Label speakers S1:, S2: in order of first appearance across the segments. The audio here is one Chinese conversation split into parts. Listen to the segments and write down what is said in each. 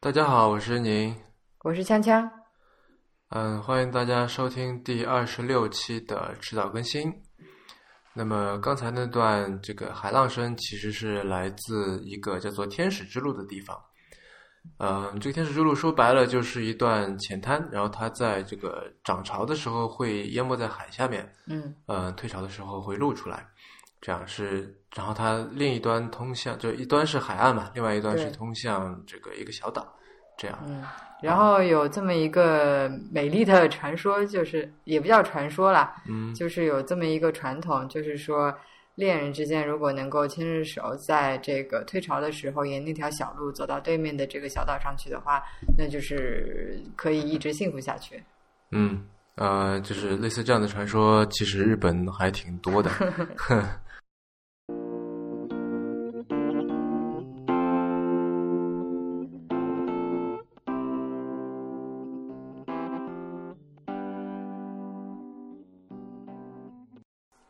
S1: 大家好，我是宁。
S2: 我是锵锵。
S1: 嗯，欢迎大家收听第二十六期的迟早更新。那么刚才那段这个海浪声，其实是来自一个叫做天使之路的地方。嗯，这个天使之路说白了就是一段浅滩，然后它在这个涨潮的时候会淹没在海下面，
S2: 嗯
S1: 嗯，退潮的时候会露出来，这样是。然后它另一端通向，就一端是海岸嘛，另外一端是
S2: 对
S1: 通向这个一个小岛，这样。
S2: 嗯，然后有这么一个美丽的传说，就是也不叫传说啦，
S1: 嗯
S2: 就是有这么一个传统，就是说恋人之间如果能够牵着手，在这个退潮的时候沿那条小路走到对面的这个小岛上去的话，那就是可以一直幸福下去。
S1: 嗯，呃，就是类似这样的传说，其实日本还挺多的。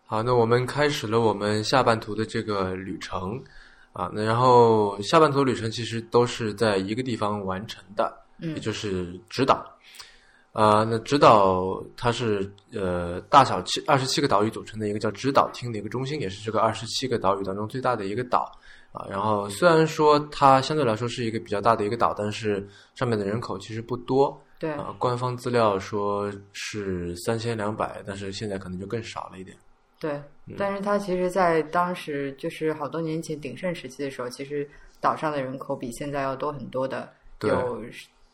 S1: 好，那我们开始了我们下半途的这个旅程啊，那然后下半途旅程其实都是在一个地方完成的，
S2: 嗯
S1: 也就是直岛。啊、那直岛它是呃大小七二十七个岛屿组成的一个叫直岛厅的一个中心，也是这个二十七个岛屿当中最大的一个岛啊。然后虽然说它相对来说是一个比较大的一个岛，但是上面的人口其实不多
S2: 对，
S1: 啊。官方资料说是三千两百，但是现在可能就更少了一点。
S2: 对，
S1: 嗯
S2: 但是它其实，在当时就是好多年前鼎盛时期的时候，其实岛上的人口比现在要多很多的，
S1: 对
S2: 有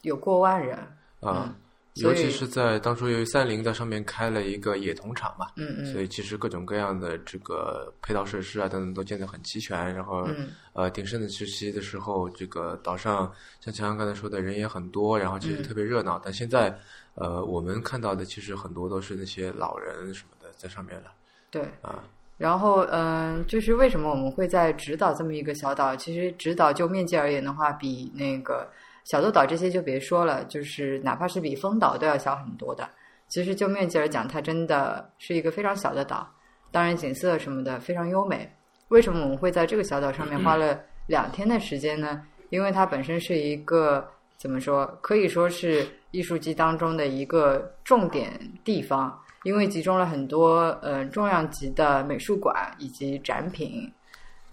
S2: 有过万人。
S1: 啊，
S2: 嗯
S1: 尤
S2: 所以
S1: 其是在当初由于三菱在上面开了一个冶铜厂嘛，
S2: 嗯
S1: 所
S2: 嗯
S1: 以其实各种各样的这个配套设施啊等等都建得很齐全。然后，
S2: 嗯
S1: 呃，鼎盛的时期的时候，这个岛上像强强刚才说的人也很多，然后其
S2: 嗯
S1: 实特别热闹。但现在，呃，我们看到的其实很多都是那些老人什么的在上面了
S2: 对。
S1: 啊，
S2: 然后，嗯，就是为什么我们会在直岛这么一个小岛？其实直岛就面积而言的话，比那个小豆岛这些就别说了，就是哪怕是比丰岛都要小很多的。其实就面积而讲，它真的是一个非常小的岛，当然景色什么的非常优美。为什么我们会在这个小岛上面花了两天的时间呢？因为它本身是一个怎么说，可以说是艺术季当中的一个重点地方，因为集中了很多呃重量级的美术馆以及展品，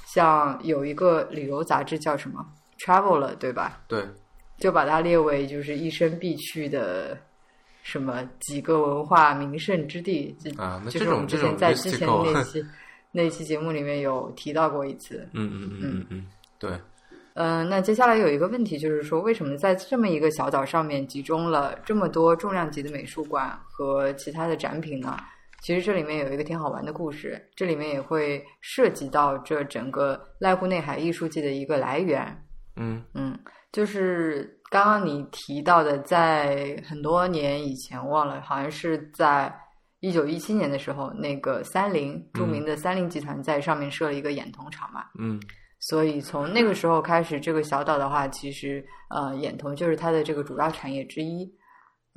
S2: 像有一个旅游杂志叫什么《Traveler》，对吧？
S1: 对，
S2: 就把它列为就是一生必去的什么几个文化名胜之地。这
S1: 啊那
S2: 就
S1: 这
S2: 是我
S1: 种
S2: 们之
S1: 这种
S2: 前在之前
S1: mystical
S2: 那 期那期节目里面有提到过一次。
S1: 嗯嗯嗯嗯嗯，对，
S2: 嗯、那接下来有一个问题就是说，为什么在这么一个小岛上面集中了这么多重量级的美术馆和其他的展品呢？其实这里面有一个挺好玩的故事，这里面也会涉及到这整个濑户内海艺术季的一个来源。
S1: 嗯
S2: 嗯，就是刚刚你提到的，在很多年以前，忘了，好像是在一九一七年的时候，那个三菱著名的三菱集团在上面设了一个眼瞳厂嘛，
S1: 嗯
S2: 所以从那个时候开始，这个小岛的话，其实呃，眼瞳就是它的这个主要产业之一。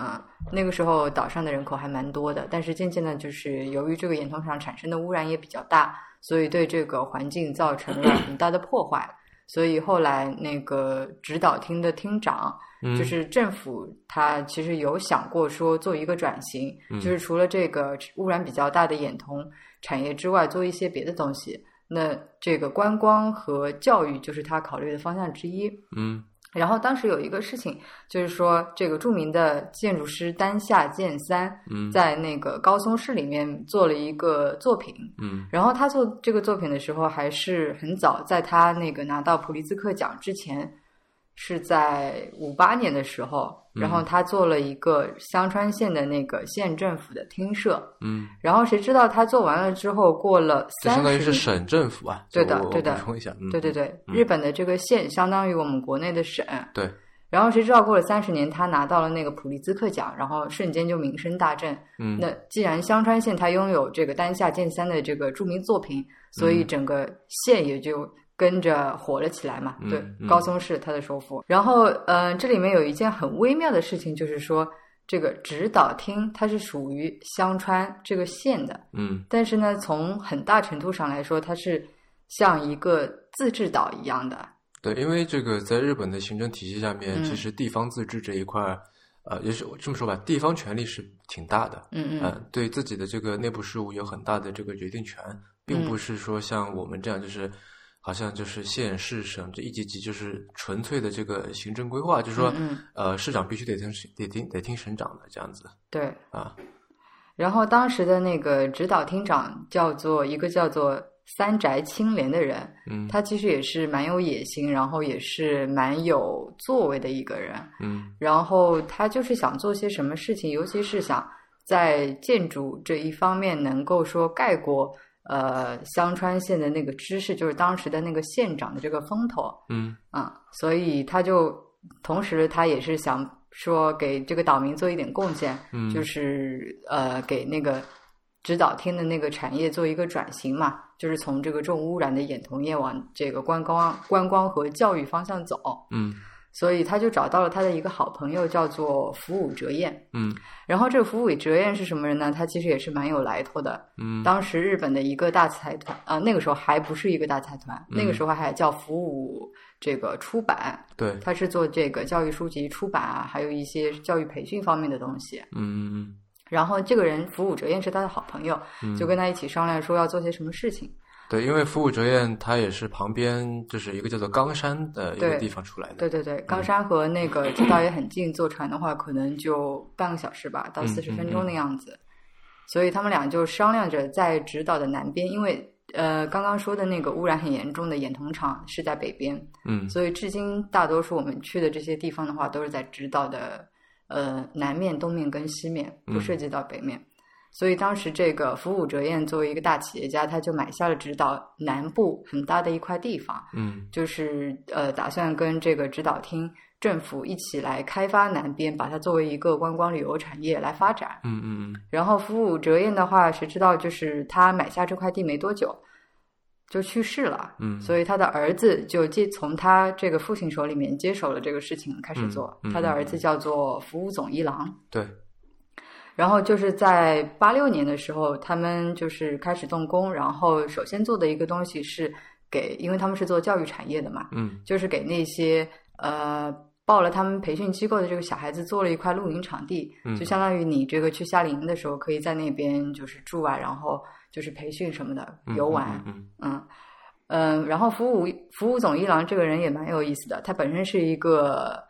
S2: 嗯，那个时候岛上的人口还蛮多的，但是渐渐的，就是由于这个眼瞳厂产生的污染也比较大，所以对这个环境造成了很大的破坏。所以后来那个指导厅的厅长，
S1: 嗯，
S2: 就是政府，它其实有想过说做一个转型，
S1: 嗯
S2: 就是除了这个污染比较大的眼瞳产业之外，做一些别的东西。那这个观光和教育就是他考虑的方向之一。
S1: 嗯
S2: 然后当时有一个事情，就是说这个著名的建筑师丹下健三
S1: 嗯
S2: 在那个高松市里面做了一个作品，
S1: 嗯
S2: 然后他做这个作品的时候，还是很早，在他那个拿到普利兹克奖之前，是在五八年的时候。
S1: 嗯
S2: 然后他做了一个香川县的那个县政府的厅舍。
S1: 嗯，
S2: 然后谁知道他做完了之后，过了
S1: 这
S2: 三
S1: 相
S2: 十
S1: 当于
S2: 年，
S1: 是省政府啊，
S2: 对的
S1: 我我
S2: 对的
S1: 补充一下，嗯
S2: 对对对，日本的这个县相当于我们国内的省。
S1: 对，
S2: 然后谁知道过了三十年，他拿到了那个普利兹克奖，然后瞬间就名声大振。
S1: 嗯
S2: 那既然香川县它拥有这个丹下健三的这个著名作品，所
S1: 嗯
S2: 以整个县也就跟着火了起来嘛。
S1: 嗯嗯
S2: 对，高松市它的首府。然后，呃，这里面有一件很微妙的事情，就是说这个指导厅它是属于香川这个县的，
S1: 嗯
S2: 但是呢，从很大程度上来说，它是像一个自治岛一样的。
S1: 对，因为这个在日本的行政体系下面，
S2: 嗯
S1: 其实地方自治这一块，呃，也是这么说吧，地方权力是挺大的，
S2: 嗯
S1: 呃，对自己的这个内部事务有很大的这个决定权，并
S2: 嗯
S1: 不是说像我们这样，就是好像就是县市省这一级级就是纯粹的这个行政规划，就是说，
S2: 嗯嗯
S1: 呃，市长必须得听得听得听省长的这样子
S2: 对。
S1: 啊，
S2: 然后当时的那个指导厅长叫做一个叫做三宅清廉的人，
S1: 嗯
S2: 他其实也是蛮有野心，然后也是蛮有作为的一个人。
S1: 嗯
S2: 然后他就是想做些什么事情，尤其是想在建筑这一方面能够说盖过呃香川县的那个知识，就是当时的那个县长的这个风头
S1: 嗯
S2: 啊、所以他就同时他也是想说给这个岛民做一点贡献，
S1: 嗯，
S2: 就是呃给那个指导厅的那个产业做一个转型嘛，就是从这个重污染的眼童业往这个观光观光和教育方向走。
S1: 嗯
S2: 所以他就找到了他的一个好朋友，叫做福武哲彦。
S1: 嗯
S2: 然后这个福武哲彦是什么人呢？他其实也是蛮有来头的。
S1: 嗯，
S2: 当时日本的一个大财团啊、那个时候还不是一个大财团，那
S1: 嗯
S2: 个时候还叫福武这个出版，
S1: 对，嗯
S2: 他是做这个教育书籍出版啊，还有一些教育培训方面的东西。
S1: 嗯嗯
S2: 然后这个人福武哲彦是他的好朋友，
S1: 嗯，
S2: 就跟他一起商量说要做些什么事情。
S1: 对，因为服务哲彦它也是旁边就是一个叫做冈山的一个
S2: 对
S1: 地方出来的，
S2: 对对对，
S1: 嗯
S2: 冈山和那个知道也很近，坐船的话可能就半个小时吧，到
S1: 嗯
S2: 四十
S1: 嗯嗯
S2: 分钟的样子。所以他们俩就商量着在直岛的南边，因为呃刚刚说的那个污染很严重的眼童厂是在北边，
S1: 嗯
S2: 所以至今大多数我们去的这些地方的话，都是在直岛的呃南面、东面跟西面，不
S1: 嗯
S2: 涉及到北面。所以当时这个服务哲彦作为一个大企业家，他就买下了直岛南部很大的一块地方。
S1: 嗯
S2: 就是呃，打算跟这个指导厅政府一起来开发南边，把它作为一个观光旅游产业来发展。
S1: 嗯嗯
S2: 然后服务哲彦的话，谁知道就是他买下这块地没多久就去世了，
S1: 嗯，
S2: 所以他的儿子就接从他这个父亲手里面接手了这个事情，开始做。
S1: 嗯嗯
S2: 他的儿子叫做服务总一郎。
S1: 对，
S2: 然后就是在八六年的时候，他们就是开始动工，然后首先做的一个东西是给，因为他们是做教育产业的嘛，
S1: 嗯
S2: 就是给那些呃报了他们培训机构的这个小孩子做了一块露营场地，
S1: 嗯
S2: 就相当于你这个去夏令营的时候可以在那边就是住啊，然后就是培训什么的，
S1: 嗯
S2: 游
S1: 嗯
S2: 玩，
S1: 嗯
S2: 嗯。嗯，然后服务服务总一郎这个人也蛮有意思的，他本身是一个，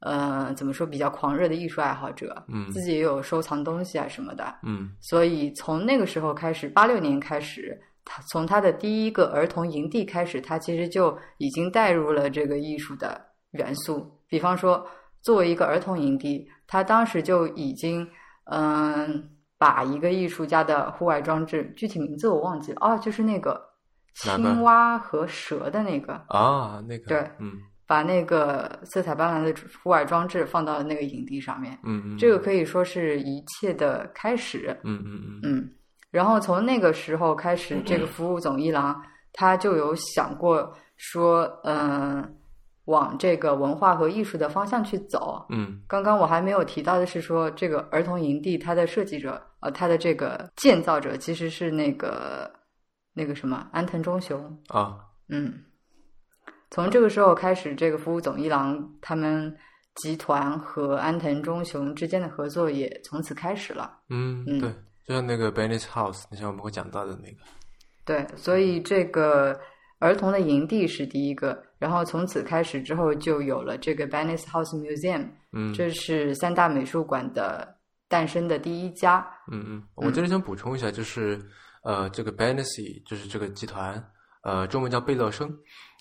S2: 呃，怎么说比较狂热的艺术爱好者，
S1: 嗯
S2: 自己也有收藏东西啊什么的，
S1: 嗯
S2: 所以从那个时候开始，八六年开始，他从他的第一个儿童营地开始，他其实就已经带入了这个艺术的元素。比方说，作为一个儿童营地，他当时就已经嗯，把一个艺术家的户外装置，具体名字我忘记了，哦，就是那个
S1: 哪个
S2: 青蛙和蛇的那个，
S1: 啊那个
S2: 对
S1: 嗯
S2: 把那个色彩斑斓的户外装置放到了那个营地上面。
S1: 嗯嗯
S2: 这个可以说是一切的开始。
S1: 嗯嗯嗯
S2: 嗯，然后从那个时候开始，这个服务总一郎他就有想过说，嗯、往这个文化和艺术的方向去走。
S1: 嗯
S2: 刚刚我还没有提到的是说，这个儿童营地它的设计者，呃，它的这个建造者其实是那个那个什么安藤忠雄。
S1: 啊
S2: 嗯，从这个时候开始，这个服务总一郎他们集团和安藤忠雄之间的合作也从此开始了。
S1: 嗯
S2: 嗯
S1: 对，就像那个 Benny's House，你像我们会讲到的那个，
S2: 对，所以这个儿童的营地是第一个，然后从此开始之后就有了这个 Venice House Museum，
S1: 嗯
S2: 这是三大美术馆的诞生的第一家。
S1: 嗯嗯，我这里想补充一下，就是呃，这个 Benessy 就是这个集团，呃，中文叫贝乐生。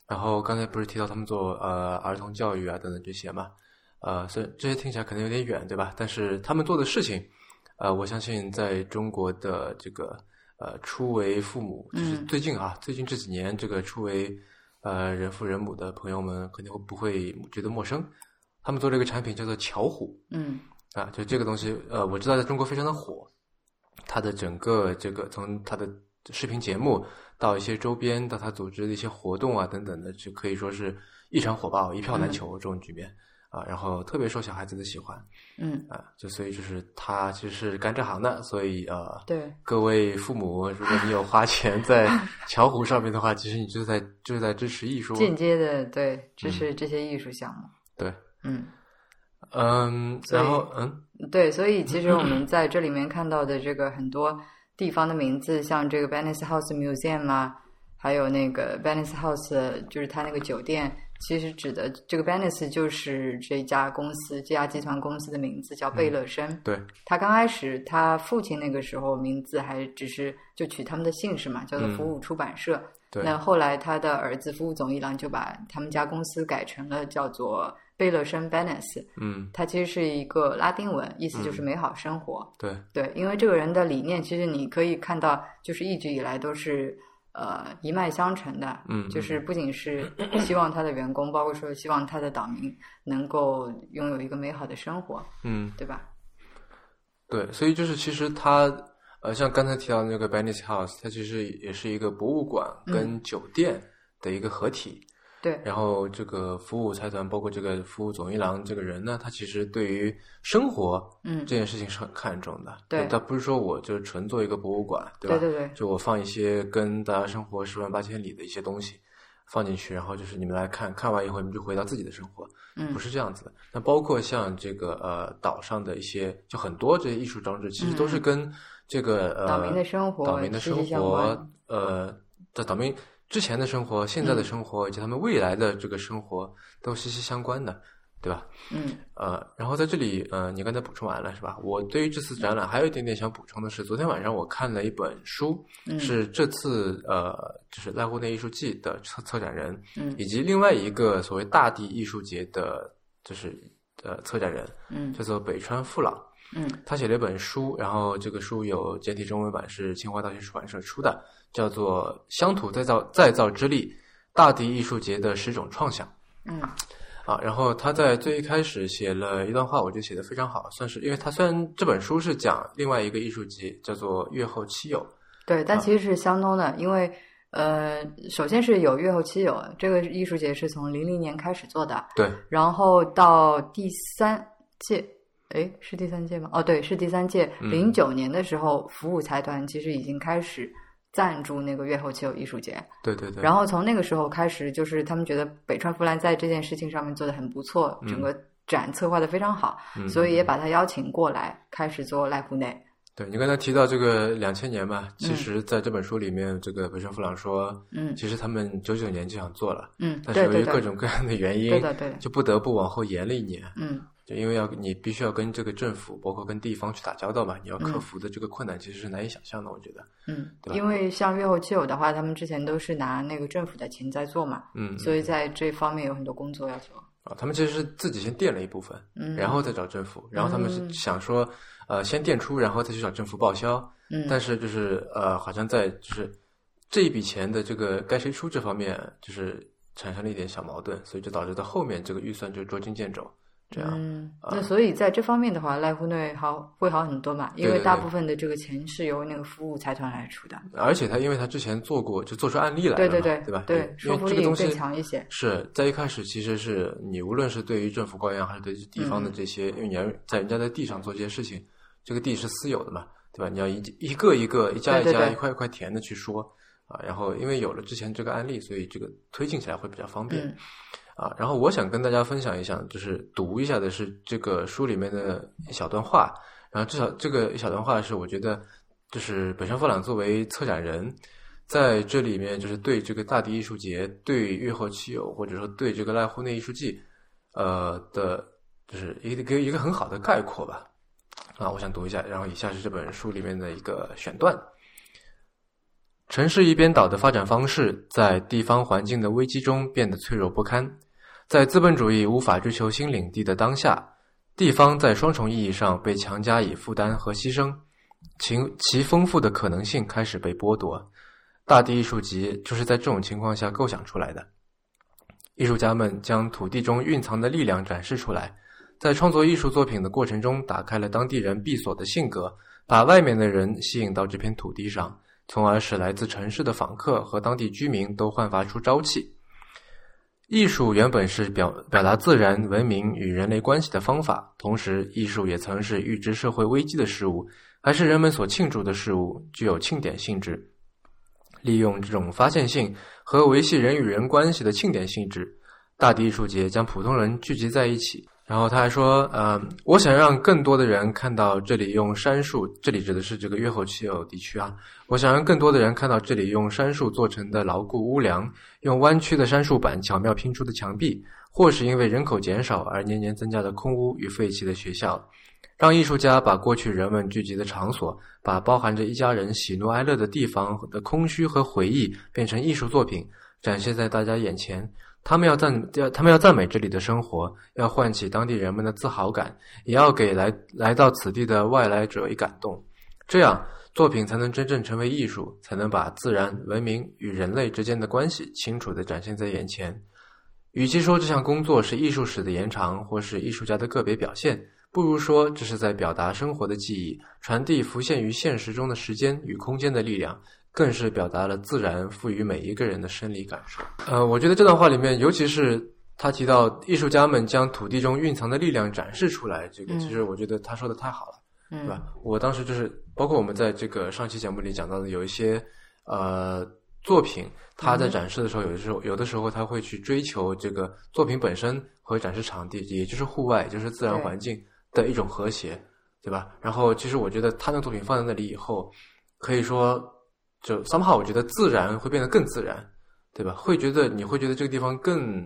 S1: 然后刚才不是提到他们做呃儿童教育啊等等这些嘛，呃，所以这些听起来可能有点远，对吧？但是他们做的事情，呃，我相信在中国的这个呃初为父母，就是
S2: 嗯
S1: 最近啊，最近这几年这个初为呃人父人母的朋友们肯定会不会觉得陌生？他们做了一个产品叫做巧虎，
S2: 嗯
S1: 啊，就这个东西，呃，我知道在中国非常的火，它的整个这个从它的视频节目到一些周边，到它组织的一些活动啊等等的，就可以说是异常火爆，一票难求这种局面、啊，然后特别受小孩子的喜欢
S2: 嗯，
S1: 啊，就所以就是他其实是干这行的，所以呃，
S2: 对，
S1: 各位父母，如果你有花 钱在巧虎上面的话，其实你就在就是在支持艺术，
S2: 间接的对
S1: 嗯
S2: 支持这些艺术项目。
S1: 对，
S2: 嗯，
S1: 嗯，
S2: 所以
S1: 然后嗯，
S2: 对，所以其实我 们在这里面看到的这个很多地方的名字，像这个 b e n n e s House Museum 啊，还有那个 b e n n e s House，就是它那个酒店，其实指的这个 b e n n e s 就是这家公司、这家集团公司的名字叫
S1: 嗯
S2: 贝勒绅。
S1: 对，
S2: 他刚开始，他父亲那个时候名字还只是就取他们的姓氏嘛，叫做
S1: 嗯
S2: 服务出版社。
S1: 对，
S2: 那后来他的儿子服务总一郎就把他们家公司改成了叫做贝勒绅 b e n n e s
S1: 嗯，
S2: 它其实是一个拉丁文，意思就是
S1: 嗯
S2: 美好生活。
S1: 对，
S2: 对，因为这个人的理念，其实你可以看到，就是一直以来都是呃一脉相承的。
S1: 嗯
S2: 就是不仅是希望他的员工，包括说希望他的岛民能够拥有一个美好的生活，
S1: 嗯，
S2: 对吧？
S1: 对，所以就是其实它呃，像刚才提到的那个 b e n n e s House，它其实也是一个博物馆
S2: 嗯
S1: 跟酒店的一个合体。
S2: 对，
S1: 然后这个服务财团，包括这个服务总一郎这个人呢，他其实对于生活
S2: 嗯，
S1: 这件事情是很看重的。
S2: 对
S1: 他不是说我就纯做一个博物馆，对吧？
S2: 对对对，
S1: 就我放一些跟大家生活十万八千里的一些东西放进去，然后就是你们来看看完以后，你们就回到自己的生活，
S2: 嗯
S1: 不是这样子的。那包括像这个呃岛上的一些，就很多这些艺术装置，其实都是跟这个、呃
S2: 嗯岛民的生活
S1: 岛民的
S2: 息息
S1: 生
S2: 相
S1: 活
S2: 关，
S1: 呃，的岛民之前的生活、现在的
S2: 嗯
S1: 生活、以及他们未来的这个生活都息息相关的，对吧？
S2: 嗯
S1: 呃，然后在这里，呃，你刚才补充完了是吧？我对于这次展览还有一点点想补充的是，昨天晚上我看了一本书，
S2: 嗯
S1: 是这次呃，就是濑户内艺术季的策策展人，
S2: 嗯
S1: 以及另外一个所谓大地艺术节的，就是呃策展人
S2: 嗯
S1: 叫做北川富朗，
S2: 嗯
S1: 他写了一本书，然后这个书有简体中文版，是清华大学出版社出的，叫做《乡土再造再造之力：大地艺术节的十种创想》。
S2: 嗯
S1: 啊，然后他在最一开始写了一段话，我觉得写的非常好，算是因为他虽然这本书是讲另外一个艺术节，叫做《月后七友》，
S2: 对，
S1: 啊
S2: 但其实是相通的，因为呃，首先是有月后期有这个艺术节是从零零年开始做的，
S1: 对，
S2: 然后到第三届，诶，是第三届吗？哦，对，是第三届。
S1: 嗯
S2: 零九年的时候，服务财团其实已经开始赞助那个月后期有艺术节，
S1: 对对对，
S2: 然后从那个时候开始，就是他们觉得北川弗兰在这件事情上面做的很不错，
S1: 嗯
S2: 整个展策划的非常好，
S1: 嗯
S2: 所以也把他邀请过来开始做濑户内。
S1: 对你刚才提到这个两千年嘛，其实在这本书里面，这个北川富朗说，
S2: 嗯
S1: 其实他们九九年就想做了，
S2: 嗯，
S1: 但是
S2: 对
S1: 由
S2: 对
S1: 于各
S2: 对，
S1: 种各样的原因，
S2: 对的对的，
S1: 就不得不往后延了一年，
S2: 嗯
S1: 就因为要你必须要跟这个政府，包括跟地方去打交道嘛，你要克
S2: 嗯
S1: 服的这个困难其实是难以想象的，我觉得，
S2: 嗯
S1: 对，吧
S2: 因为像月后期有的话，他们之前都是拿那个政府的钱在做嘛，
S1: 嗯，
S2: 所以在这方面有很多工作要做。
S1: 啊，他们其实是自己先垫了一部分，
S2: 嗯，
S1: 然后再找政府，然后他们是
S2: 嗯
S1: 想说，呃，先垫出，然后再去找政府报销，
S2: 嗯，
S1: 但是就是呃，好像在就是这一笔钱的这个该谁出这方面，就是产生了一点小矛盾，所以就导致到后面这个预算就捉襟见肘，这样，
S2: 嗯，
S1: 啊
S2: 那所以在这方面的话，濑户内好会好很多嘛，因
S1: 对
S2: 为
S1: 对
S2: 大
S1: 对
S2: 部分的这个钱是由那个服务财团来出的。
S1: 而且他因为他之前做过，就做出案例来了
S2: 对
S1: 嘛，
S2: 对对
S1: 对吧？
S2: 对
S1: 因
S2: 说
S1: 为
S2: 服
S1: 这个
S2: 力
S1: 东西
S2: 更强一嗯些。
S1: 是在一开始，其实是你无论是对于政府官员，还是对于地方的这些，因为你要在人家的地上做这些事情，这个地是私有的嘛，对吧？你要一一个一个、一家一
S2: 对对
S1: 家、
S2: 对
S1: 一块一块填的去说啊。然后因为有了之前这个案例，所以这个推进起来会比较方便、
S2: 嗯
S1: 啊。然后我想跟大家分享一下，就是读一下的是这个书里面的一小段话，然后至少这个一小段话是我觉得，就是本山富朗作为策展人，在这里面就是对这个大地艺术节、对月后七友，或者说对这个濑户内艺术季，呃的，就是一个一个一个很好的概括吧。啊，我想读一下，然后以下是这本书里面的一个选段。城市一边倒的发展方式，在地方环境的危机中变得脆弱不堪。在资本主义无法追求新领地的当下，地方在双重意义上被强加以负担和牺牲，其其丰富的可能性开始被剥夺。大地艺术集就是在这种情况下构想出来的。艺术家们将土地中蕴藏的力量展示出来，在创作艺术作品的过程中，打开了当地人闭锁的性格，把外面的人吸引到这片土地上，从而使来自城市的访客和当地居民都焕发出朝气。艺术原本是表表达自然、文明与人类关系的方法，同时，艺术也曾是预知社会危机的事物，还是人们所庆祝的事物，具有庆典性质。利用这种发现性和维系人与人关系的庆典性质，大地艺术节将普通人聚集在一起。然后他还说：“呃，我想让更多的人看到这里用杉树，这里指的是这个越后奇偶地区啊。我想让更多的人看到这里用杉树做成的牢固屋梁，用弯曲的杉树板巧妙拼出的墙壁，或是因为人口减少而年年增加的空屋与废弃的学校。让艺术家把过去人们聚集的场所，把包含着一家人喜怒哀乐的地方的空虚和回忆，变成艺术作品，展现在大家眼前。”他们要赞要他们要赞美这里的生活，要唤起当地人们的自豪感，也要给来来到此地的外来者以感动。这样，作品才能真正成为艺术，才能把自然、文明与人类之间的关系清楚地展现在眼前。与其说这项工作是艺术史的延长，或是艺术家的个别表现，不如说这是在表达生活的记忆，传递浮现于现实中的时间与空间的力量。更是表达了自然赋予每一个人的生理感受。呃，我觉得这段话里面，尤其是他提到艺术家们将土地中蕴藏的力量展示出来，这个
S2: 嗯
S1: 其实我觉得他说的太好了，
S2: 嗯
S1: 对吧？我当时就是，包括我们在这个上期节目里讲到的，有一些呃作品，他
S2: 嗯
S1: 在展示的时候，有的时候有的时候他会去追求这个作品本身和展示场地，也就是户外，也就是自然
S2: 对
S1: 环境的一种和谐，对吧？然后其实我觉得他那个作品放在那里以后，可以说就 somehow 我觉得自然会变得更自然，对吧？会觉得你会觉得这个地方更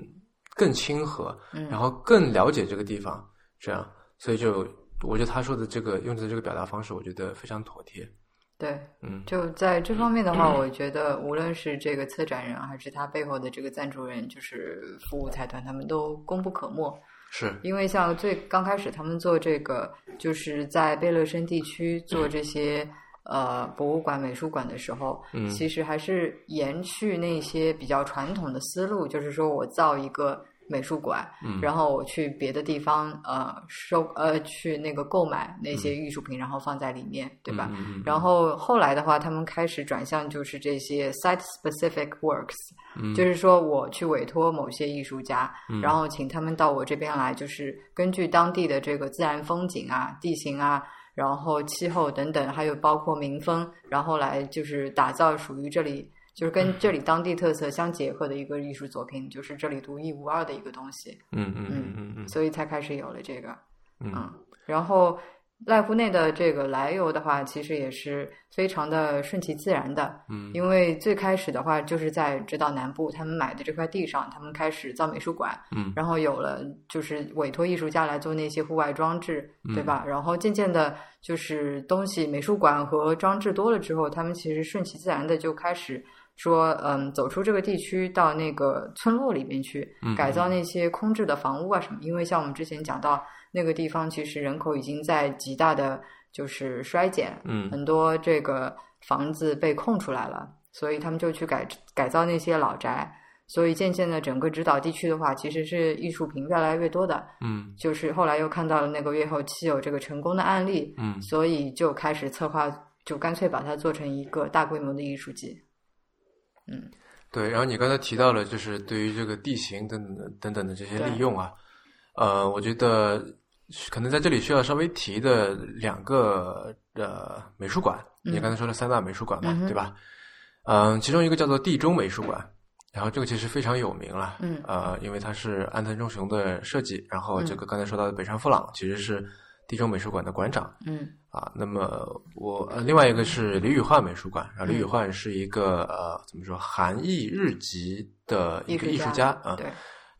S1: 更亲和，
S2: 嗯
S1: 然后更了解这个地方，这样，所以就我觉得他说的这个用的这个表达方式，我觉得非常妥帖。
S2: 对，
S1: 嗯
S2: 就在这方面的话，我觉得无论是这个策展人，啊还是他背后的这个赞助人，就是服务财团，他们都功不可没。
S1: 是，
S2: 因为像最刚开始他们做这个，就是在贝勒申地区做这些、呃博物馆、美术馆的时候，
S1: 嗯
S2: 其实还是延续那些比较传统的思路，就是说我造一个美术馆，
S1: 嗯
S2: 然后我去别的地方呃收呃去那个购买那些艺术品，然后放在里面，对吧？
S1: 嗯？嗯
S2: 然后后来的话，他们开始转向就是这些 site specific works，、
S1: 嗯
S2: 就是说我去委托某些艺术家，
S1: 嗯
S2: 然后请他们到我这边来，就是根据当地的这个自然风景啊、地形啊，然后气候等等，还有包括民风，然后来就是打造属于这里。就是跟这里当地特色相结合的一个艺术作品，就是这里独一无二的一个东西，
S1: 嗯嗯嗯嗯嗯
S2: 所以才开始有了这个。
S1: 嗯嗯
S2: 嗯，然后濑户内的这个来由的话，其实也是非常的顺其自然的，
S1: 嗯
S2: 因为最开始的话就是在直岛南部他们买的这块地上，他们开始造美术馆，
S1: 嗯
S2: 然后有了就是委托艺术家来做那些户外装置，对
S1: 嗯
S2: 吧？然后渐渐的，就是东西美术馆和装置多了之后，他们其实顺其自然的就开始说，嗯，走出这个地区到那个村落里面去
S1: 嗯，
S2: 改造那些空置的房屋啊什么。因为像我们之前讲到，那个地方其实人口已经在极大的就是衰减，
S1: 嗯
S2: 很多这个房子被空出来了，所以他们就去改改造那些老宅。所以渐渐的，整个直岛地区的话，其实是艺术品越来越多的。
S1: 嗯
S2: 就是后来又看到了那个越后妻有这个成功的案例，
S1: 嗯，
S2: 所以就开始策划，就干脆把它做成一个大规模的艺术节。
S1: 对。然后你刚才提到了，就是对于这个地形等等的等等的这些
S2: 对
S1: 利用啊，呃，我觉得可能在这里需要稍微提的两个呃美术馆，
S2: 嗯
S1: 你刚才说了三大美术馆嘛，
S2: 嗯哼
S1: 对吧？嗯、其中一个叫做地中美术馆，然后这个其实非常有名了，
S2: 嗯
S1: 呃，因为它是安藤忠雄的设计，然后这个刚才说到的北山富朗其实是地中美术馆的馆长，
S2: 嗯
S1: 啊，那么我呃，另外一个是李宇焕美术馆，然后李宇
S2: 嗯
S1: 焕是一个呃，怎么说，韩裔日籍的一个艺
S2: 艺
S1: 术
S2: 术
S1: 家
S2: 家
S1: 啊，
S2: 对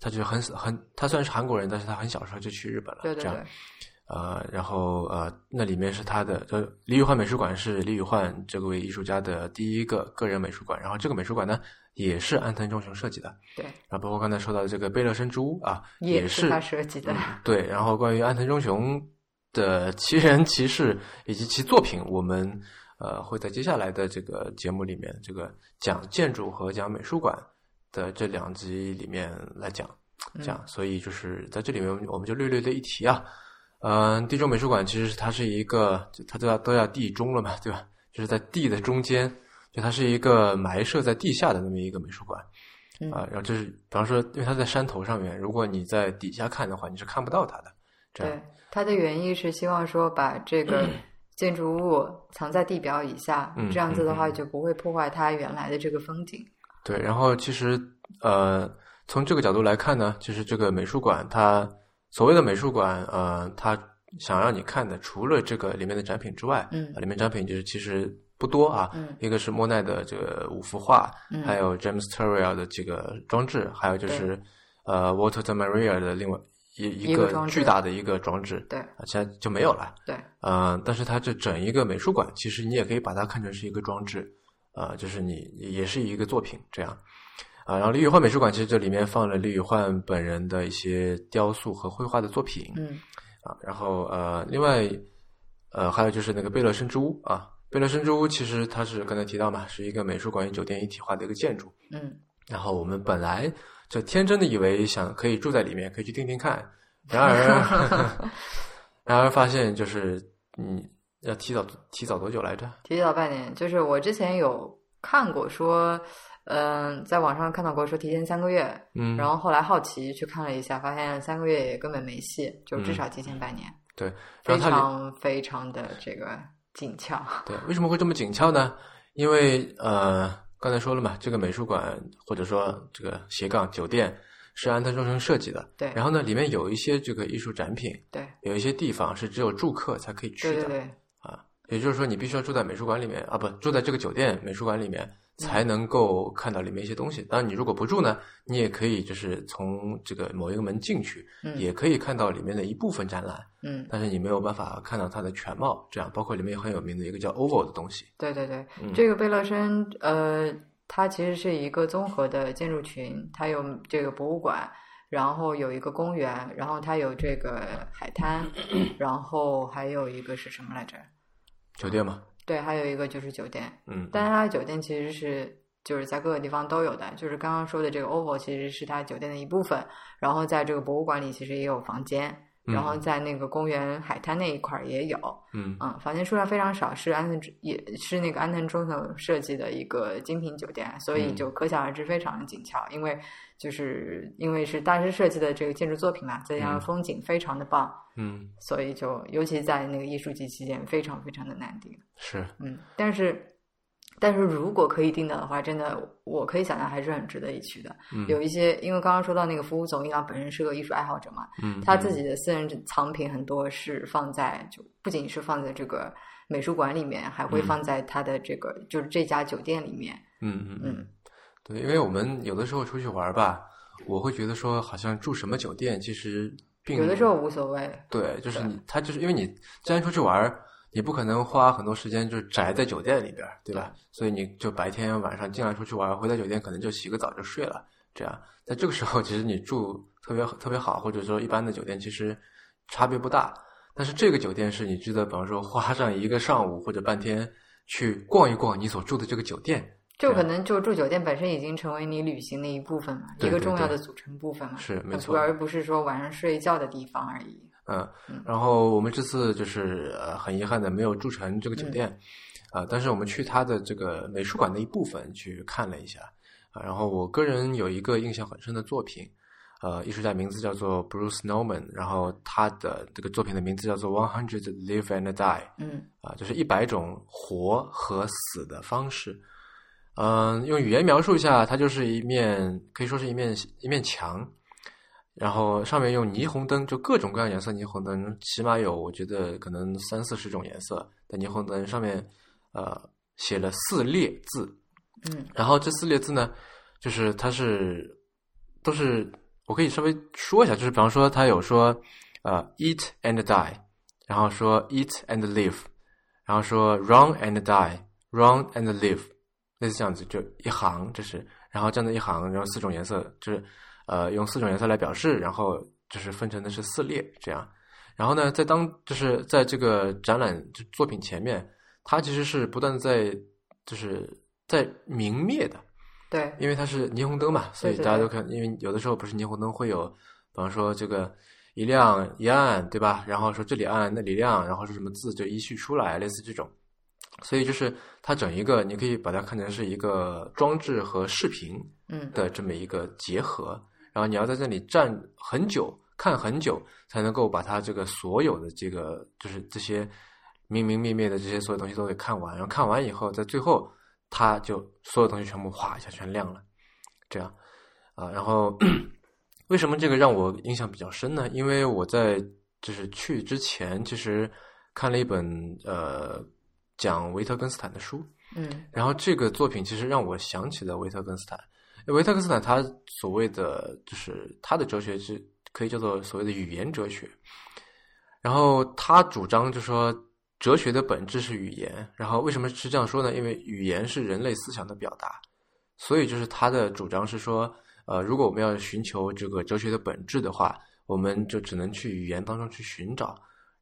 S1: 他就是很很，他虽然是韩国人，但是他很小时候就去日本了，
S2: 对对
S1: 这样
S2: 对，
S1: 呃，然后呃，那里面是他的，就李宇焕美术馆是李宇焕这位艺术家的第一个个人美术馆，然后这个美术馆呢也是安藤忠雄设计的，
S2: 对，
S1: 然后包括刚才说到的这个贝勒生之屋啊，
S2: 也
S1: 是
S2: 他设计的。
S1: 嗯对，然后关于安藤忠雄的其人其事以及其作品，我们呃会在接下来的这个节目里面，这个讲建筑和讲美术馆的这两集里面来讲
S2: 嗯
S1: 讲。所以就是在这里面，我们我们就略略的一提啊。嗯、地中美术馆其实它是一个，就它都要都要地中了嘛，对吧？就是在地的中间，就它是一个埋设在地下的那么一个美术馆。
S2: 嗯
S1: 啊、然后这是比方说，因为它在山头上面，如果你在底下看的话，你是看不到它的。这样
S2: 对，它的原意是希望说把 这个建筑物藏在地表以下，
S1: 嗯
S2: 这样子的话
S1: 嗯嗯
S2: 就不会破坏它原来的这个风景。
S1: 对，然后其实呃，从这个角度来看呢，就是这个美术馆它所谓的美术馆，呃，它想让你看的，除了这个里面的展品之外，
S2: 嗯
S1: 啊里面展品就是其实不多啊，
S2: 嗯
S1: 一个是莫奈的这个五幅画，
S2: 嗯，
S1: 还有 James Turrell 的这个装置，还有就是呃 Walter de Maria 的另外一一
S2: 一个
S1: 个
S2: 装置
S1: 巨大的一个装置，
S2: 对
S1: 啊，现在就没有了。
S2: 对，
S1: 呃，但是它这整一个美术馆，其实你也可以把它看成是一个装置，呃，就是你也是一个作品这样。啊、然后李宇焕美术馆其实这里面放了李宇焕本人的一些雕塑和绘画的作品，
S2: 嗯
S1: 啊，然后呃，另外呃，还有就是那个贝勒生之屋啊，贝勒生之屋其实它是刚才提到嘛，是一个美术馆与酒店一体化的一个建筑。
S2: 嗯，
S1: 然后我们本来就天真的以为想可以住在里面，可以去听听看，然 而然而发现就是你要提早提早多久来着？
S2: 提早半年，就是我之前有看过说，嗯、在网上看到过说提前三个月，
S1: 嗯，
S2: 然后后来好奇去看了一下，发现三个月也根本没戏，就至少提前半年，
S1: 嗯对，然
S2: 非
S1: 后它里
S2: 常非常的这个紧俏。
S1: 对为什么会这么紧俏呢？因为呃，刚才说了嘛，这个美术馆或者说这个斜杠酒店是安藤忠雄设计的，
S2: 对，
S1: 然后呢，里面有一些这个艺术展品，
S2: 对
S1: 有一些地方是只有住客才可以去的
S2: 对对对，
S1: 啊，也就是说你必须要住在美术馆里面啊，不住在这个酒店美术馆里
S2: 嗯
S1: 面才能够看到里面一些东西。当然，你如果不住呢，你也可以就是从这个某一个门进去，
S2: 嗯
S1: 也可以看到里面的一部分展览，
S2: 嗯，
S1: 但是你没有办法看到它的全貌。这样，包括里面很有名的一个叫 OVO 的东西，
S2: 对对对，
S1: 嗯
S2: 这个贝勒森呃，它其实是一个综合的建筑群，它有这个博物馆，然后有一个公园，然后它有这个海滩，然后还有一个是什么来着？
S1: 酒店嘛，
S2: 对，还有一个就是酒店，
S1: 嗯，
S2: 但是它的酒店其实是就是在各个地方都有的，就是刚刚说的这个 OVO 其实是它酒店的一部分，然后在这个博物馆里其实也有房间，然后在那个公园海滩那一块儿也有，
S1: 嗯
S2: 嗯，房间数量非常少，是安藤忠也是那个安藤忠雄设计的一个精品酒店，所以
S1: 嗯
S2: 就可想而知非常的紧俏，因为就是因为是大师设计的这个建筑作品嘛，再加
S1: 嗯
S2: 上风景非常的棒，
S1: 嗯
S2: 所以就尤其在那个艺术季期间非常非常的难订。
S1: 是
S2: 嗯，但是但是如果可以订到的话，真的我可以想象还是很值得一去的。
S1: 嗯
S2: 有一些因为刚刚说到那个服务总一啊郎本身是个艺术爱好者嘛，
S1: 嗯
S2: 他自己的私人藏品很多是放在就不仅是放在这个美术馆里面，还会
S1: 嗯
S2: 放在他的这个、就是这家酒店里面。
S1: 嗯嗯嗯
S2: 嗯，
S1: 对，因为我们有的时候出去玩儿吧，我会觉得说好像住什么酒店其实并
S2: 嗯有的时候无所谓，
S1: 对，就是
S2: 对
S1: 你，他就是因为你既然出去玩儿，你不可能花很多时间就宅在酒店里边儿，对吧？所以你就白天晚上尽量出去玩儿，回到酒店可能就洗个澡就睡了。这样，在这个时候，其实你住特别特别好，或者说一般的酒店，其实差别不大。但是这个酒店是你值得，比方说花上一个上午或者半天去逛一逛你所住的这个酒店，
S2: 就
S1: 对啊
S2: 可能就住酒店本身已经成为你旅行的一部分嘛，
S1: 对
S2: 一个
S1: 对
S2: 重要
S1: 对
S2: 的组成部分嘛，
S1: 是没
S2: 而
S1: 错
S2: 而不是说晚上睡觉的地方而已。
S1: 嗯
S2: 嗯，
S1: 然后我们这次就是呃很遗憾的没有住成这个酒店，啊、但是我们去它的这个美术馆的一部分去看了一下，啊、然后我个人有一个印象很深的作品，呃，艺术家名字叫做 Bruce Norman，然后他的这个作品的名字叫做 One Hundred Live and Die，
S2: 嗯
S1: 啊、就是一百种活和死的方式。嗯，用语言描述一下，它就是一面可以说是一面一面墙，然后上面用霓虹灯，就各种各样颜色霓虹灯，起码有我觉得可能三四十种颜色的霓虹灯，上面呃写了四列字，
S2: 嗯
S1: 然后这四列字呢，就是它是都是我可以稍微说一下，就是比方说它有说呃 eat and die，然后说 eat and live，然后说 run and die，run and live，类似这样子，就一行这是，然后这样的一行，然后四种颜色，就是呃用四种颜色来表示，然后就是分成的是四列这样。然后呢，在当就是在这个展览就作品前面，它其实是不断地在就是在明灭的，
S2: 对，
S1: 因为它是霓虹灯嘛，所以
S2: 对对
S1: 大家都看，因为有的时候不是霓虹灯会有，比方说这个一亮一暗，对吧？然后说这里暗那里亮，然后说什么字就依序出来，类似这种。所以就是它整一个，你可以把它看成是一个装置和视频，
S2: 嗯
S1: 的这么一个结合，然后你要在这里站很久，看很久，才能够把它这个所有的这个就是这些明明灭灭的这些所有东西都给看完，然后看完以后，在最后它就所有东西全部哗一下全亮了，这样啊，然后 为什么这个让我印象比较深呢？因为我在就是去之前，其实看了一本呃讲维特根斯坦的书，
S2: 嗯
S1: 然后这个作品其实让我想起了维特根斯坦。维特根斯坦他所谓的就是他的哲学是可以叫做所谓的语言哲学，然后他主张就说哲学的本质是语言。然后为什么是这样说呢？因为语言是人类思想的表达，所以就是他的主张是说，呃，如果我们要寻求这个哲学的本质的话，我们就只能去语言当中去寻找。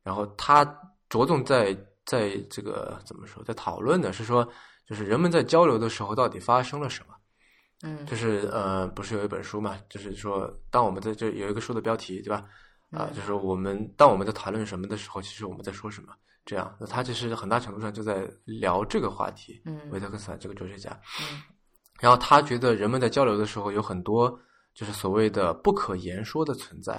S1: 然后他着重在在这个怎么说，在讨论的是说，就是人们在交流的时候到底发生了什么。
S2: 嗯
S1: 就是呃，不是有一本书嘛？就是说，当我们在这有一个书的标题，对吧？啊、
S2: 嗯
S1: 就是我们当我们在谈论什么的时候，其实我们在说什么。这样，那他其实很大程度上就在聊这个话题。维
S2: 嗯
S1: 特根斯坦这个哲学家，
S2: 嗯
S1: 然后他觉得人们在交流的时候有很多就是所谓的不可言说的存在。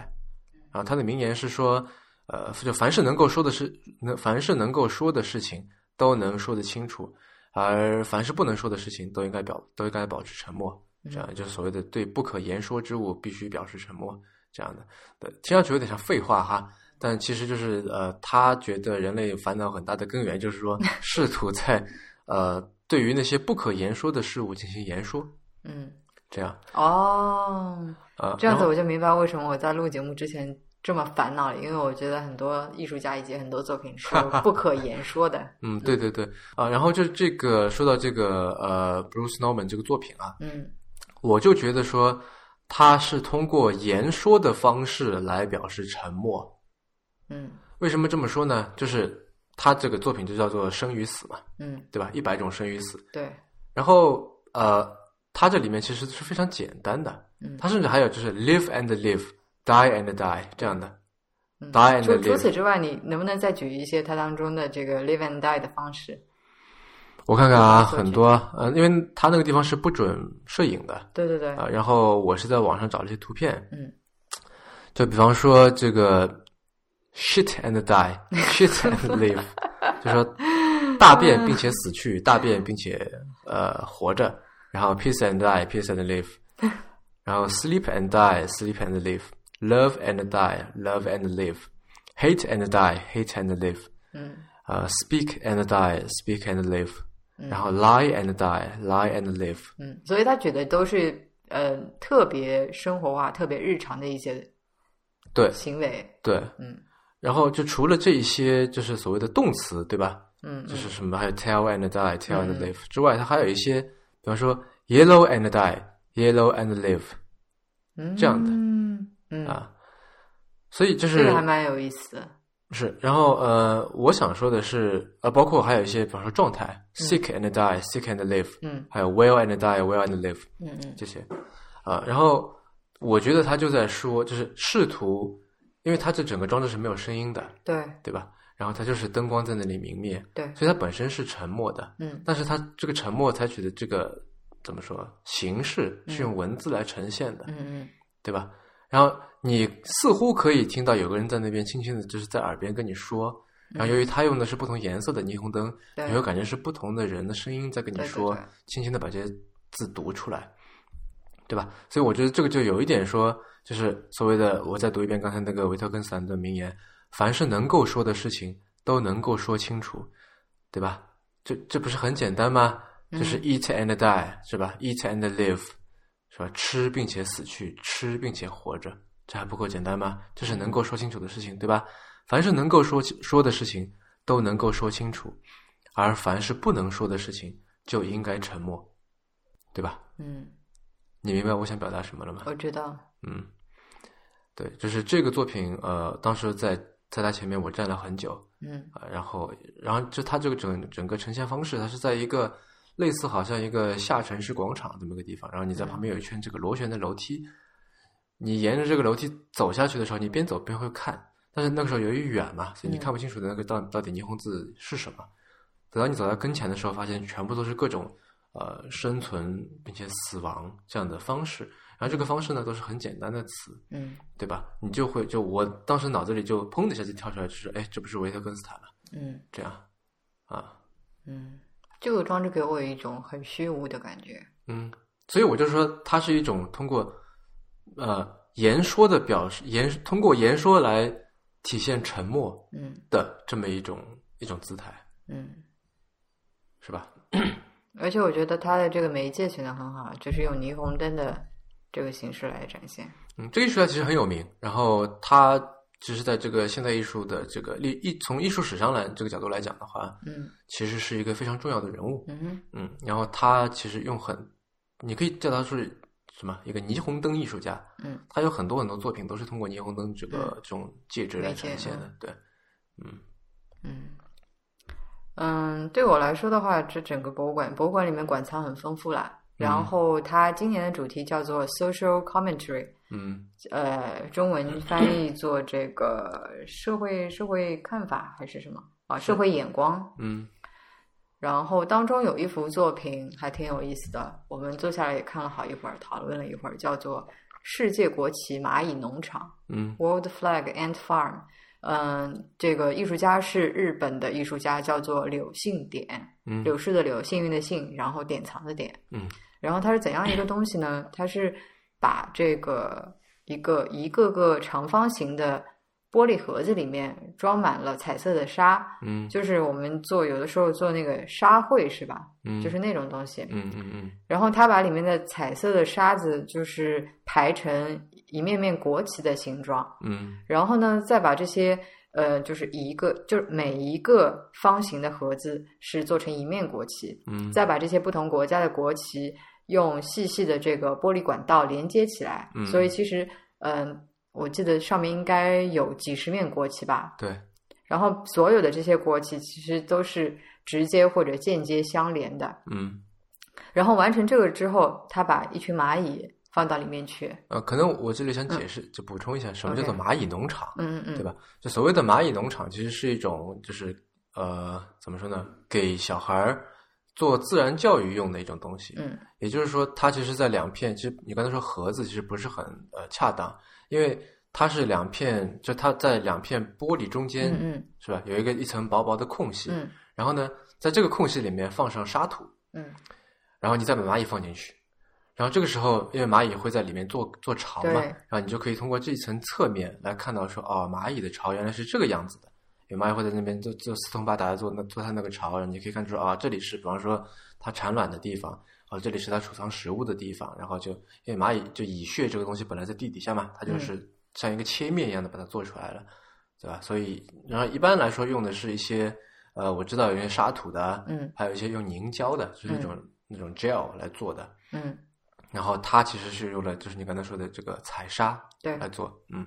S1: 然后他的名言是说，呃，就凡是能够说的事，能凡是能够说的事情都能说得清楚，而凡是不能说的事情都应该表都应该保持沉默。这样就是所谓的对不可言说之物必须表示沉默这样的。对，听上去有点像废话哈，但其实就是呃，他觉得人类烦恼很大的根源就是 说试图在呃对于那些不可言说的事物进行言说，
S2: 嗯
S1: 这样
S2: 哦，
S1: 呃，
S2: 这样
S1: 然
S2: 子
S1: 后
S2: 我就明白为什么我在录节目之前这么烦恼了，因为我觉得很多艺术家以及很多作 品是不可言说的。
S1: 嗯，对对对啊、然后就这个说到这个呃，Bruce Norman 这个作品啊，
S2: 嗯
S1: 我就觉得说他是通过言说的方式来表示沉默，
S2: 嗯
S1: 为什么这么说呢？就是他这个作品就叫做生与死嘛，
S2: 嗯，
S1: 对吧？一百种生与死。
S2: 对，
S1: 然后呃，它这里面其实是非常简单的，
S2: 嗯
S1: 它甚至还有就是 live and live, die and die 这样的。
S2: 嗯
S1: die and
S2: 除除
S1: live
S2: 此之外，你能不能再举一些它当中的这个 live and die 的方式？
S1: 我看看啊，
S2: 作品
S1: 很多呃，因为他那个地方是不准摄影的
S2: 对对对，
S1: 啊、然后我是在网上找了一些图片，
S2: 嗯，
S1: 就比方说这个 shit and die, shit and live，就说大便并且死去，大便并且呃活着，然后 peace and die, peace and live，然后 sleep and die, sleep and live, love and die, love and live, hate and die, hate and live，
S2: 嗯
S1: 呃 speak and die, speak and live，然后 lie and die, lie and live，
S2: 嗯，所以他举的都是呃特别生活化、特别日常的一些
S1: 对
S2: 行为。
S1: 对，
S2: 嗯
S1: 然后就除了这一些就是所谓的动词，对吧？
S2: 嗯
S1: 就是什么还有 tell and die、tell and
S2: 嗯
S1: live 之外，它还有一些，比方说 yellow and die、yellow and live
S2: 嗯，
S1: 这样的
S2: 嗯嗯，
S1: 啊，所以就是
S2: 这个还蛮有意思的。
S1: 是，然后呃，我想说的是，呃，包括还有一些，比方说状态、sick and die、sick and live，
S2: 嗯
S1: 还有 well and die、well and live
S2: 嗯嗯
S1: 这些啊、然后我觉得他就在说，就是试图，因为他这整个装置是没有声音的，
S2: 对
S1: 对吧？然后它就是灯光在那里明灭，
S2: 对，
S1: 所以它本身是沉默的。
S2: 嗯
S1: 但是它这个沉默采取的这个怎么说形式是用文字来呈现的，
S2: 嗯嗯
S1: 对吧？然后你似乎可以听到有个人在那边轻轻的，就是在耳边跟你说。然后由于他用的是不同颜色的霓虹灯，
S2: 对
S1: 你会感觉是不同的人的声音在跟你
S2: 对对
S1: 说，
S2: 对
S1: 轻轻的把这些字读出来，对吧？所以我觉得这个就有一点说，就是所谓的我再读一遍刚才那个维特根斯坦的名言：凡是能够说的事情都能够说清楚，对吧？这这不是很简单吗？就是
S2: 嗯
S1: eat and die，、是吧？eat and live，是吧？吃并且死去，吃并且活着，这还不够简单吗？这是能够说清楚的事情，对吧？凡是能够说清说的事情都能够说清楚，而凡是不能说的事情就应该沉默，对吧？
S2: 嗯，
S1: 你明白我想表达什么了吗？
S2: 我知道。
S1: 嗯，对，就是这个作品，呃，当时在在他前面我站了很久，
S2: 嗯
S1: 啊，然后，然后就它这个整整个呈现方式，它是在一个类似好像一个下沉式广场这么一个地方，然后你在旁边有一圈这个螺旋的楼梯，你沿着这个楼梯走下去的时候，你边走边会看，但是那个时候由于远嘛，所以你
S2: 嗯
S1: 看不清楚的那个到到底霓虹字是什么。等到你走到跟前的时候，发现全部都是各种呃生存并且死亡这样的方式。然后这个方式呢都是很简单的词，
S2: 嗯
S1: 对吧？你就会就我当时脑子里就砰的一下就跳出来，就是哎，这不是维特根斯坦吗？
S2: 嗯
S1: 这样啊，
S2: 嗯，这个装置给我有一种很虚无的感觉。
S1: 嗯，所以我就说，它是一种通过呃言说的表示，言通过言说来体现沉默
S2: 嗯
S1: 的这么一种一种姿态，
S2: 嗯，
S1: 是吧？
S2: 而且我觉得它的这个媒介选的很好，就是用霓虹灯的这个形式来展现。
S1: 嗯，这个艺术家其实很有名，然后他其实在这个现代艺术的这个历艺从艺术史上来这个角度来讲的话，
S2: 嗯
S1: 其实是一个非常重要的人物。
S2: 嗯哼
S1: 嗯，然后他其实用很，你可以叫他是什么一个霓虹灯艺术家，
S2: 嗯
S1: 他有很多很多作品都是通过霓虹灯这个、
S2: 嗯
S1: 这种介质来呈现的，对，嗯
S2: 嗯嗯，对我来说的话，这整个博物馆博物馆里面馆藏很丰富啦。然
S1: 嗯
S2: 后它今年的主题叫做 social commentary，
S1: 嗯
S2: 呃，中文翻译做这个社会社会看法还是什么啊？社会眼光。
S1: 嗯
S2: 然后当中有一幅作品还挺有意思的，我们坐下来也看了好一会儿，讨论了一会儿，叫做《世界国旗蚂蚁农场》。
S1: 嗯
S2: World Flag Ant Farm，嗯，这个艺术家是日本的艺术家，叫做柳信典，
S1: 嗯
S2: 柳絮的柳，幸运的幸，然后典藏的典，
S1: 嗯，
S2: 然后它是怎样一个东西呢？它是把这个一个一个个长方形的玻璃盒子里面装满了彩色的沙，
S1: 嗯
S2: 就是我们做有的时候做那个沙绘是吧？
S1: 嗯，
S2: 就是那种东西，
S1: 嗯嗯嗯
S2: 然后他把里面的彩色的沙子就是排成一面面国旗的形状。
S1: 嗯
S2: 然后呢，再把这些呃，就是一个就是每一个方形的盒子是做成一面国旗，
S1: 嗯，
S2: 再把这些不同国家的国旗用细细的这个玻璃管道连接起来。
S1: 嗯
S2: 所以其实，嗯、我记得上面应该有几十面国旗吧。
S1: 对，
S2: 然后所有的这些国旗其实都是直接或者间接相连的。
S1: 嗯
S2: 然后完成这个之后，他把一群蚂蚁放到里面去。
S1: 呃，可能我这里想解释，就补充一下，什么叫做
S2: OK
S1: 蚂蚁农场？
S2: 嗯嗯
S1: 对吧？就所谓的蚂蚁农场，其实是一种就是呃，怎么说呢，给小孩儿做自然教育用的一种东西。
S2: 嗯
S1: 也就是说，它其实，在两片，其实你刚才说盒子其实不是很呃恰当，因为它是两片，就它在两片玻璃中间，
S2: 嗯嗯
S1: 是吧？有一个一层薄薄的空隙，
S2: 嗯
S1: 然后呢，在这个空隙里面放上沙土，
S2: 嗯
S1: 然后你再把蚂蚁放进去，然后这个时候，因为蚂蚁会在里面做做巢嘛，
S2: 对
S1: 然后你就可以通过这一层侧面来看到说，哦，蚂蚁的巢原来是这个样子的。有蚂蚁会在那边就就四通八达的做那做它那个巢，然后你可以看出啊，这里是比方说它产卵的地方，啊，这里是它储藏食物的地方，然后就因为蚂蚁就蚁穴这个东西本来在地底下嘛，
S2: 嗯
S1: 它就是像一个切面一样的把它做出来了，对吧？所以然后一般来说用的是一些呃，我知道有一些沙土的啊，
S2: 嗯
S1: 还有一些用凝胶的，就是那种、那种 gel 来做的。
S2: 嗯，
S1: 然后它其实是用了，就是你刚才说的这个彩砂
S2: 对。
S1: 来做，嗯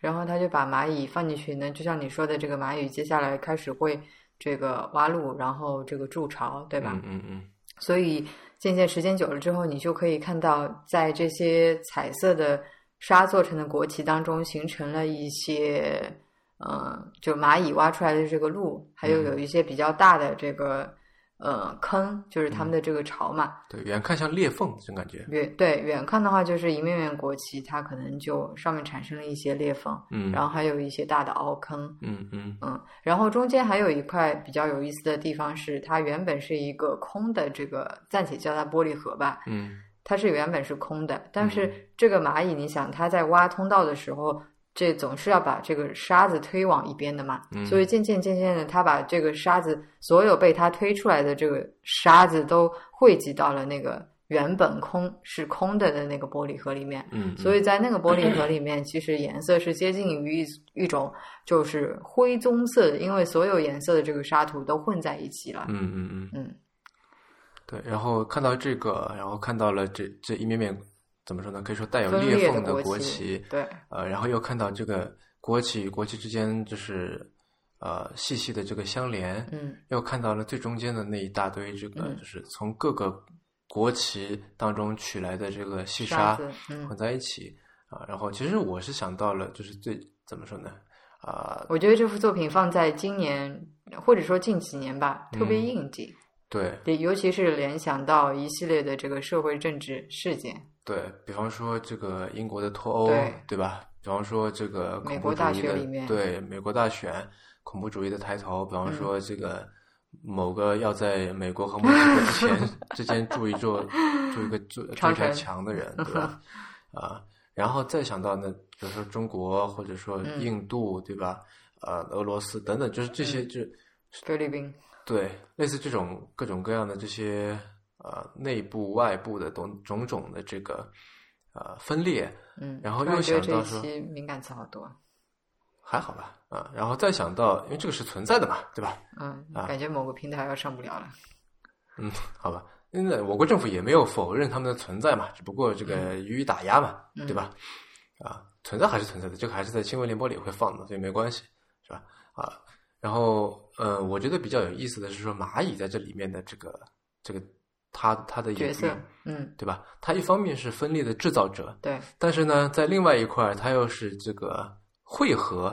S2: 然后他就把蚂蚁放进去呢，就像你说的，这个蚂蚁接下来开始会这个挖路，然后这个筑巢，对吧？
S1: 嗯嗯嗯
S2: 所以渐渐时间久了之后，你就可以看到，在这些彩色的沙做成的国旗当中，形成了一些，呃，就蚂蚁挖出来的这个路，还有
S1: 嗯
S2: 有一些比较大的这个呃坑，就是他们
S1: 嗯
S2: 的这个巢嘛。
S1: 对，远看像裂缝这种感觉，
S2: 远对远看的话，就是一面面国旗，它可能就上面产生了一些裂缝，
S1: 嗯，
S2: 然后还有一些大的凹坑。
S1: 嗯嗯
S2: 嗯，然后中间还有一块比较有意思的地方是，它原本是一个空的，这个暂且叫它玻璃盒吧，
S1: 嗯
S2: 它是原本是空的，但
S1: 嗯
S2: 是这个蚂蚁，你想它在挖通道的时候，这总是要把这个沙子推往一边的嘛，
S1: 嗯
S2: 所以渐渐渐渐的，它把这个沙子所有被它推出来的这个沙子都汇集到了那个原本空是空的的那个玻璃盒里面，
S1: 嗯，
S2: 所
S1: 以
S2: 以在那个玻璃盒里面，其实颜色是接近于一一种就是灰棕色的，因为所有颜色的这个沙土都混在一起了。
S1: 嗯嗯嗯
S2: 嗯
S1: 对，然后看到这个，然后看到了这这一面面怎么说呢？可以说带有
S2: 分
S1: 裂
S2: 裂
S1: 缝
S2: 的
S1: 国
S2: 旗，
S1: 旗，
S2: 对，
S1: 呃，然后又看到这个国旗与国旗之间就是呃细细的这个相连，
S2: 嗯
S1: 又看到了最中间的那一大堆，这个
S2: 嗯
S1: 就是从各个国旗当中取来的这个细
S2: 沙
S1: 沙
S2: 子嗯
S1: 混在一起啊。然后其实我是想到了，就是最怎么说呢？啊，嗯
S2: 我觉得这幅作品放在今年或者说近几年吧，特别应景。
S1: 对
S2: 对，尤其是联想到一系列的这个社会政治事件，
S1: 对，比方说这个英国的脱欧，
S2: 对
S1: 吧？比方说这个恐
S2: 美
S1: 怖
S2: 国
S1: 主
S2: 大
S1: 义
S2: 学
S1: 的
S2: 里面嗯
S1: 对美国大选恐怖主义的抬头，比方说这个某个要在美国和墨西哥之 间之间住一座住一个住住
S2: 长
S1: 一条
S2: 城
S1: 墙的 人，对吧？啊，然后再想到呢，比如说中国或者说
S2: 嗯
S1: 印度，对吧？呃，俄罗斯等等，就是这些就。
S2: 菲律宾，
S1: 对，类似这种各种各样的这些呃内部外部的种种种的这个呃分裂，
S2: 嗯，
S1: 然后
S2: 突然
S1: 又
S2: 觉得
S1: 想到
S2: 这
S1: 说
S2: 一期敏感词好多，
S1: 还好吧啊、然后再想到，因为这个是存在的嘛，对吧？
S2: 嗯，
S1: 啊
S2: 感觉某个平台要上不了了，
S1: 嗯，好吧，那我国政府也没有否认他们的存在嘛，只不过这个予以打压嘛，
S2: 嗯
S1: 对吧？啊，存在还是存在的，这个还是在新闻联播里会放的，所以没关系，是吧？啊，然后呃，我觉得比较有意思的是说蚂蚁在这里面的这个这个它它的
S2: 角
S1: 隐
S2: 色
S1: 喻，
S2: 嗯，
S1: 对吧？它一方面是分裂的制造者，
S2: 对，
S1: 但是呢，在另外一块儿，它又是这个汇合，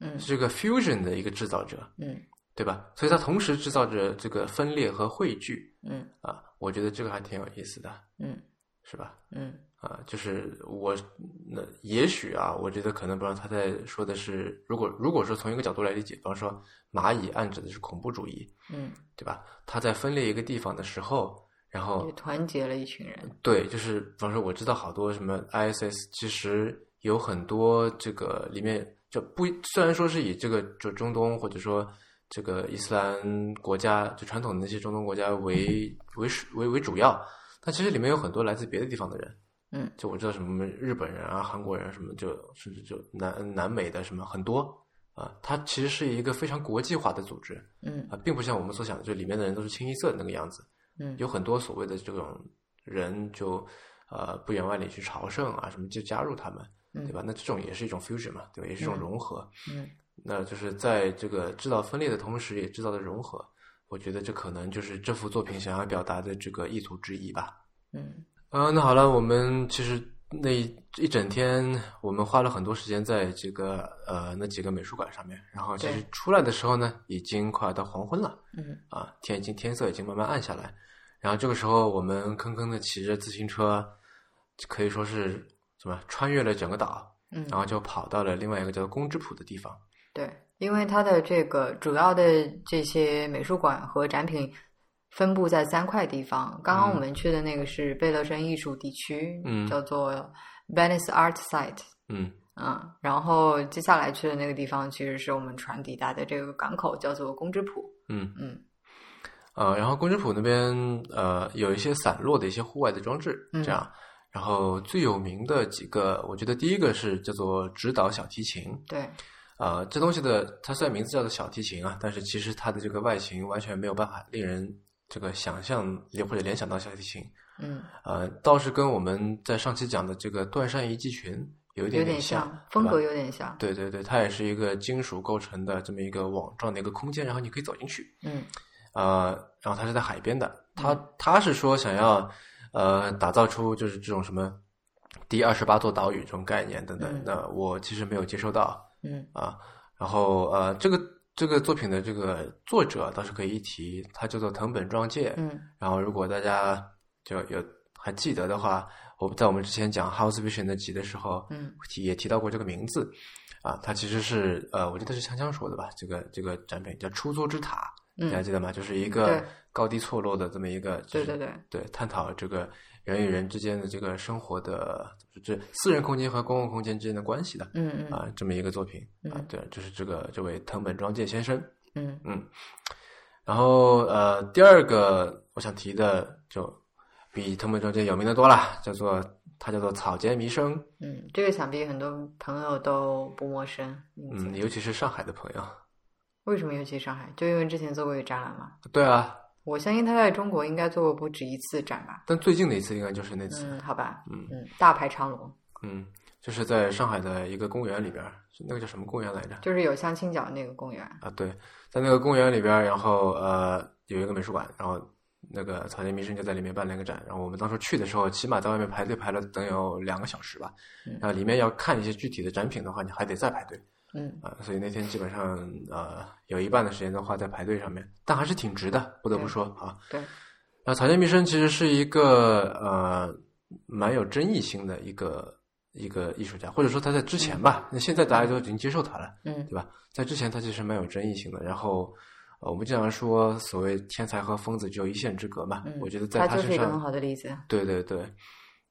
S2: 嗯
S1: 是这个 fusion 的一个制造者，
S2: 嗯
S1: 对吧？所以它同时制造着这个分裂和汇聚
S2: 嗯
S1: 啊，我觉得这个还挺有意思的，
S2: 嗯
S1: 是吧？
S2: 嗯
S1: 啊，就是我那也许啊，我觉得可能不知道他在说的是，如果如果说从一个角度来理解，比方说蚂蚁暗指的是恐怖主义，
S2: 嗯，
S1: 对吧？它在分裂一个地方的时候，然后
S2: 也团结了一群人，
S1: 对，就是比方说，我知道好多什么 ISS，其实有很多这个里面就不虽然说是以这个就中东或者说这个伊斯兰国家就传统的那些中东国家为为为为主要，但其实里面有很多来自别的地方的人。
S2: 嗯，
S1: 就我知道什么日本人啊、韩国人啊什么就，甚至就南南美的什么很多啊，它其实是一个非常国际化的组织
S2: 嗯
S1: 啊，并不像我们所想的，就里面的人都是清一色的那个样子。
S2: 嗯
S1: 有很多所谓的这种人就呃不远万里去朝圣啊什么，就加入他们，
S2: 嗯
S1: 对吧？那这种也是一种 fusion 嘛，对吧？也是一种
S2: 嗯
S1: 融合。
S2: 嗯
S1: 那就是在这个制造分裂的同时，也制造了融合。我觉得这可能就是这幅作品想要表达的这个意图之一吧。
S2: 嗯
S1: 啊、那好了，我们其实那一一整天，我们花了很多时间在这个呃那几个美术馆上面，然后其实
S2: 对
S1: 出来的时候呢，已经快到黄昏了。
S2: 嗯
S1: 啊，天已经天色已经慢慢暗下来，然后这个时候我们坑坑的骑着自行车，可以说是什么穿越了整个岛，
S2: 嗯，
S1: 然后就跑到了另外一个叫做宫之浦的地方。
S2: 对，因为它的这个主要的这些美术馆和展品分布在三块地方。刚刚我
S1: 嗯
S2: 们去的那个是贝勒镇艺术地区，
S1: 嗯
S2: 叫做 Venice Art Site，
S1: 嗯，
S2: 嗯，然后接下来去的那个地方其实是我们船抵达的这个港口，叫做宫之浦。
S1: 嗯
S2: 嗯
S1: 呃，然后宫之浦那边呃有一些散落的一些户外的装置，
S2: 嗯
S1: 这样。然后最有名的几个，我觉得第一个是叫做指导小提琴，
S2: 对，
S1: 呃，这东西的它虽然名字叫做小提琴啊，但是其实它的这个外形完全没有办法令人这个想象或者联想到小提琴，
S2: 嗯，
S1: 呃，倒是跟我们在上期讲的这个断扇一季群有一
S2: 有
S1: 点
S2: 点
S1: 像，
S2: 风
S1: 对吧
S2: 格有点像。
S1: 对对对，它也是一个金属构成的这么一个网状的一个空间，然后你可以走进去。
S2: 嗯
S1: 呃，然后它是在海边的，它
S2: 嗯
S1: 它是说想要呃打造出就是这种什么第二十八座岛屿这种概念等等。
S2: 嗯
S1: 那我其实没有接收到，
S2: 嗯
S1: 啊，然后呃，这个这个作品的这个作者倒是可以一提，他叫做藤本壮介。
S2: 嗯
S1: 然后如果大家就有还记得的话，我在我们之前讲 House Vision 的集的时候，
S2: 嗯
S1: 提也提到过这个名字啊，它其实是呃，我记得是锵锵说的吧，这个这个展品叫《出租之塔》，大家
S2: 嗯，
S1: 记得吗？就是一
S2: 对
S1: 个高低错落的这么一个，就
S2: 对
S1: 是
S2: 对对，
S1: 对，探讨这个人与人之间的这个生活的，就是私人空间和公共空间之间的关系的。
S2: 嗯嗯
S1: 啊，这么一个作品啊
S2: 嗯，
S1: 对，就是这个这位藤本庄介先生。
S2: 嗯
S1: 然后呃，第二个我想提的就比藤本庄介有名的多了，叫做他叫做草间弥生，
S2: 嗯，这个想必很多朋友都不陌生。
S1: 嗯，尤其是上海的朋友，
S2: 为什么尤其上海？就因为之前做过一个展览嘛。
S1: 对啊，
S2: 我相信他在中国应该做过不止一次展吧。
S1: 但最近的一次应该就是那次，
S2: 嗯，好吧。
S1: 嗯
S2: 嗯，大排长龙，
S1: 嗯，就是在上海的一个公园里边儿，是那个叫什么公园来着？
S2: 就是有相亲角那个公园。
S1: 啊，对，在那个公园里边儿，然后呃有一个美术馆，然后那个草间弥生就在里面办了一个展。然后我们当时去的时候，起码在外面排队排了等有两个小时吧
S2: 嗯。
S1: 然后里面要看一些具体的展品的话，你还得再排队。
S2: 嗯
S1: 啊、所以那天基本上呃有一半的时间都花在排队上面，但还是挺值的，不得不说啊。
S2: 对，
S1: 那草间弥生其实是一个呃蛮有争议性的一个一个艺术家，或者说他在之前吧，那、现在大家都已经接受他了，
S2: 嗯
S1: 对吧？在之前他其实蛮有争议性的，然后。呃我们经常说，所谓天才和疯子只有一线之隔嘛。
S2: 嗯，
S1: 我觉得在
S2: 他就
S1: 身
S2: 是一个
S1: 上，
S2: 很好的例子。
S1: 对对对，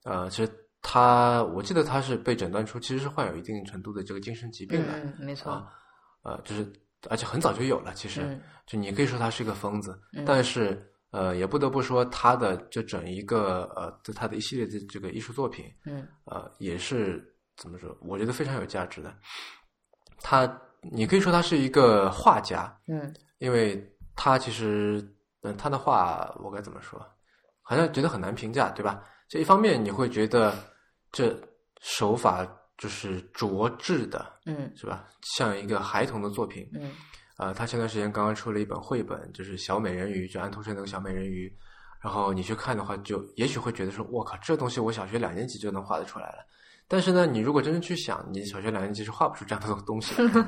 S1: 呃，其实他，我记得他是被诊断出其实是患有一定程度的这个精神疾病
S2: 嗯
S1: 的，
S2: 嗯，没错。
S1: 啊呃，就是而且很早就有了，其实、
S2: 嗯
S1: 就你可以说他是一个疯子，
S2: 嗯
S1: 但是呃，也不得不说他的这整一个呃，就他的一系列的这个艺术作品，
S2: 嗯
S1: 呃，也是怎么说，我觉得非常有价值的。他，你可以说他是一个画家，
S2: 嗯
S1: 因为他其实，嗯，他的话我该怎么说？好像觉得很难评价，对吧？这一方面你会觉得这手法就是拙致的，
S2: 嗯
S1: 是吧？像一个孩童的作品。
S2: 嗯
S1: 啊、他前段时间刚刚出了一本绘本，就是《小美人鱼》，就安徒生那个《小美人鱼》。然后你去看的话，就也许会觉得说，我靠，这东西我小学两年级就能画得出来了。但是呢，你如果真正去想，你小学两年级是画不出这样的东西来的，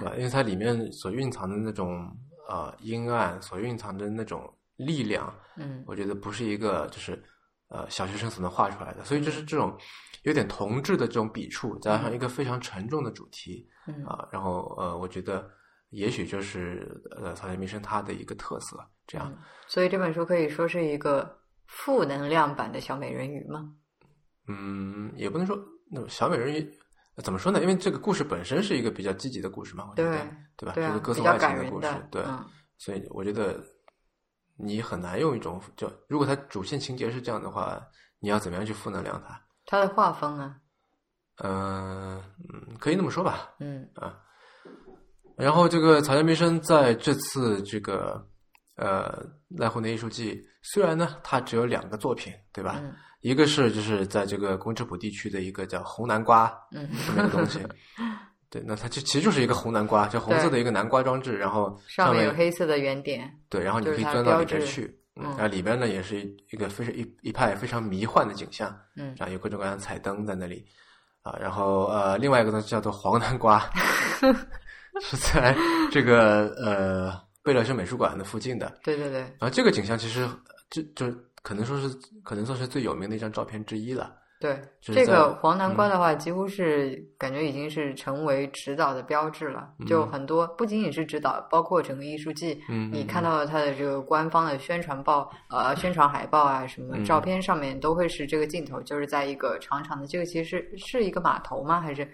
S1: 对吧？因为它里面所蕴藏的那种呃阴暗，所蕴藏的那种力量，
S2: 嗯
S1: 我觉得不是一个就是呃小学生所能画出来的。所以就是这种有点童稚的这种笔触，加上一个非常沉重的主题，
S2: 嗯
S1: 啊，然后呃，我觉得也许就是呃草间弥生他的一个特色，这样，
S2: 所以这本书可以说是一个负能量版的小美人鱼吗？
S1: 嗯，也不能说那种小美人鱼。呃怎么说呢？因为这个故事本身是一个比较积极的故事嘛，我觉得，
S2: 对
S1: 对吧？
S2: 对
S1: 是
S2: 啊
S1: 个，歌
S2: 比
S1: 颂
S2: 较
S1: 爱
S2: 感
S1: 情
S2: 人
S1: 故事，对，
S2: 嗯
S1: 所以我觉得你很难用一种就，如果它主线情节是这样的话，你要怎么样去负能量它？
S2: 它的画风啊，
S1: 嗯、嗯，可以那么说吧，
S2: 嗯
S1: 然后这个草间弥生在这次这个呃濑户内艺术季，虽然呢它只有两个作品，对吧？
S2: 嗯
S1: 一个是就是在这个宫之浦地区的一个叫红南瓜
S2: 嗯
S1: 这么一个东 西，对，那它就其实就是一个红南瓜，就红色的一个南瓜装置，然后
S2: 上
S1: 面
S2: 面有黑色的圆点，
S1: 对，然后你
S2: 就是
S1: 可以
S2: 它
S1: 钻到
S2: 标
S1: 里边
S2: 志
S1: 去，嗯
S2: 嗯
S1: 然后里边呢也是一个非常一一派非常迷幻的景象，
S2: 嗯
S1: 然后有各种各样的彩灯在那里啊，然后呃，另外一个东西叫做黄南 瓜，是在这个呃贝勒生美术馆的附近的。
S2: 对对对
S1: 然后这个景象其实就就可能说是可能算是最有名的一张照片之一了。
S2: 对，
S1: 就是
S2: 这个
S1: 在嗯
S2: 黄南瓜的话，几乎是感觉已经是成为指导的标志了。就很多不仅仅是指导，包括整个艺术季，
S1: 嗯
S2: 你看到它的这个官方的宣传报、呃宣传海报啊，什么
S1: 嗯
S2: 照片上面都会是这个镜头，就是在一个长长的，这个其实是是一个码头吗？还是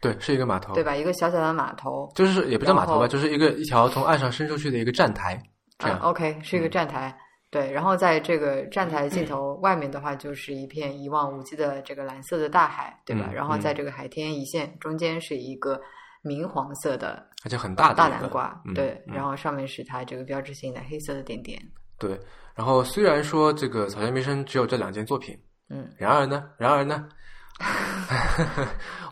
S1: 对，是一个码头，
S2: 对吧？一个小小的码头。
S1: 就是也不叫码头
S2: 然后
S1: 吧，就是一个一条从岸上伸出去的一个站台，这
S2: 嗯
S1: 样。
S2: ，OK，是一个站台。对，然后在这个站 台尽头外面的话，就是一片一望无际的这个蓝色的大海，对吧？
S1: 嗯
S2: 然后在这个海天一线中间是一个明黄色的
S1: 而且很大的
S2: 大
S1: 一个
S2: 南瓜，
S1: 嗯
S2: 对，
S1: 嗯
S2: 然后上面是它这个标志性的黑色的点点。
S1: 对，然后虽然说这个草间弥生只有这两件作品，
S2: 嗯，
S1: 然而呢，然而呢，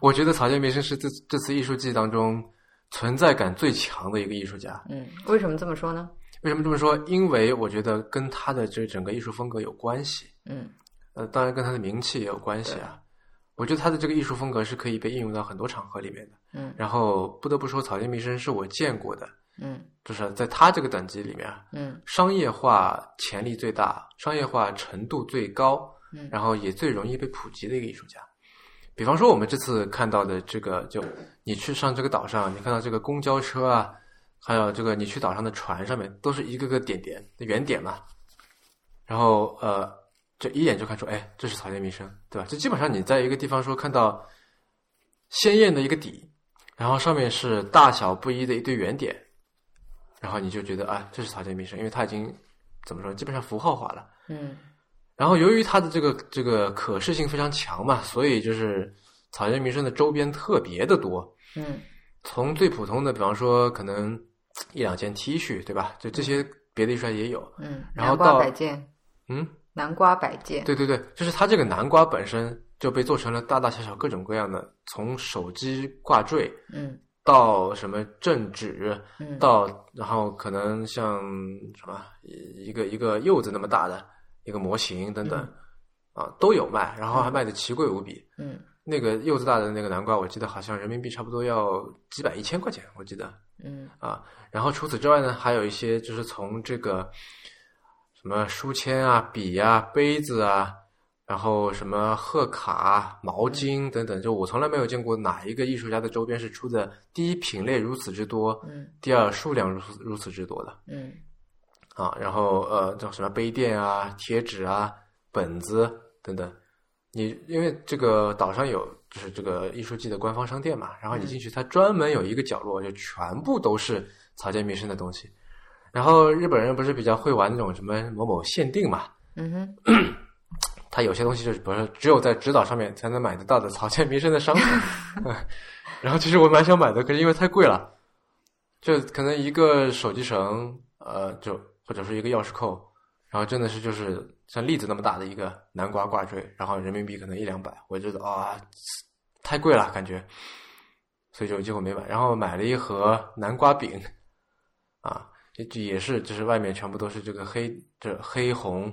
S1: 我觉得草间弥生是这这次艺术季当中存在感最强的一个艺术家。
S2: 嗯，为什么这么说呢？
S1: 为什么这么说？因为我觉得跟他的这整个艺术风格有关系，
S2: 嗯
S1: 呃，当然跟他的名气也有关系啊。我觉得他的这个艺术风格是可以被应用到很多场合里面的。
S2: 嗯
S1: 然后不得不说，草间弥生是我见过的，
S2: 嗯
S1: 就是在他这个等级里面啊，
S2: 嗯
S1: 商业化潜力最大、商业化程度最高，
S2: 嗯
S1: 然后也最容易被普及的一个艺术家。比方说，我们这次看到的这个，就你去上这个岛上，你看到这个公交车啊，还有这个你去岛上的船上面，都是一个个点点圆点嘛。然后呃，这一眼就看出，哎，这是草间弥生，对吧？这基本上你在一个地方说看到鲜艳的一个底，然后上面是大小不一的一堆圆点，然后你就觉得啊，这是草间弥生，因为它已经怎么说，基本上符号化了。
S2: 嗯
S1: 然后由于它的这个这个可视性非常强嘛，所以就是草间弥生的周边特别的多，
S2: 嗯
S1: 从最普通的，比方说可能一两件 T 恤，对吧？就这些别的艺术家也有，
S2: 嗯，
S1: 然后
S2: 南瓜
S1: 到
S2: 摆件，
S1: 嗯，
S2: 南瓜摆件，
S1: 对对对，就是它这个南瓜本身就被做成了大大小小各种各样的，从手机挂坠
S2: 嗯
S1: 到什么正纸，
S2: 嗯
S1: 到然后可能像什么一个一个柚子那么大的一个模型等等、啊都有卖，然后还卖的奇贵无比。
S2: 嗯
S1: 那个柚子大的那个南瓜，我记得好像人民币差不多要几百一千块钱，我记得
S2: 嗯
S1: 啊。然后除此之外呢，还有一些就是从这个什么书签啊、笔啊、杯子啊，然后什么贺卡啊、毛巾等等，就我从来没有见过哪一个艺术家的周边是出的第一品类如此之多，
S2: 嗯
S1: 第二数量如此如此之多的。
S2: 嗯
S1: 啊，然后呃，叫什么杯垫啊、贴纸啊、本子等等。你因为这个岛上有就是这个艺术季的官方商店嘛，然后你进去，它专门有一个角落，就全部都是草间弥生的东西。然后日本人不是比较会玩那种什么某某限定嘛，
S2: 嗯哼，
S1: 它有些东西就是不是只有在直岛上面才能买得到的草间弥生的商品。 然后其实我蛮想买的，可是因为太贵了，就可能一个手机绳，呃，就或者是一个钥匙扣，然后真的是就是像栗子那么大的一个南瓜挂坠，然后人民币可能一两百，我觉得啊、太贵了感觉，所以就结果没买。然后买了一盒南瓜饼，啊，也也是就是外面全部都是这个黑这黑红。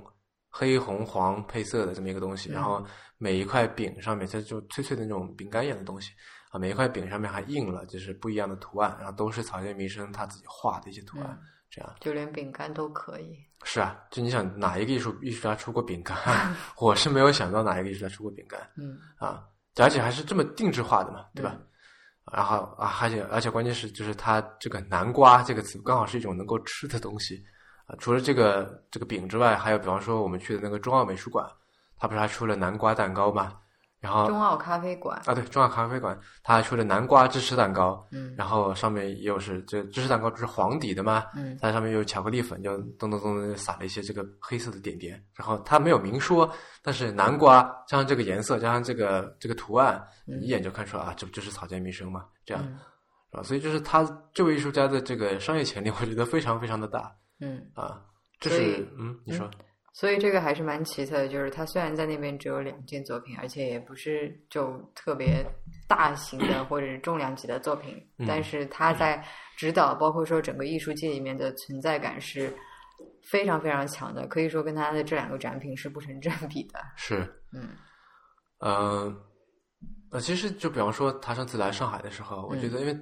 S1: 黑红黄配色的这么一个东西，然后每一块饼上面它就脆脆的那种饼干一样的东西，啊，每一块饼上面还印了就是不一样的图案，然后都是草间弥生他自己画的一些图案。
S2: 嗯
S1: 这样
S2: 就连饼干都可以。
S1: 是啊，就你想哪一个艺术艺术家出过饼 干？我是没有想到哪一个艺术家出过饼干
S2: 嗯
S1: 啊，而且还是这么定制化的嘛，对吧？
S2: 嗯
S1: 然后啊，而且而且关键是，就是它这个南瓜这个词刚好是一种能够吃的东西啊。除了这个这个饼之外，还有比方说我们去的那个中澳美术馆，它不是还出了南瓜蛋糕嘛？然后
S2: 中澳咖啡馆，
S1: 啊，对，中澳咖啡馆，它还出了南瓜芝士蛋糕，
S2: 嗯
S1: 然后上面又是这芝士蛋糕不是黄底的吗？
S2: 嗯
S1: 它上面有巧克力粉，就咚咚咚咚撒了一些这个黑色的点点。然后它没有明说，但是南瓜加上这个颜色，加上这个这个图案，
S2: 嗯
S1: 你一眼就看出来啊，这不就是草间弥生吗？这样
S2: 嗯
S1: 啊，所以就是他这位艺术家的这个商业潜力，我觉得非常非常的大
S2: 嗯，
S1: 啊。这
S2: 所
S1: 是
S2: 以
S1: 嗯，你说
S2: 所以这个还是蛮奇特的，就是他虽然在那边只有两件作品，而且也不是就特别大型的或者是重量级的作品，
S1: 嗯
S2: 但是他在指导，包括说整个艺术界里面的存在感是非常非常强的，可以说跟他的这两个展品是不成正比的。
S1: 是
S2: 嗯
S1: 嗯，呃，其实就比方说他上次来上海的时候，我觉
S2: 嗯
S1: 得因为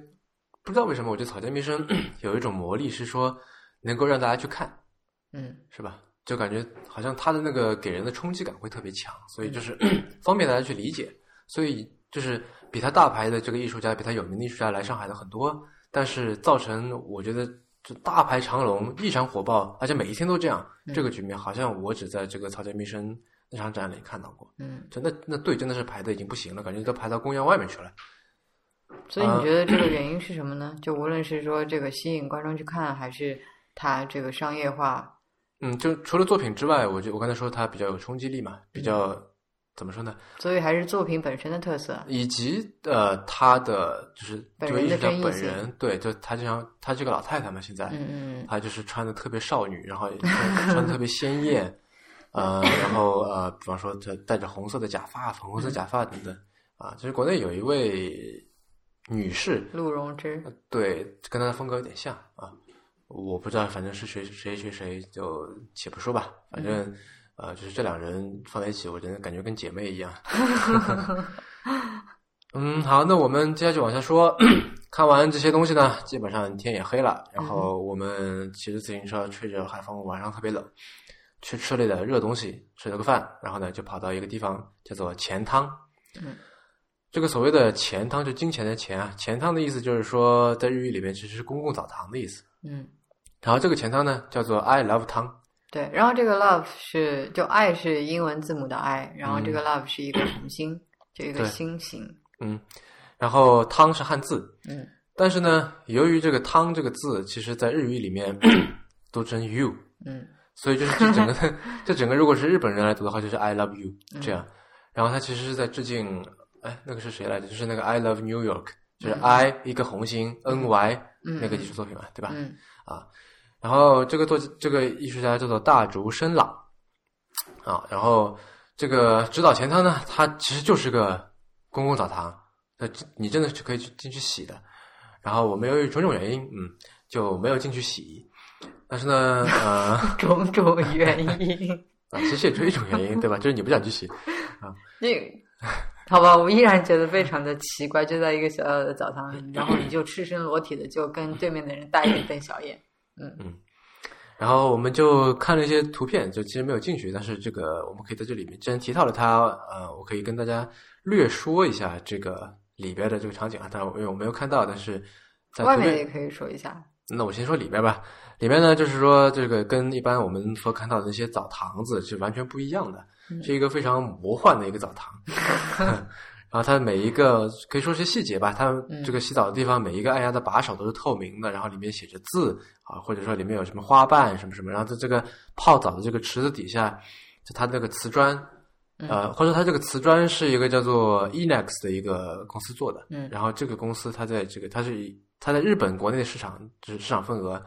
S1: 不知道为什么，我觉得草间弥生 有一种魔力，是说能够让大家去看，
S2: 嗯
S1: 是吧？就感觉好像他的那个给人的冲击感会特别强，所以
S2: 嗯
S1: 就是 方便大家去理解。所以就是比他大牌的这个艺术家，比他有名的艺术家来上海的很多，但是造成我觉得就大排长龙、异常火爆，而且每一天都这样，
S2: 嗯
S1: 这个局面好像我只在这个草间弥生那场展里看到过。
S2: 嗯，
S1: 真的那队真的是排的已经不行了，感觉都排到公园外面去了。
S2: 所以
S1: 呃
S2: 你觉得这个原因是什么呢？就无论是说这个吸引观众去看，还是他这个商业化，
S1: 嗯，就除了作品之外，我就我刚才说它比较有冲击力嘛，比较、
S2: 嗯
S1: 怎么说呢？
S2: 所以还是作品本身的特色。
S1: 以及呃，他的就是
S2: 本
S1: 这个
S2: 人
S1: 艺术
S2: 的
S1: 家
S2: 争议
S1: 本
S2: 性
S1: 人，对，就他这样，他这个老太太嘛，现在，
S2: 嗯嗯
S1: 她就是穿的特别少女， 然后也穿穿的特别鲜艳，呃，然后呃，比方说她戴着红色的假发、粉红色假发等等，啊，就是国内有一位女士，
S2: 嗯，陆荣之，
S1: 呃对，跟他的风格有点像啊。我不知道，反正是谁谁谁谁，就且不说吧。反正、呃，就是这两人放在一起，我真的感觉跟姐妹一样。嗯，好，那我们接下去往下说。看完这些东西呢，基本上天也黑了，然后我们骑着自行车吹着海风，晚上特别冷，去吃了点热东西，吃了个饭，然后呢就跑到一个地方叫做钱汤。
S2: 嗯，
S1: 这个所谓的钱汤，就金钱的钱啊，钱汤的意思就是说，在日语里面其实是公共澡堂的意思。
S2: 嗯。
S1: 然后这个钱汤呢，叫做 I love 汤，
S2: 对，然后这个 love 是就爱是英文字母的爱，然后这
S1: 嗯
S2: 个 love 是一个红心，就一个
S1: 对
S2: 心形。
S1: 嗯，然后汤是汉字，
S2: 嗯
S1: 但是呢，由于这个汤这个字，其实在日语里面 读成 you，
S2: 嗯
S1: 所以就是这整 个这整个如果是日本人来读的话，就是 I love you
S2: 嗯
S1: 这样。然后他其实是在致敬，哎，那个是谁来着？就是那个 I love New York，就是 I、一个红心 N Y、
S2: 嗯
S1: 那个艺术作品嘛，对吧？
S2: 嗯
S1: 然后这个作这个艺术家叫做大竹伸朗啊，然后这个指导前汤呢，它其实就是个公共澡堂，那你真的是可以去进去洗的。然后我们由于种种原因，嗯，就没有进去洗。但是呢，呃，
S2: 种种原因。
S1: 啊，其实也就一种原因，对吧？就是你不想去洗，
S2: 那好吧，我依然觉得非常的奇怪，就在一个小小的澡堂，然后你就赤身裸体的就跟对面的人大眼瞪 小眼，
S1: 然后我们就看了一些图片，就其实没有进去，但是这个我们可以在这里面，既然提到了它，呃，我可以跟大家略说一下这个里边的这个场景啊。当然，我因为我没有看到，但是在
S2: 外
S1: 图
S2: 面
S1: 片
S2: 也可以说一下。
S1: 那我先说里边吧。里面呢，就是说这个跟一般我们所看到的那些澡堂子是完全不一样的，
S2: 嗯
S1: 是一个非常魔幻的一个澡堂。然后它每一个可以说是细节吧，它这个洗澡的地方每一个按压的把手都是透明的，然后里面写着字啊，或者说里面有什么花瓣什么什么，然后在这个泡澡的这个池子底下，就它那个瓷砖，呃，或者它这个瓷砖是一个叫做 Enex 的一个公司做的，
S2: 嗯
S1: 然后这个公司它在这个它是以它在日本国内的市场就是市场份额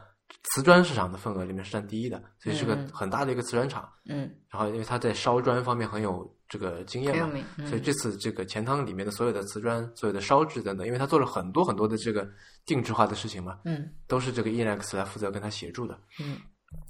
S1: 瓷砖市场的份额里面是占第一的，所以是个
S2: 嗯嗯
S1: 很大的一个瓷砖厂。
S2: 嗯，
S1: 然后因为它在烧砖方面很有这个经验
S2: 很有
S1: 嘛，
S2: 名。嗯
S1: 所以这次这个钱汤里面的所有的瓷砖、所有的烧制等等，因为他做了很多很多的这个定制化的事情嘛，
S2: 嗯
S1: 都是这个 Enex 来负责跟他协助的
S2: 嗯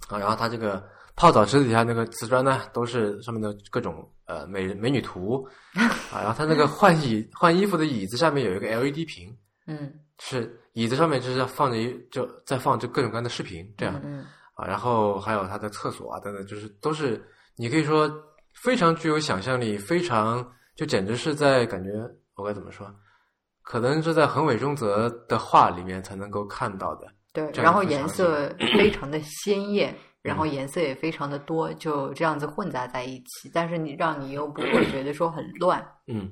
S1: 啊。然后他这个泡澡池底下那个瓷砖呢，都是上面的各种呃美人美女图 啊。然后他那个换椅换衣服的椅子下面有一个 LED 屏，
S2: 嗯，
S1: 是椅子上面就是放着一就在放着各种各样的视频这样
S2: 嗯嗯
S1: 啊。然后还有他的厕所啊等等，就是都是你可以说非常具有想象力，非常就简直是在感觉我该怎么说，可能是在横尾中则的画里面才能够看到的。
S2: 对，
S1: 这样
S2: 然后
S1: 非常
S2: 颜色非常的鲜 艳，然后
S1: 嗯
S2: 颜色也非常的多，就这样子混杂在一起，但是你让你又不会觉得说很乱。
S1: 嗯，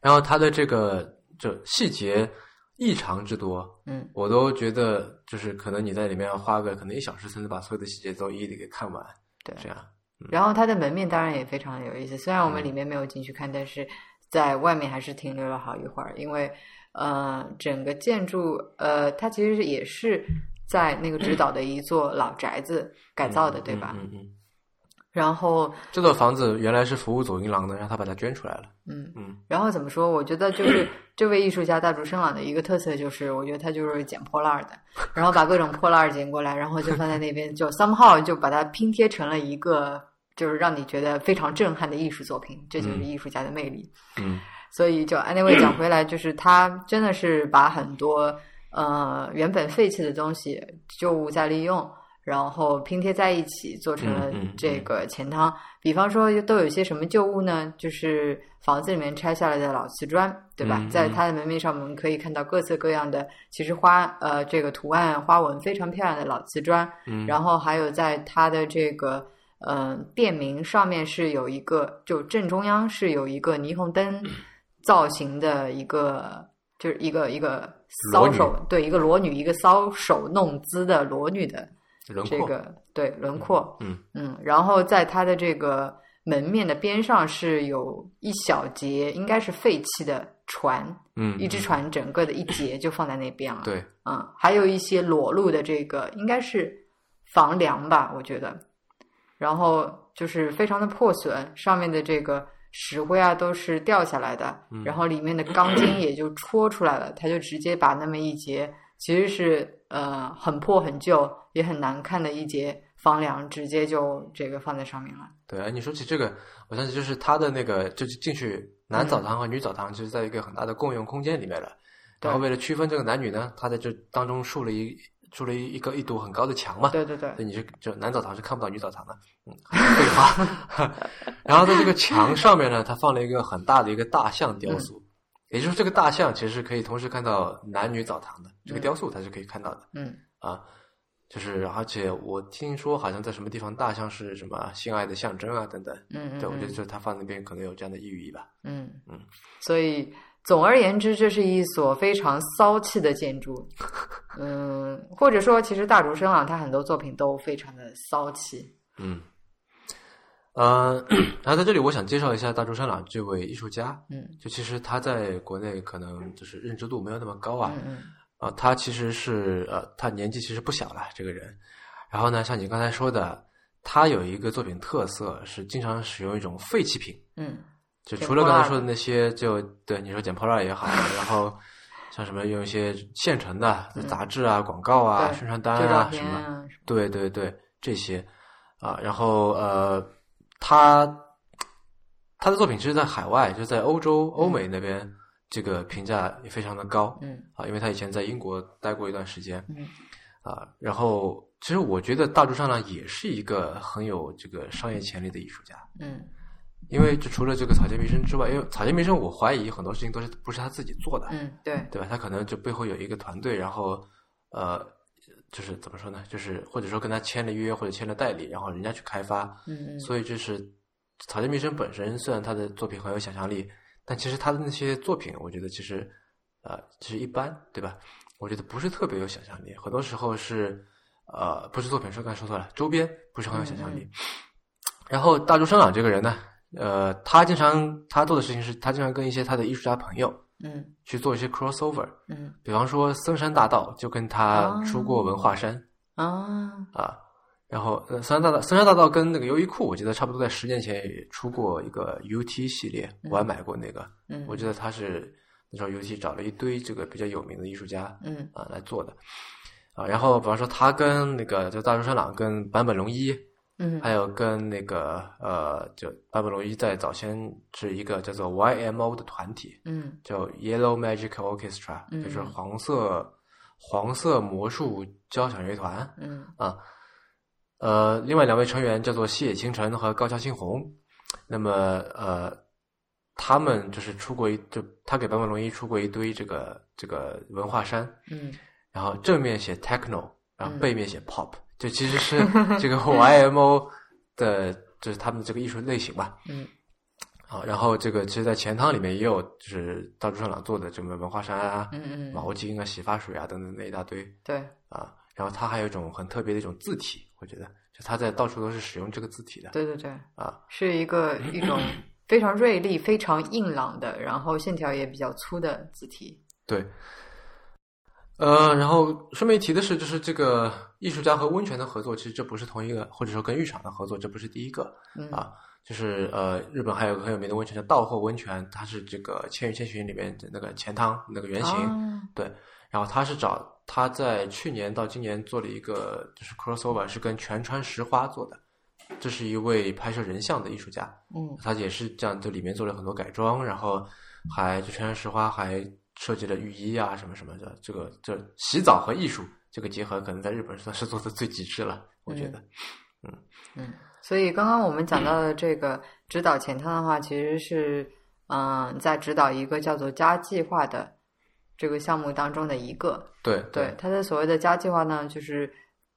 S1: 然后他的这个这细节异常之多，
S2: 嗯
S1: 我都觉得就是可能你在里面要花个可能一小时才能把所有的细节都一一的给看完，
S2: 对
S1: 这样。
S2: 然后它的门面当然也非常有意思，虽然
S1: 嗯
S2: 我们里面没有进去看，但是在外面还是停留了好一会儿，因为呃，整个建筑呃，它其实是也是在那个直岛的一座老宅子改造的，对吧？
S1: 嗯嗯嗯。
S2: 然后
S1: 这座房子原来是服务走银廊的，然后他把它捐出来了。
S2: 嗯
S1: 嗯，
S2: 然后怎么说？我觉得就是 这位艺术家大竹生朗的一个特色，就是我觉得他就是捡破烂儿的，然后把各种破烂儿捡过来，然后就放在那边，就 somehow 就把它拼贴成了一个，就是让你觉得非常震撼的艺术作品。这就是
S1: 嗯
S2: 艺术家的魅力。
S1: 嗯
S2: 所以就 anyway 讲回来，就是他真的是把很多呃原本废弃的东西旧物再利用，然后拼贴在一起，做成了
S1: 嗯嗯嗯
S2: 这个钱汤。比方说，都有一些什么旧物呢？就是房子里面拆下来的老瓷砖，对吧？
S1: 嗯嗯
S2: 在它的门面上，我们可以看到各色各样的，其实花呃这个图案花纹非常漂亮的老瓷砖，
S1: 嗯，
S2: 然后还有在它的这个呃店名上面是有一个，就正中央是有一个霓虹灯
S1: 嗯
S2: 造型的一个，就是一个一个
S1: 裸
S2: 搔
S1: 女
S2: 首，对，一个裸女，一个搔首弄姿的裸女的
S1: 轮
S2: 这
S1: 廓。
S2: 个对轮廓，
S1: 嗯
S2: 嗯，然后在它的这个门面的边上是有一小节，应该是废弃的船，
S1: 嗯，
S2: 一只
S1: 嗯
S2: 船整个的一节就放在那边了，
S1: 对，
S2: 嗯，还有一些裸露的这个应该是房梁吧，我觉得，然后就是非常的破损，上面的这个石灰啊都是掉下来的，
S1: 嗯
S2: 然后里面的钢筋也就戳出来了，他就直接把那么一节其实是呃很破很旧也很难看的一节房梁直接就这个放在上面了，
S1: 对，哎，你说起这个，我想起就是他的那个，就是进去男澡堂和女澡堂，就是在一个很大的共用空间里面了。
S2: 对
S1: 然后为了区分这个男女呢，他在这当中竖了一竖了一一个一堵很高的墙嘛，
S2: 对对对，
S1: 所以你是就男澡堂是看不到女澡堂的，嗯，废 话。 然后在这个墙上面呢，他放了一个很大的一个大象雕塑，
S2: 嗯
S1: 也就是这个大象其实是可以同时看到男女澡堂的，这个
S2: 嗯
S1: 雕塑它是可以看到的。
S2: 嗯
S1: 啊，就是而且我听说好像在什么地方大象是什么性爱的象征啊等等，
S2: 嗯嗯，
S1: 对我觉得就
S2: 嗯
S1: 是他放那边可能有这样的寓意吧。
S2: 嗯
S1: 嗯，
S2: 所以总而言之，这是一所非常骚气的建 筑。嗯，或者说，其实大竹生啊朗他很多作品都非常的骚气。
S1: 嗯，呃，然后在这里我想介绍一下大竹山朗这位艺术家，
S2: 嗯
S1: 就其实他在国内可能就是认知度没有那么高啊，
S2: 嗯嗯
S1: 啊，他其实是呃，他年纪其实不小了，这个人。然后呢，像你刚才说的，他有一个作品特色是经常使用一种废弃品，
S2: 嗯
S1: 就
S2: 捡
S1: 除了
S2: 破
S1: 刚
S2: 烂
S1: 才
S2: 儿
S1: 说的那些，就对你说捡破烂儿也好，啊然后像什么用一些现成的
S2: 嗯
S1: 杂志啊、广告啊、
S2: 对
S1: 宣传单
S2: 旧照
S1: 啊
S2: 片
S1: 什么，
S2: 啊，
S1: 对对对，这些啊，然后呃，他他的作品其实，在海外，就在欧洲、欧美那边，这个评价也非常的高。
S2: 嗯
S1: 啊，因为他以前在英国待过一段时间
S2: 嗯
S1: 啊。然后，其实我觉得大竹上呢也是一个很有这个商业潜力的艺术家，
S2: 嗯
S1: 因为就除了这个草间弥生之外，因为草间弥生，我怀疑很多事情都是不是他自己做的，
S2: 嗯，对，
S1: 对吧？他可能就背后有一个团队，然后呃，就是怎么说呢？就是或者说跟他签了约或者签了代理，然后人家去开发，
S2: 嗯嗯
S1: 所以这是草间弥生本身，虽然他的作品很有想象力，但其实他的那些作品，我觉得其实呃，其实一般，对吧？我觉得不是特别有想象力，很多时候是呃，不是作品，说刚才说错了，周边不是很有想
S2: 嗯
S1: 象力。然后大竹生朗这个人呢，呃，他经常他做的事情是，他经常跟一些他的艺术家朋友
S2: 嗯
S1: 去做一些 crossover，
S2: 嗯
S1: 比方说森山大道就跟他
S2: 哦
S1: 出过文化衫。
S2: 啊
S1: 啊，然后呃，三山大道，三山大道跟那个优衣库，我记得差不多在十年前也出过一个 UT 系列，我还买过那个。
S2: 嗯，
S1: 我记得他是那时候 UT 找了一堆这个比较有名的艺术家
S2: 嗯
S1: 啊来做的啊，然后比方说他跟那个就大竹伸朗跟坂本龙一，
S2: 嗯
S1: 还有跟那个呃，就坂本龙一在早先是一个叫做 YMO 的团体，
S2: 嗯
S1: 叫 Yellow Magic Orchestra，、
S2: 嗯
S1: 就是黄色黄色魔术交响乐团。
S2: 嗯
S1: 啊，呃，另外两位成员叫做西野晴臣和高桥幸宏。那么呃，他们就是出过一，就他给坂本龙一出过一堆这个这个文化衫，
S2: 嗯
S1: 然后正面写 techno，然后
S2: 嗯
S1: 背面写 pop，、就其实 是这个 YMO 的，就是他们的这个艺术类型吧。
S2: 嗯
S1: 啊，然后这个其实，在钱汤里面也有，就是大竹上朗做的什么文化衫啊、
S2: 嗯嗯，
S1: 毛巾啊、洗发水啊等等那一大堆。
S2: 对，
S1: 啊，然后它还有一种很特别的一种字体，我觉得就它在到处都是使用这个字体的
S2: 对对对，
S1: 啊，
S2: 是 一个一种非常锐利、非常硬朗的，然后线条也比较粗的字体。
S1: 对。呃，然后顺便一提的是，就是这个艺术家和温泉的合作，其实这不是同一个，或者说跟浴场的合作，这不是第一个。
S2: 嗯
S1: 啊就是呃，日本还有个很有名的温泉叫道后温泉，它是这个《千与千寻》里面的那个钱汤那个原型，
S2: 啊
S1: 然后他是找他在去年到今年做了一个就是 crossover，是跟全川石花做的，这是一位拍摄人像的艺术家，
S2: 嗯
S1: 他也是这样，就里面做了很多改装，然后还就全山石花还设计了浴衣啊什么什么的，这个这洗澡和艺术这个结合，可能在日本算是做的最极致了，我觉得。
S2: 嗯，所以刚刚我们讲到的这个指导前汤的话，其实是嗯、在指导一个叫做家计划的这个项目当中的一个。
S1: 对
S2: 对，它的所谓的家计划呢，就是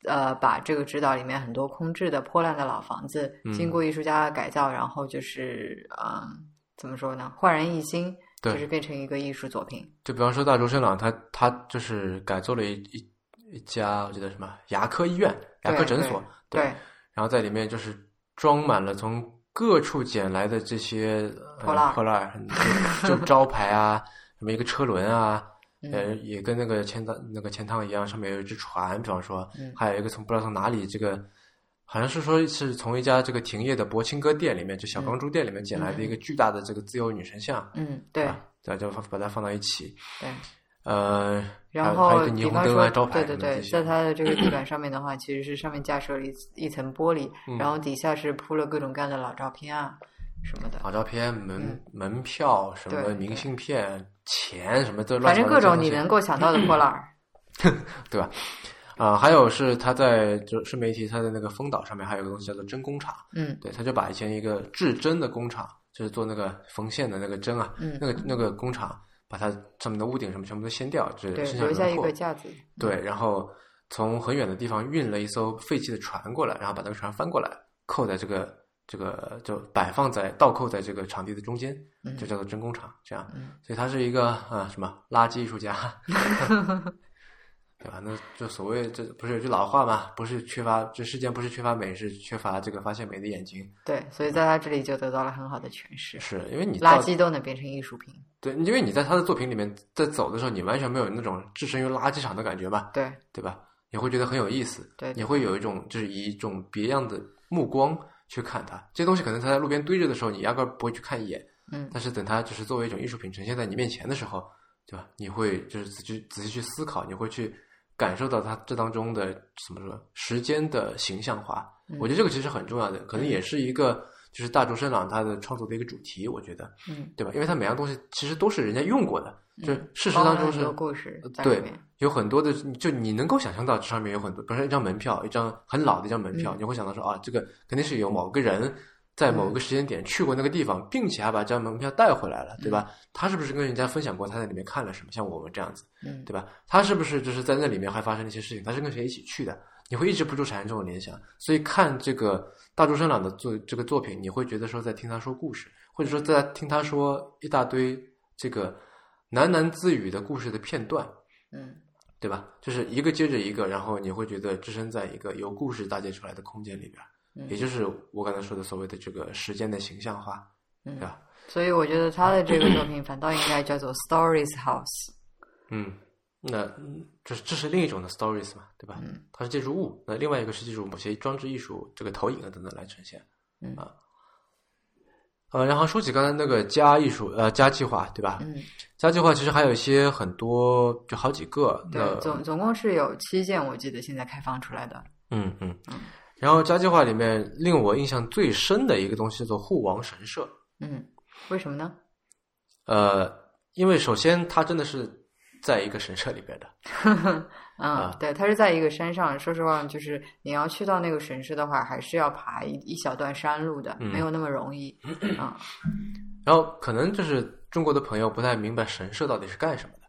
S2: 呃，把这个指导里面很多空置的破烂的老房子，经
S1: 嗯
S2: 过艺术家的改造，然后就是嗯、怎么说呢，焕然一新，就
S1: 对
S2: 是变成一个艺术作品。
S1: 就比方说大竹伸朗，他他就是改做了一一一家，我记得什么牙科医院、牙科
S2: 对
S1: 诊
S2: 对
S1: 所，
S2: 对，
S1: 然后在里面就是装满了从各处捡来的这些呃
S2: 破烂儿
S1: 破烂儿，就就招牌啊，什么一个车轮啊，呃，
S2: 嗯
S1: 也跟那个钱汤那个钱汤一样，上面有一只船，比方说
S2: 嗯，
S1: 还有一个从不知道从哪里这个，好像是说是从一家这个停业的柏青哥店里面，就小钢珠店里面捡来的一个巨大的这个自由女神像，
S2: 嗯，对
S1: 啊，对吧，就把它放到一起，
S2: 对。
S1: 呃，
S2: 然
S1: 还有还有
S2: 后
S1: 一个霓
S2: 比
S1: 虹
S2: 方
S1: 灯啊、
S2: 说，
S1: 招牌什
S2: 对对
S1: 么的
S2: 对
S1: 这，些
S2: 在它的这个地板上面的话，其实是上面架设了一一层玻璃，
S1: 嗯
S2: 然后底下是铺了各种各样的老照片啊什么的，
S1: 老照片、门、
S2: 嗯
S1: 门票、什么
S2: 对
S1: 明信片、钱什么都乱
S2: 反
S1: 七
S2: 正
S1: 八
S2: 各
S1: 糟
S2: 种
S1: 东
S2: 你
S1: 西
S2: 能够想到的破烂儿。
S1: 对吧？啊、还有是他在就顺便一提，他的那个丰岛上面还有个东西叫做针工厂，
S2: 嗯
S1: 对，他就把以前一个制针的工厂，就是做那个缝线的那个针啊，
S2: 嗯，
S1: 那个那个工厂把它上面的屋顶什么全部都掀掉，就是
S2: 对，
S1: 剩下
S2: 留下
S1: 轮
S2: 一
S1: 廓
S2: 个，架子。
S1: 对，然后从很远的地方运了一艘废弃的船过来，然后把那个船翻过来，扣在这个这个就摆放在倒扣在这个场地的中间，
S2: 嗯
S1: 就叫做真工厂，这样
S2: 嗯，
S1: 所以他是一个啊、呃什么垃圾艺术家， 对吧？那就所谓这不是有句老话嘛，不是缺乏这世间不是缺乏美，是缺乏这个发现美的眼睛，
S2: 对，所以在他这里就得到了很好的诠释，
S1: 是因为你到
S2: 垃圾都能变成艺术品。
S1: 对，因为你在他的作品里面在走的时候，你完全没有那种置身于垃圾场的感觉吧，
S2: 对
S1: 对吧？你会觉得很有意思，
S2: 对，
S1: 你会有一种就是以一种别样的目光去看它。这些东西可能它在路边堆着的时候，你压根儿不会去看一眼，
S2: 嗯
S1: 但是等它就是作为一种艺术品呈现在你面前的时候，对吧？你会就是仔细仔细去思考，你会去感受到它这当中
S2: 嗯
S1: 的怎么说时间的形象化。我觉得这个其实很重要的，可能也是一个就是大竹伸朗他的创作的一个主题，我觉得，
S2: 嗯，
S1: 对吧？因为他每样东西其实都是人家用过的，就
S2: 嗯
S1: 事实
S2: 包
S1: 当
S2: 含
S1: 中
S2: 很
S1: 是
S2: 多故事在里
S1: 对
S2: 面，
S1: 有很多的，就你能够想象到这上面有很多，比如说一张门票，一张很老的一张门票，
S2: 嗯
S1: 你会想到说啊，这个肯定是有某个人在某个时间点去过那个地方，并且还把这张门票带回来了，对吧？他是不是跟人家分享过他在里面看了什么？像我们这样子，
S2: 嗯，
S1: 对吧？他是不是就是在那里面还发生了一些事情？他是跟谁一起去的？你会一直不住产生这种联想，所以看这个大竹生朗的作这个作品，你会觉得说在听他说故事，或者说在听他说一大堆这个喃喃自语的故事的片段，
S2: 嗯
S1: 对吧？就是一个接着一个，然后你会觉得置身在一个由故事搭建出来的空间里边儿，
S2: 嗯
S1: 也就是我刚才说的所谓的这个时间的形象化，对
S2: 嗯，
S1: 吧？
S2: 所以我觉得他的这个作品反倒应该叫做 Stories House。
S1: 嗯，那嗯这是这是另一种的 stories 嘛，对吧？
S2: 嗯
S1: 它是借助物，那另外一个是借助某些装置艺术，这个投影啊等等来呈现。
S2: 嗯
S1: 啊，呃，然后说起刚才那个家艺术，呃，家计划，对吧？
S2: 嗯，
S1: 家计划其实还有一些很多，就好几个。那
S2: 对，总总共是有七件，我记得现在开放出来的。
S1: 嗯嗯。然后家计划里面令我印象最深的一个东西叫做护王神社。
S2: 嗯，为什么呢？
S1: 呃，因为首先它真的是在一个神社里边的，啊
S2: 嗯，对，它是在一个山上。说实话，就是你要去到那个神社的话，还是要爬一一小段山路的，
S1: 嗯
S2: 没有那么容易。嗯
S1: 然后可能就是中国的朋友不太明白神社到底是干什么的。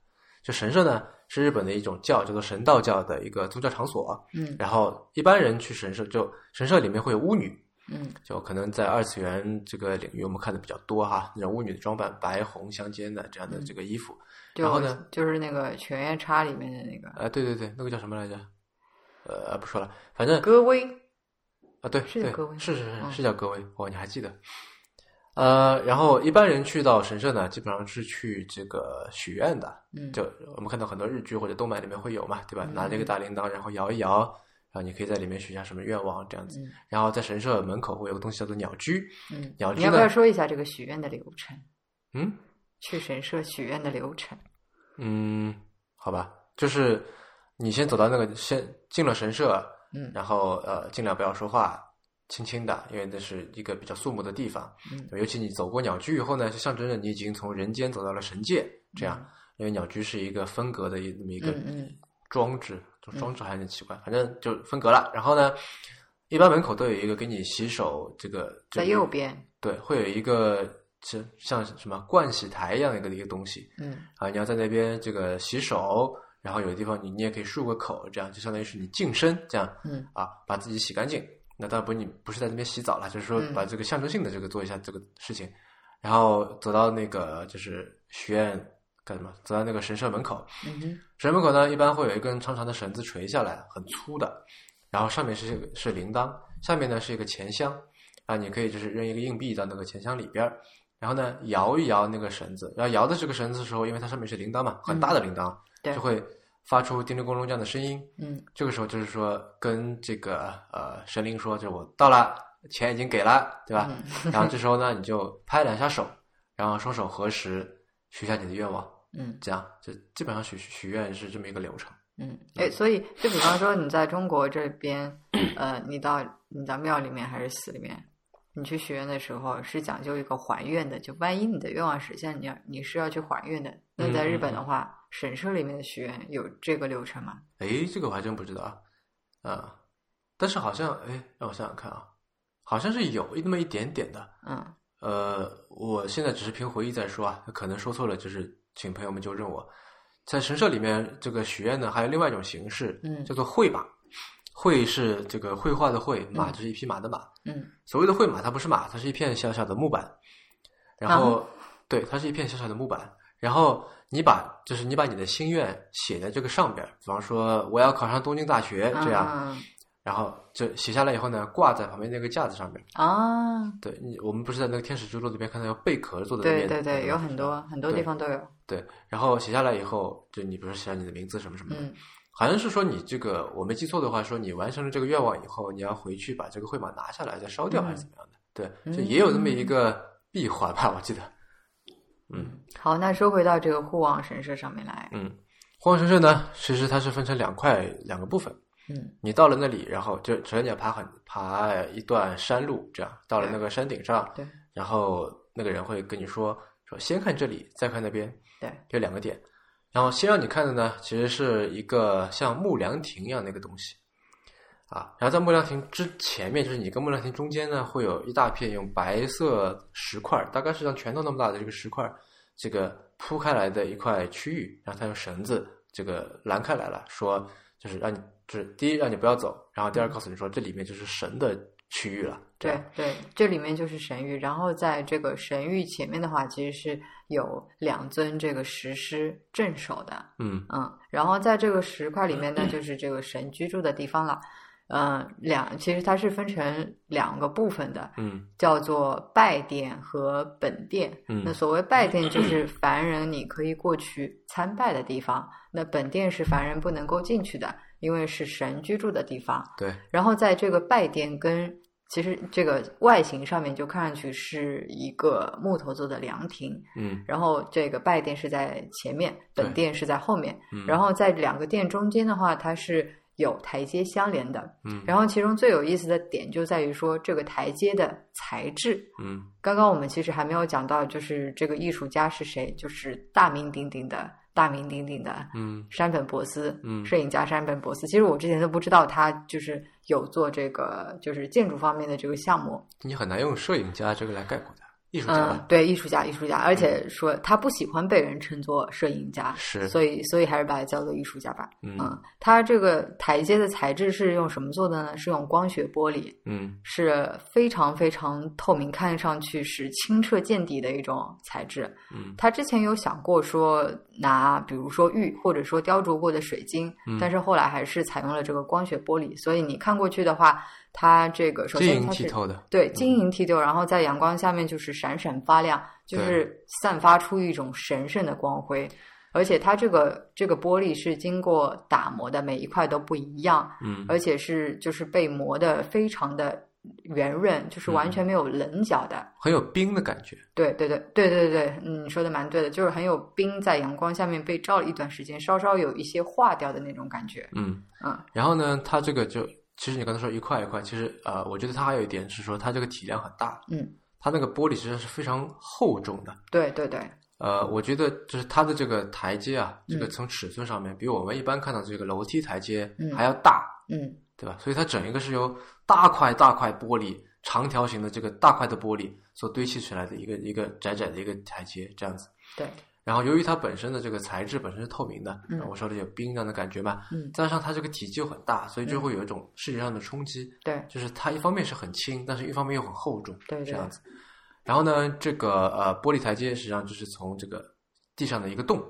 S1: 就神社呢，是日本的一种教，叫做神道教的一个宗教场所。
S2: 嗯
S1: 然后一般人去神社，就神社里面会有巫女，
S2: 嗯
S1: 就可能在二次元这个领域我们看的比较多哈，那种巫女的装扮，白红相间的这样的这个衣服。
S2: 就
S1: 然后呢
S2: 就是那个《犬夜叉》里面的那个
S1: 啊，对对对，那个叫什么来着？呃，不说了，反正
S2: 戈薇。
S1: 啊，对，
S2: 是叫
S1: 对
S2: 格威
S1: 是是
S2: 嗯
S1: 是是叫格威，哦，你还记得？呃，然后一般人去到神社呢，基本上是去这个许愿的，
S2: 嗯，
S1: 就我们看到很多日剧或者动漫里面会有嘛，对吧？
S2: 嗯
S1: 拿着一个大铃铛，然后摇一摇，然后你可以在里面许下什么愿望这样子。
S2: 嗯
S1: 然后在神社门口会有个东西叫做鸟居，
S2: 嗯，
S1: 鸟居
S2: 你要不要
S1: 呢
S2: 说一下这个许愿的流程？
S1: 嗯
S2: 去神社许愿的流程？
S1: 嗯，好吧，就是你先走到那个先进了神社，
S2: 嗯
S1: 然后呃尽量不要说话，轻轻的，因为那是一个比较肃穆的地方。
S2: 嗯，
S1: 尤其你走过鸟居以后呢，就象征着你已经从人间走到了神界，这样，因为鸟居是一个分隔的一那么一个
S2: 嗯嗯
S1: 装置，就装置还有点奇怪，反正就分隔了。然后呢，一般门口都有一个给你洗手，这个这
S2: 在
S1: 个
S2: 右边。
S1: 对，会有一个像像什么盥洗台一样的一个一个东西
S2: 嗯
S1: 啊，你要在那边这个洗手，然后有的地方你你也可以漱个口，这样就相当于是你净身这样，
S2: 嗯
S1: 啊，把自己洗干净。那当然不是你不是在那边洗澡了，就是说
S2: 嗯
S1: 把这个象征性的这个做一下这个事情，然后走到那个就是许愿干什么？走到那个神社门口，
S2: 嗯哼
S1: 神社门口呢一般会有一根长长的绳子垂下来，很粗的，然后上面是是铃铛，下面呢是一个钱箱啊，你可以就是扔一个硬币到那个钱箱里边儿，然后呢摇一摇那个绳子，然后摇的这个绳子的时候，因为它上面是铃铛嘛，很大的铃铛，
S2: 嗯对
S1: 就会发出叮铃咣啷这样的声音，
S2: 嗯
S1: 这个时候就是说跟这个呃神灵说，就是我到了，钱已经给了，对吧？
S2: 嗯
S1: 然后这时候呢，你就拍两下手，然后双手合十，许下你的愿望，
S2: 嗯
S1: 这样就基本上许许愿是这么一个流程。
S2: 嗯，哎，所以就比方说你在中国这边，呃，你到你到庙里面还是寺里面，你去许愿的时候是讲究一个还愿的，就万一你的愿望实现，你要你是要去还愿的。
S1: 嗯
S2: 那在日本的话，神社里面的许愿有这个流程吗？
S1: 诶，这个我还真不知道啊，啊、但是好像诶，让我想想看啊，好像是有那么一点点的。
S2: 嗯
S1: 呃，我现在只是凭回忆在说啊，可能说错了，就是请朋友们纠正我。在神社里面，这个许愿呢，还有另外一种形式，
S2: 嗯
S1: 叫做绘马。绘是这个绘画的绘，马
S2: 嗯
S1: 就是一匹马的马。
S2: 嗯
S1: 所谓的绘马，它不是马，它是一片小小的木板。然后，
S2: 啊
S1: 对，它是一片小小的木板。然后你把就是你把你的心愿写在这个上边儿，比方说我要考上东京大学这样，
S2: 嗯
S1: 然后就写下来以后呢，挂在旁边那个架子上面。
S2: 啊，
S1: 对你，我们不是在那个天使之路里面看到有贝壳做的
S2: 对
S1: 面
S2: 对对，
S1: 吗
S2: 有很多很多地
S1: 对
S2: 方都有。
S1: 对，然后写下来以后，就你比如说写下你的名字什么什么的，
S2: 嗯
S1: 好像是说你这个我没记错的话，说你完成了这个愿望以后，你要回去把这个绘马拿下来再烧掉
S2: 嗯
S1: 还是怎么样的？对，
S2: 嗯
S1: 就也有这么一个闭环吧，我记得。嗯
S2: 好，那说回到这个护王神社上面来。
S1: 嗯，荒神社呢，其实它是分成两块两个部分，
S2: 嗯
S1: 你到了那里，然后就首先你要爬很爬一段山路，这样到了那个山顶上，
S2: 对
S1: 然后那个人会跟你说说先看这里，再看那边，
S2: 对，
S1: 有两个点。然后先让你看的呢，其实是一个像木凉亭一样的一个东西啊。然后在木凉亭之前面，就是你跟木凉亭中间呢，会有一大片用白色石块，大概是像拳头那么大的这个石块，这个铺开来的一块区域，然后它用绳子这个拦开来了，说就是让你，就是第一让你不要走，然后第二告诉你说这里面就是神的区域了，这
S2: 对
S1: 样
S2: 对，这里面就是神域，然后在这个神域前面的话，其实是有两尊这个石狮镇守的，
S1: 嗯
S2: 嗯，然后在这个石块里面呢，就是这个神居住的地方了。嗯，两其实它是分成两个部分的，
S1: 嗯
S2: 叫做拜殿和本殿。
S1: 嗯
S2: 那所谓拜殿，就是凡人你可以过去参拜的地方；那本殿是凡人不能够进去的，因为是神居住的地方。
S1: 对，
S2: 然后在这个拜殿跟其实这个外形上面就看上去是一个木头做的凉亭，
S1: 嗯
S2: 然后这个拜殿是在前面，本
S1: 对
S2: 殿是在后面。
S1: 嗯，
S2: 然后在两个殿中间的话，它是有台阶相连的。
S1: 嗯
S2: 然后其中最有意思的点就在于说这个台阶的材质。
S1: 嗯
S2: 刚刚我们其实还没有讲到，就是这个艺术家是谁，就是大名鼎鼎的大名鼎鼎的
S1: 嗯
S2: 山本博斯，
S1: 嗯
S2: 摄影家山本博斯。其实我之前都不知道他就是有做这个就是建筑方面的这个项目。
S1: 你很难用摄影家这个来概括他，艺术家
S2: 嗯
S1: 吧，
S2: 对，艺术家，艺术家，而且说他不喜欢被人称作摄影家，
S1: 是
S2: 所以所以还是把它叫做艺术家吧。
S1: 嗯
S2: 嗯，它这个台阶的材质是用什么做的呢？是用光学玻璃，
S1: 嗯
S2: 是非常非常透明，看上去是清澈见底的一种材质。
S1: 嗯
S2: 他之前有想过说拿，比如说玉或者说雕琢过的水晶，
S1: 嗯
S2: 但是后来还是采用了这个光学玻璃。所以你看过去的话，它这个首
S1: 晶
S2: 先
S1: 莹
S2: 它
S1: 剔
S2: 是
S1: 透嗯的，
S2: 对晶莹剔透，然后在阳光下面就是闪闪发亮，就
S1: 对
S2: 是散发出一种神圣的光辉。而且它这个这个玻璃是经过打磨的，每一块都不一样，
S1: 嗯
S2: 而且是就是被磨的非常的圆润，就是
S1: 嗯
S2: 完全没有棱角的。
S1: 很有冰的感觉，
S2: 对对对对对对，嗯，你说的蛮对的，就是很有冰在阳光下面被照了一段时间，稍稍有一些化掉的那种感觉。
S1: 嗯
S2: 嗯
S1: 然后呢，它这个就其实你刚才说一块一块，其实呃，我觉得它还有一点是说它这个体量很大，
S2: 嗯，
S1: 它那个玻璃实际上是非常厚重的。
S2: 对对对，
S1: 呃，我觉得就是它的这个台阶啊，这个
S2: 嗯
S1: 从尺寸上面比我们一般看到这个楼梯台阶
S2: 嗯
S1: 还要大，
S2: 嗯
S1: 对吧？所以它整一个是由大块大块玻璃长条形的这个大块的玻璃所堆砌出来的一个一个窄窄的一个台阶这样子。
S2: 对，
S1: 然后由于它本身的这个材质本身是透明的，啊
S2: 嗯
S1: 我说的有冰一样的感觉嘛，
S2: 嗯
S1: 加上它这个体积又很大，所以就会有一种视觉上的冲击，
S2: 对
S1: 就是它一方面是很轻，但是一方面又很厚重，
S2: 对对
S1: 这样子。然后呢，这个呃玻璃台阶实际上就是从这个地上的一个洞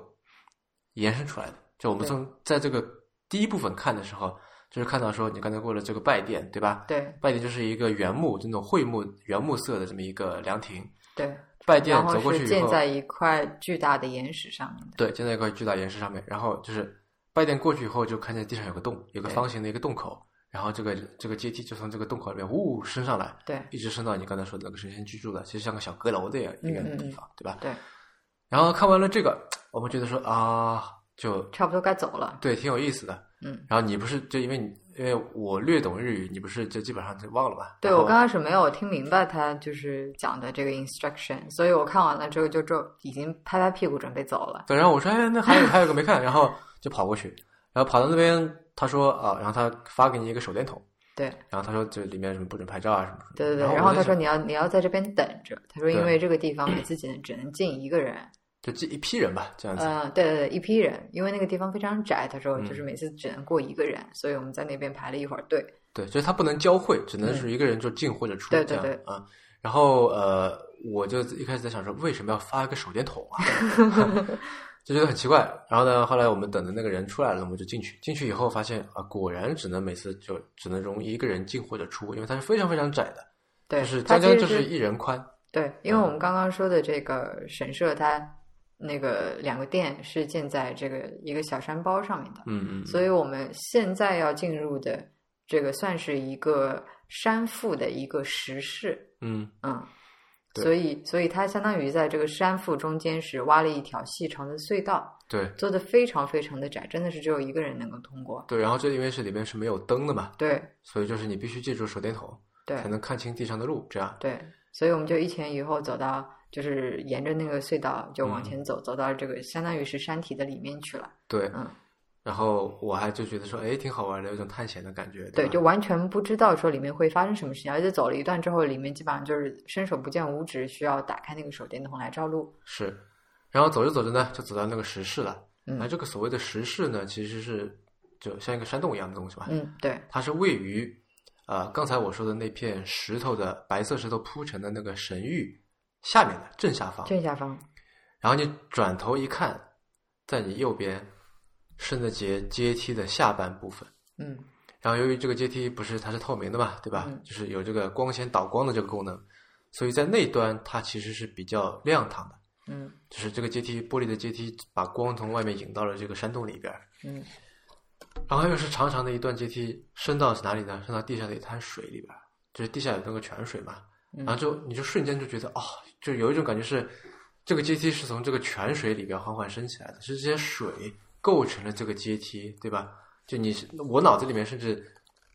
S1: 延伸出来的。就我们
S2: 对
S1: 从在这个第一部分看的时候，就是看到说你刚才过了这个拜殿，对吧？
S2: 对
S1: 拜殿就是一个原木，就那种桧木原木色的这么一个凉亭。
S2: 对，
S1: 拜殿
S2: 然
S1: 走
S2: 后
S1: 过去
S2: 是
S1: 以
S2: 建
S1: 后，
S2: 在一块巨大的岩石上面的。
S1: 对，建在一块巨大岩石上面。然后就是拜殿过去以后，就看见地上有个洞，有个
S2: 对
S1: 方形的一个洞口。然后这个这个阶梯就从这个洞口里面呜升上来，
S2: 对
S1: 一直升到你刚才说的那个神仙居住的，其实像个小阁楼的一样一
S2: 嗯
S1: 个
S2: 嗯
S1: 地
S2: 嗯
S1: 方，对吧？
S2: 对，
S1: 然后看完了这个，我们觉得说啊，就
S2: 差不多该走了。
S1: 对，挺有意思的。
S2: 嗯，
S1: 然后你不是就因为你因为我略懂日语，你不是就基本上就忘了吧？
S2: 对
S1: 然后
S2: 我刚开始没有听明白他就是讲的这个 instruction，所以我看完了之后就就已经拍拍屁股准备走了。
S1: 对，然后我说哎，那还有还有个没看，然后就跑过去，然后跑到那边，他说啊，然后他发给你一个手电筒，
S2: 对
S1: 然后他说这里面什么不准拍照啊什么什么。
S2: 对对对，
S1: 然后
S2: 然
S1: 我
S2: 后
S1: 在
S2: 他说
S1: 想
S2: 你要你要在这边等着，他说因为这个地方每次只能只能进一个人，
S1: 就这一批人吧，这样子。
S2: 嗯，对对对，一批人，因为那个地方非常窄，他说
S1: 嗯
S2: 就是每次只能过一个人，所以我们在那边排了一会儿队。
S1: 对，就是他不能交汇，只能是一个人就进或者出
S2: 对
S1: 这
S2: 对
S1: 样
S2: 对
S1: 啊。然后呃，我就一开始在想说，为什么要发一个手电筒啊？ 就觉得很奇怪。然后呢，后来我们等的那个人出来了，我们就进去。进去以后发现啊，果然只能每次就只能容一个人进或者出，因为它是非常非常窄的，
S2: 对，
S1: 就是
S2: 他
S1: 将
S2: 其
S1: 将
S2: 实
S1: 就是是一嗯人宽。
S2: 对，因为我们刚刚说的这个神社，它那个两个殿是建在这个一个小山包上面的，
S1: 嗯嗯，
S2: 所以我们现在要进入的这个算是一个山腹的一个石室，
S1: 嗯，
S2: 嗯，
S1: 对
S2: 所以所以它相当于在这个山腹中间是挖了一条细长的隧道，
S1: 对
S2: 做的非常非常的窄，真的是只有一个人能够通过。
S1: 对，然后这因为是里面是没有灯的嘛，
S2: 对
S1: 所以就是你必须借助手电筒
S2: 对
S1: 才能看清地上的路，这样
S2: 对，所以我们就一前一后走到，就是沿着那个隧道就
S1: 嗯
S2: 往前走，走到这个相当于是山体的里面去了。
S1: 对。
S2: 嗯
S1: 然后我还就觉得说，哎，挺好玩的，有一种探险的感觉，
S2: 对，
S1: 吧
S2: 就完全不知道说里面会发生什么事情，而且走了一段之后，里面基本上就是伸手不见五指，需要打开那个手电筒来照路。
S1: 是。然后走着走着呢，就走到那个石室了。
S2: 嗯
S1: 那这个所谓的石室呢，其实是就像一个山洞一样的东西吧，
S2: 嗯，对，
S1: 它是位于呃刚才我说的那片石头的白色石头铺成的那个神域下面的正下方。
S2: 正下方，
S1: 然后你转头一看，在你右边是那节阶梯的下半部分。
S2: 嗯
S1: 然后由于这个阶梯不是它是透明的嘛，对吧？
S2: 嗯
S1: 就是有这个光线导光的这个功能，所以在那端它其实是比较亮堂的，
S2: 嗯
S1: 就是这个阶梯玻璃的阶梯把光从外面引到了这个山洞里边儿。
S2: 嗯
S1: 然后又是长长的一段阶梯，伸到哪里呢？伸到地下的一滩水里边儿，就是地下有那个泉水嘛。
S2: 嗯
S1: 然后就你就瞬间就觉得哦，就有一种感觉是，这个阶梯是从这个泉水里边缓缓升起来的，是这些水构成了这个阶梯，对吧？就你是我脑子里面甚至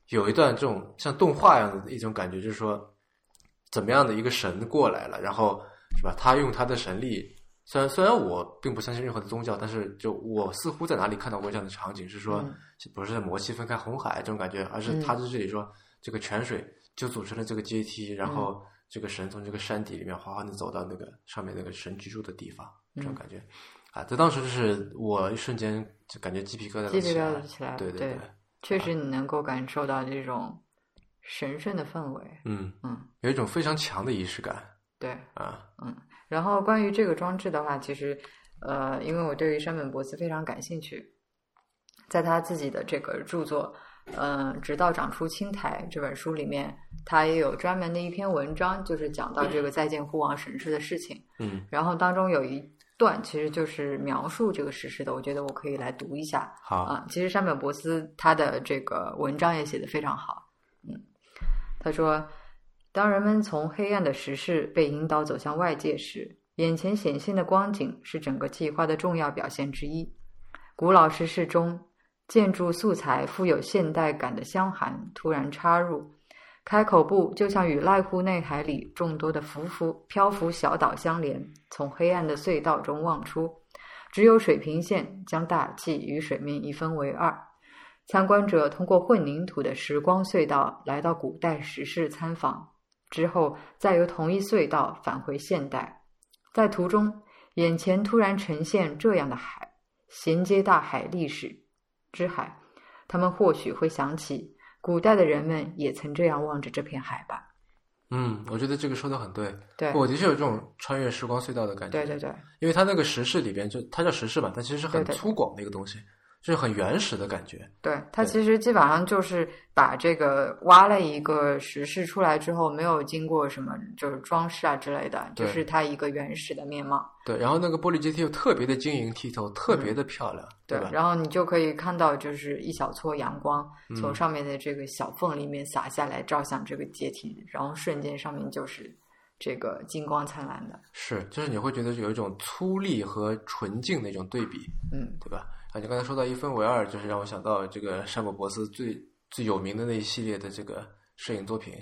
S1: 有一段这种像动画一样的一种感觉，就是说怎么样的一个神过来了，然后是吧？他用他的神力，虽然虽然我并不相信任何的宗教，但是就我似乎在哪里看到过这样的场景，是说、
S2: 嗯
S1: 不是摩西分开红海这种感觉，而是他在这里说、这个泉水就组成了这个阶梯，
S2: 嗯
S1: 然后这个神从这个山底里面缓缓的走到那个上面那个神居住的地方，这
S2: 嗯
S1: 种感觉。啊，这当时就是我一瞬间就感觉鸡皮疙瘩都
S2: 鸡皮
S1: 起来
S2: 疙瘩
S1: 了
S2: 都起来了
S1: 对
S2: 对
S1: 对，
S2: 确实你能够感受到这种神圣的氛围。
S1: 嗯，
S2: 嗯，
S1: 有一种非常强的仪式感
S2: 对。
S1: 啊，
S2: 然后关于这个装置的话，其实，呃，因为我对于山本博司非常感兴趣，在他自己的这个著作《嗯、直到长出青苔》这本书里面，他也有专门的一篇文章，就是讲到这个再见护王神社的事情。
S1: 嗯，
S2: 然后当中有一段其实就是描述这个实事的，我觉得我可以来读一下。
S1: 好，
S2: 啊，其实山本博斯他的这个文章也写得非常好。嗯，他说，当人们从黑暗的时事被引导走向外界时，眼前显现的光景是整个计划的重要表现之一。古老时事中，建筑素材富有现代感的香寒突然插入。开口部就像与濑户内海里众多的浮浮漂浮小岛相连，从黑暗的隧道中望出，只有水平线将大气与水面一分为二。参观者通过混凝土的时光隧道来到古代石室参访，之后再由同一隧道返回现代。在途中，眼前突然呈现这样的海，衔接大海历史之海。他们或许会想起，古代的人们也曾这样望着这片海吧？
S1: 嗯，我觉得这个说的很对，
S2: 对，
S1: 我的确有这种穿越时光隧道的感觉，
S2: 对对对，
S1: 因为它那个石室里边就它叫石室吧，但其实是很
S2: 对对对
S1: 粗犷的一个东西，就是很原始的感觉，
S2: 对，它
S1: 对
S2: 其实基本上就是把这个挖了一个石室出来之后，没有经过什么就是装饰啊之类的，就
S1: 对
S2: 是它一个原始的面貌。
S1: 对，然后那个玻璃阶梯又特别的晶莹剔透，特别的漂亮，
S2: 对，
S1: 吧？
S2: 然后你就可以看到，就是一小撮阳光从
S1: 嗯
S2: 上面的这个小缝里面洒下来，照向这个阶梯，然后瞬间上面就是这个金光灿烂的。
S1: 是，就是你会觉得有一种粗粝和纯净的一种对比，
S2: 嗯
S1: 对吧？啊，你刚才说到一分为二，就是让我想到这个山姆博斯最最有名的那一系列的这个摄影作品，，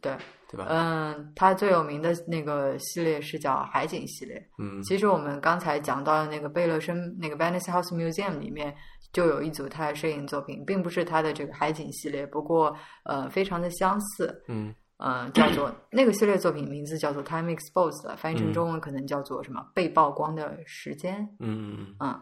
S2: 对，
S1: 对吧？
S2: 嗯，它最有名的那个系列是叫海景系列。
S1: 嗯，
S2: 其实我们刚才讲到的那个贝勒森那个 b a n e s House Museum 里面就有一组他的摄影作品，并不是他的这个海景系列，不过呃非常的相似，
S1: 嗯，
S2: 呃叫做那个系列作品名字叫做 Time Exposed，翻译
S1: 嗯
S2: 成中文可能叫做什么被曝光的时间，
S1: 嗯嗯
S2: 嗯，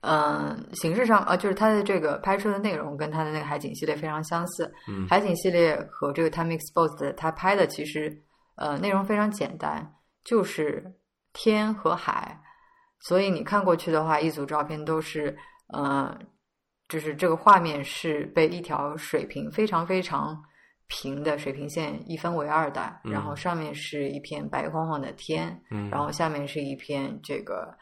S2: 嗯，形式上呃，就是它的这个拍摄的内容跟它的那个海景系列非常相似。
S1: 嗯
S2: 海景系列和这个 Time Exposed 它拍的其实呃内容非常简单，就是天和海，所以你看过去的话，一组照片都是呃，就是这个画面是被一条水平非常非常。平的水平线一分为二的，然后
S1: 嗯
S2: 上面是一片白晃晃的天，
S1: 嗯，
S2: 然后下面是一片这个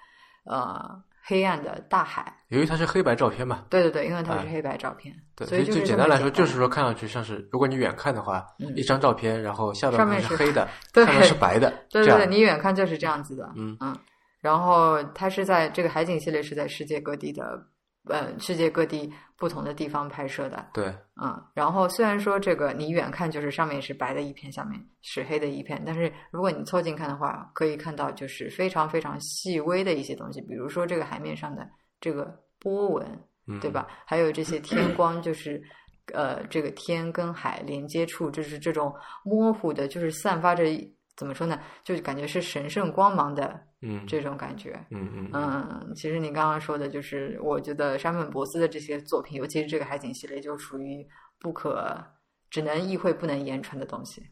S2: 呃黑暗的大海。
S1: 由于它是黑白照片嘛，
S2: 对对对，因为它是黑白照片，
S1: 哎对，
S2: 所以
S1: 就是简
S2: 单
S1: 单来说，就是说看上去像是，如果你远看的话，
S2: 嗯
S1: 一张照片，然后下
S2: 上
S1: 半部
S2: 面
S1: 分
S2: 是
S1: 黑的，
S2: 对
S1: 上面是白的，
S2: 对
S1: 这
S2: 对对，
S1: 样
S2: 你远看就是这样子的，
S1: 嗯
S2: 然后它是在这个海景系列是在世界各地的，呃，世界各地不同的地方拍摄的，
S1: 对
S2: 嗯，然后虽然说这个你远看就是上面是白的一片，下面是黑的一片，但是如果你凑近看的话，可以看到就是非常非常细微的一些东西，比如说这个海面上的这个波纹，
S1: 嗯
S2: 对吧？还有这些天光，就是呃，这个天跟海连接处，就是这种模糊的，就是散发着怎么说呢，就感觉是神圣光芒的
S1: 嗯
S2: 这种感觉。
S1: 嗯嗯嗯
S2: 嗯，其实你刚刚说的，就是我觉得山本博司的这些作品，尤其是这个海景系列，就属于不可只能意会不能言传的东西。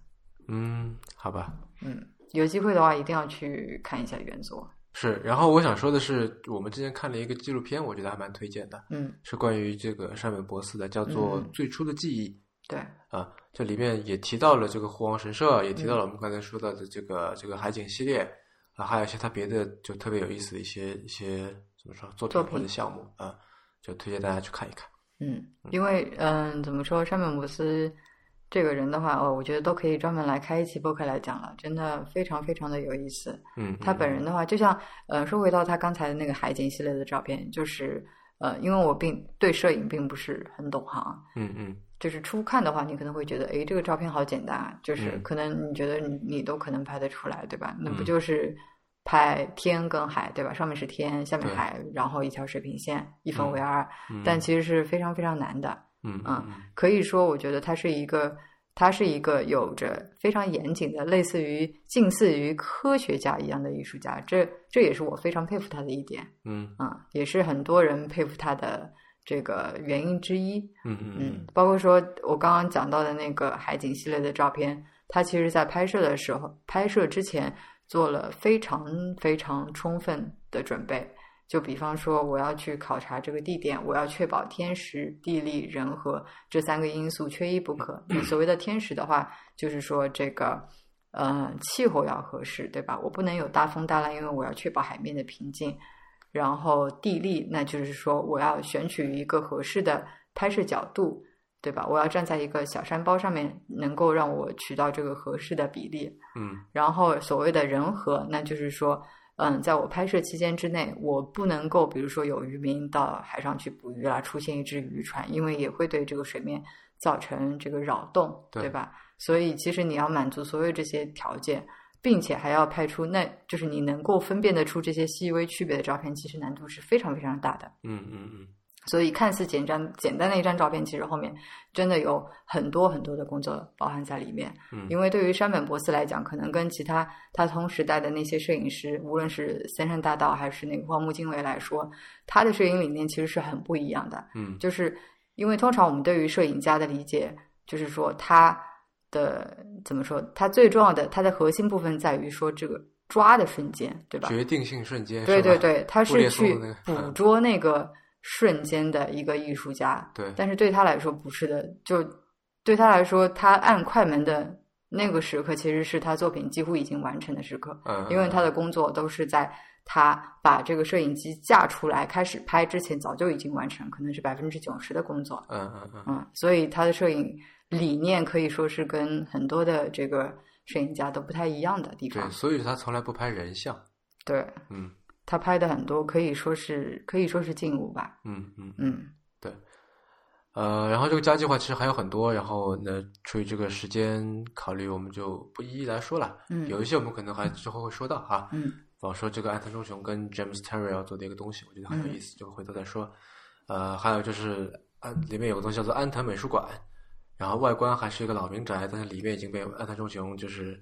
S1: 嗯，好吧，
S2: 嗯，有机会的话一定要去看一下原作。
S1: 是。然后我想说的是，我们之前看了一个纪录片，我觉得还蛮推荐的，
S2: 嗯，
S1: 是关于这个山本博司的，叫做
S2: 嗯
S1: 《最初的记忆》。
S2: 对，
S1: 啊，这里面也提到了这个护王神社，也提到了我们刚才说到的这个、这个海景系列啊，还有一些它别的就特别有意思的一些一些怎么说作
S2: 作
S1: 品
S2: 品
S1: 或者项目啊，就推荐大家去看一看。
S2: 嗯，因为嗯，怎么说，山本博司这个人的话，哦，我觉得都可以专门来开一期播客来讲了，真的非常非常的有意思。
S1: 嗯，
S2: 他本
S1: 嗯
S2: 人的话，就像呃，说回到他刚才的那个海景系列的照片，就是呃，因为我并对摄影并不是很懂行，
S1: 嗯嗯
S2: 就是初看的话，你可能会觉得，诶，这个照片好简单啊，就是
S1: 嗯
S2: 可能你觉得你你都可能拍得出来，对吧？那
S1: 嗯
S2: 不就是拍天跟海，对吧？上面是天，下面
S1: 对
S2: 海，然后一条水平线，一分为二，
S1: 嗯，
S2: 但其实是非常非常难的。
S1: 嗯
S2: 嗯
S1: 嗯
S2: 可以说，我觉得它是一个，它是一个有着非常严谨的，类似于近似于科学家一样的艺术家。这这也是我非常佩服他的一点
S1: 嗯
S2: 啊、也是很多人佩服他的这个原因之一。
S1: 嗯嗯
S2: 嗯
S1: 嗯，
S2: 包括说我刚刚讲到的那个海景系列的照片，它其实在拍摄的时候，拍摄之前做了非常非常充分的准备。就比方说，我要去考察这个地点，我要确保天时、地利、人和这三个因素缺一不可。所谓的天时的话，就是说这个呃气候要合适，对吧？我不能有大风大浪，因为我要确保海面的平静。然后地利，那就是说我要选取一个合适的拍摄角度，对吧？我要站在一个小山包上面，能够让我取到这个合适的比例。
S1: 嗯
S2: 然后所谓的人和，那就是说，嗯，在我拍摄期间之内，我不能够，比如说有渔民到海上去捕鱼啦，啊出现一只渔船，因为也会对这个水面造成这个扰动，
S1: 对
S2: 对吧？所以其实你要满足所有这些条件，并且还要拍出，那就是你能够分辨得出这些细微区别的照片，其实难度是非常非常大的。
S1: 嗯嗯
S2: 所以看似简单简单的一张照片，其实后面真的有很多很多的工作包含在里面。
S1: 嗯
S2: 因为对于山本博司来讲，可能跟其他他同时代的那些摄影师，无论是森山大道还是那个荒木经惟来说，他的摄影理念其实是很不一样的。
S1: 嗯
S2: 就是因为通常我们对于摄影家的理解，就是说他的怎么说，他最重要的他的核心部分在于说这个抓的瞬间，对吧
S1: 嗯，？决定性瞬间，
S2: 对
S1: 是
S2: 对
S1: 吧
S2: 对，他
S1: 布列
S2: 是
S1: 松
S2: 去
S1: 的那个
S2: 捕
S1: 嗯
S2: 捉那个瞬间的一个艺术家，
S1: 对
S2: 但是对他来说不是的，就对他来说，他按快门的那个时刻其实是他作品几乎已经完成的时刻，
S1: 嗯，
S2: 因为他
S1: 的
S2: 的工作都是在他把这个摄影机架出来开始拍之前早就已经完成，可能是百分之九十的工作，
S1: 嗯嗯嗯
S2: 嗯，所以他的摄影理念可以说是跟很多的这个摄影家都不太一样的地
S1: 对，
S2: 方，
S1: 所以他从来不拍人像，
S2: 对。
S1: 嗯
S2: 他拍的很多可以说是可以说是劲舞吧，
S1: 嗯嗯。
S2: 嗯
S1: 呃，然后这个家计划其实还有很多，然后呢，出于这个时间考虑，我们就不一一来说了。
S2: 嗯
S1: 有一些我们可能还之后会说到哈，
S2: 嗯
S1: 比方说这个安藤忠雄跟 James Terry 要做的一个东西，我觉得很有
S2: 嗯
S1: 意思，就回头再说。呃，还有就是安里面有个东西叫做安藤美术馆，然后外观还是一个老民宅，但是里面已经被安藤忠雄就是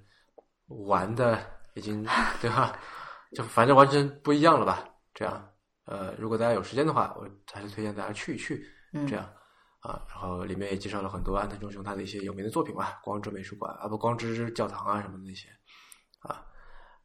S1: 玩的已经对吧， 就反正完全不一样了吧？这样，呃，如果大家有时间的话，我还是推荐大家去一去。
S2: 嗯，
S1: 这样啊，然后里面也介绍了很多安藤忠雄他的一些有名的作品吧，光之美术馆啊，不光之教堂啊什么的那些啊。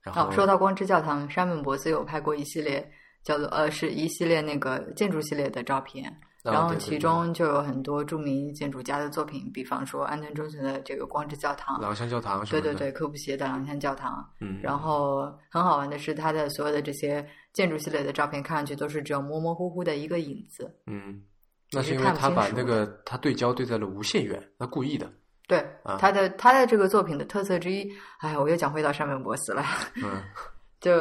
S1: 然后、
S2: 哦，说到光之教堂，山本博司有拍过一系列叫做呃是一系列那个建筑系列的照片，然
S1: 哦
S2: 后
S1: 对对
S2: 其
S1: 对
S2: 中就有很多著名建筑家的作品，比方说安藤忠雄的这个光之教堂，
S1: 朗香教堂什
S2: 对
S1: 么的，
S2: 对对，柯布西耶的朗香教堂，
S1: 嗯，
S2: 然后很好玩的是，它的所有的这些建筑系列的照片看上去都是只有模模糊糊的一个影子。
S1: 嗯，那
S2: 是
S1: 是因为
S2: 看不
S1: 他
S2: 清
S1: 把
S2: 楚
S1: 那个他对焦对在了无限远，他故意的，
S2: 对
S1: 啊，
S2: 它的它的这个作品的特色之一，哎，我又讲回到上面博斯了。
S1: 嗯
S2: 就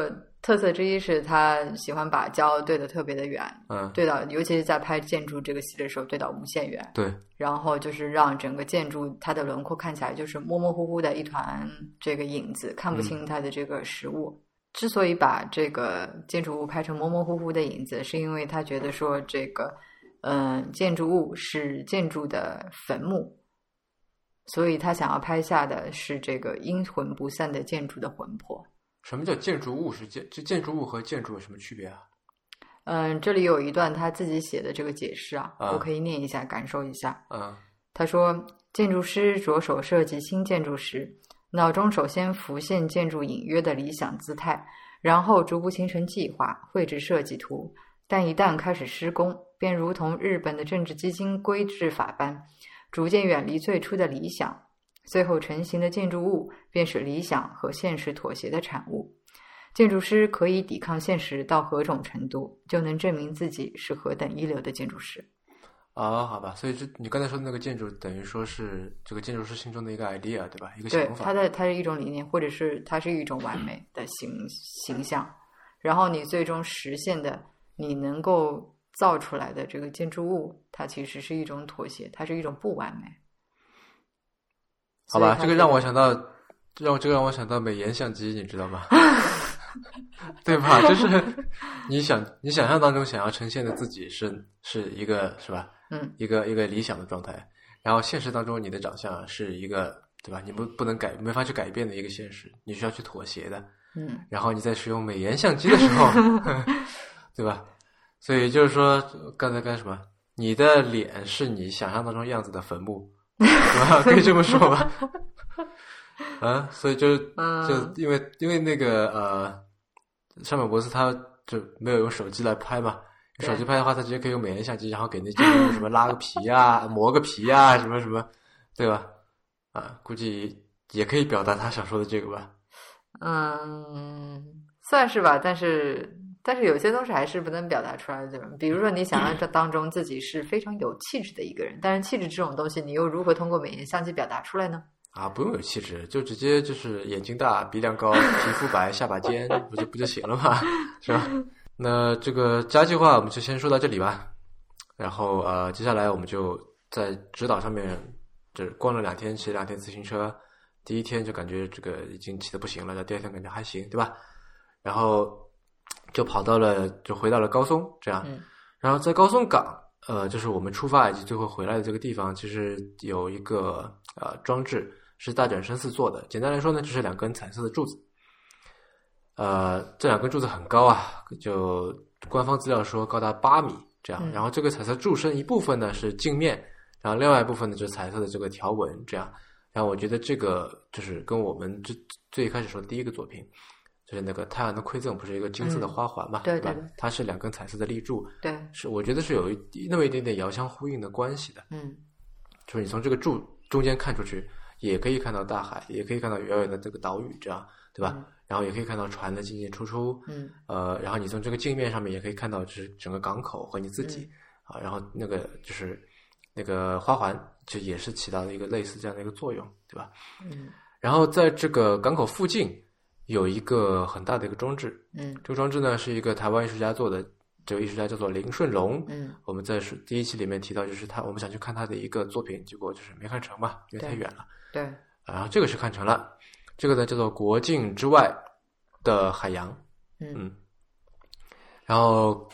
S2: 特色之一是他喜欢把焦对的特别的远，
S1: 嗯，
S2: 对到，尤其是在拍建筑这个系列的时候，对到无限远，
S1: 对，
S2: 然后就是让整个建筑它的轮廓看起来就是模模糊糊的一团这个影子，看不清它的这个实物。之所以把这个建筑物拍成模模糊糊的影子，是因为他觉得说这个，嗯、建筑物是建筑的坟墓，所以他想要拍下的是这个阴魂不散的建筑的魂魄。
S1: 什么叫建筑物是建？这建筑物和建筑有什么区别啊？
S2: 嗯，这里有一段他自己写的这个解释啊，
S1: 啊
S2: 我可以念一下，感受一下。
S1: 嗯
S2: 他说，建筑师着手设计新建筑时，脑中首先浮现建筑隐约的理想姿态，然后逐步形成计划，绘制设计图。但一旦开始施工，便如同日本的政治基金规制法般，逐渐远离最初的理想。最后成型的建筑物便是理想和现实妥协的产物。建筑师可以抵抗现实到何种程度，就能证明自己是何等一流的建筑师。
S1: 啊，好吧，所以这你刚才说的那个建筑，等于说是这个建筑师心中的一个 idea，对吧？一个
S2: 对
S1: 想，
S2: 它
S1: 法。
S2: 的它是一种理念，或者是它是一种完美 的形形象，然后你最终实现的，你能够造出来的这个建筑物，它其实是一种妥协，它是一种不完美。
S1: 好吧，
S2: 所以它
S1: 这个
S2: 是
S1: 让我想到，让这个让我想到美颜相机，你知 道吗？对吧？就是你想你想象当中想要呈现的自己是是一个是吧？
S2: 嗯，
S1: 一个一个理想的状态，然后现实当中你的长相是一个对吧？你不不能改没法去改变的一个现实，你需要去妥协的。
S2: 嗯，
S1: 然后你在使用美颜相机的时候， 对吧？所以就是说，刚才干什么？你的脸是你想象当中样子的坟 墓，对吧？可以这么说吧？啊，所以就
S2: 嗯
S1: 就因为因为那个呃，山本博斯他就没有用手机来拍嘛，用手机
S2: 对
S1: 拍的话，他直接可以用美颜相机，然后给那建筑物什么拉个皮 啊、磨个皮啊，什么什么，对吧？啊，估计也可以表达他想说的这个吧。
S2: 嗯，算是吧，但是但是有些东西还是不能表达出来的，对吧？比如说你想象这当中自己是非常有气质的一个人，但是气质这种东西，你又如何通过美颜相机表达出来呢？
S1: 啊，不用有气质，就直接就是眼睛大、鼻梁高、皮肤白、下巴尖，不就不就行了嘛，是吧？那这个家计划我们就先说到这里吧。然后呃，接下来我们就在指导上面，就是逛了两天，骑了两天自行车。第一天就感觉这个已经骑的不行了，那第二天感觉还行，对吧？然后就跑到了，就回到了高松，这样。
S2: 嗯
S1: 然后在高松港，呃，就是我们出发以及最后回来的这个地方，其实有一个呃装置是大卷深寺做的。简单来说呢，就是两根彩色的柱子。呃，这两根柱子很高啊，就官方资料说高达八米这样。
S2: 嗯
S1: 然后这个彩色柱身一部分呢是镜面，然后另外一部分呢就是彩色的这个条纹这样。然后我觉得这个就是跟我们最最开始说的第一个作品，就是那个《太阳的馈赠》，不是一个金色的
S2: 嗯
S1: 花环嘛、
S2: 对
S1: 吧
S2: 对对？
S1: 它是两根彩色的立柱，
S2: 对，
S1: 是我觉得是有一那么一点点遥相呼应的关系的，
S2: 嗯
S1: 就是你从这个柱中间看出去，也可以看到大海，也可以看到远远的这个岛屿，这样对吧？
S2: 嗯
S1: 然后也可以看到船的进进出出，
S2: 嗯
S1: 呃，然后你从这个镜面上面也可以看到，就是整个港口和你自己、
S2: 嗯
S1: 啊，然后那个就是那个花环，就也是起到了一个类似这样的一个作用，对吧？
S2: 嗯
S1: 然后在这个港口附近有一个很大的一个装置，
S2: 嗯
S1: 这个装置呢是一个台湾艺术家做的，这个艺术家叫做林顺龙，
S2: 嗯
S1: 我们在是第一期里面提到，就是他我们想去看他的一个作品，结果就是没看成嘛，因为太
S2: 对
S1: 远了。
S2: 对，
S1: 然后这个是看成了，这个呢叫做《国境之外的海洋》。
S2: 嗯
S1: 嗯，然后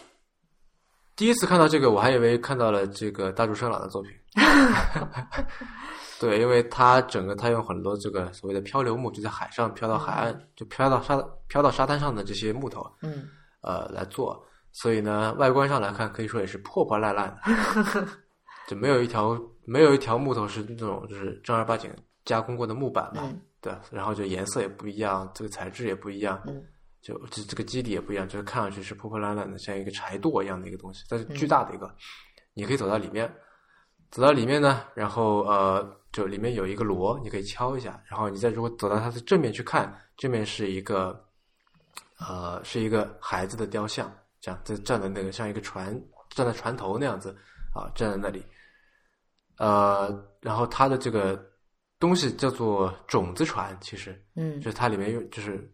S1: 第一次看到这个，我还以为看到了这个大竹生朗的 作品。对，因为他整个他用很多这个所谓的漂流木，就在海上漂到海岸，就漂到沙漂到沙滩上的这些木头，
S2: 嗯
S1: 呃来做，所以呢，外观上来看，可以说也是破破烂烂的， 就没有一条没有一条木头是那种就是正儿八经加工过的木板嘛，
S2: 嗯
S1: 对，然后就颜色也不一样，这个材质也不一样，
S2: 嗯
S1: 就这这个基底也不一样，就是看上去是破破烂烂的，像一个柴垛一样的一个东西，但是
S2: 嗯
S1: 巨大的一个，你可以走到里面，走到里面呢，然后呃，就里面有一个锣，你可以敲一下，然后你再如果走到它的正面去看，正面是一个呃是一个孩子的雕像，这样在站在那个像一个船站在船头那样子啊，站在那里，呃，然后它的这个东西叫做种子船，其实
S2: 嗯
S1: 就是它里面有就是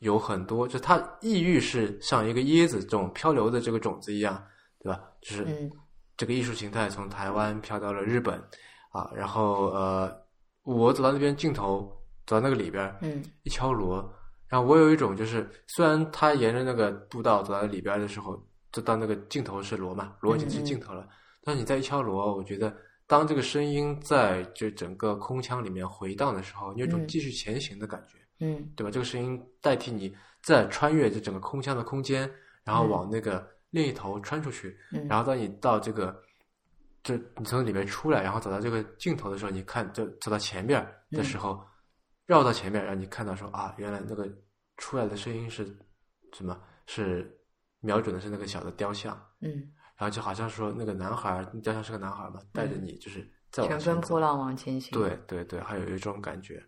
S1: 有很多，就它意欲是像一个椰子这种漂流的这个种子一样，对吧？就是
S2: 嗯
S1: 这个艺术形态从台湾飘到了日本啊，然后呃，我走到那边尽头，走到那个里边，
S2: 嗯
S1: 一敲锣，然后我有一种就是，虽然他沿着那个步道走到里边的时候，就到那个尽头是锣嘛，锣已经是尽头了，
S2: 嗯
S1: 但是你再一敲锣，我觉得当这个声音在就整个空腔里面回荡的时候，你有一种
S2: 嗯
S1: 继续前行的感觉，
S2: 嗯
S1: 对吧？这个声音代替你再穿越这整个空腔的空间，然后
S2: 嗯
S1: 往那个另一头穿出去，
S2: 嗯，
S1: 然后当你到这个，就你从里面出来，然后走到这个尽头的时候，你看，就走到前面的时候，绕到前面，让你看到说啊，原来那个出来的声音是什么？是瞄准的是那个小的雕像，
S2: 嗯
S1: 然后就好像说那个男孩儿，雕像是个男孩儿嘛，带着你就是再往
S2: 乘
S1: 前
S2: 风
S1: 走
S2: 破。浪往前行。
S1: 对对对，还有一种感觉。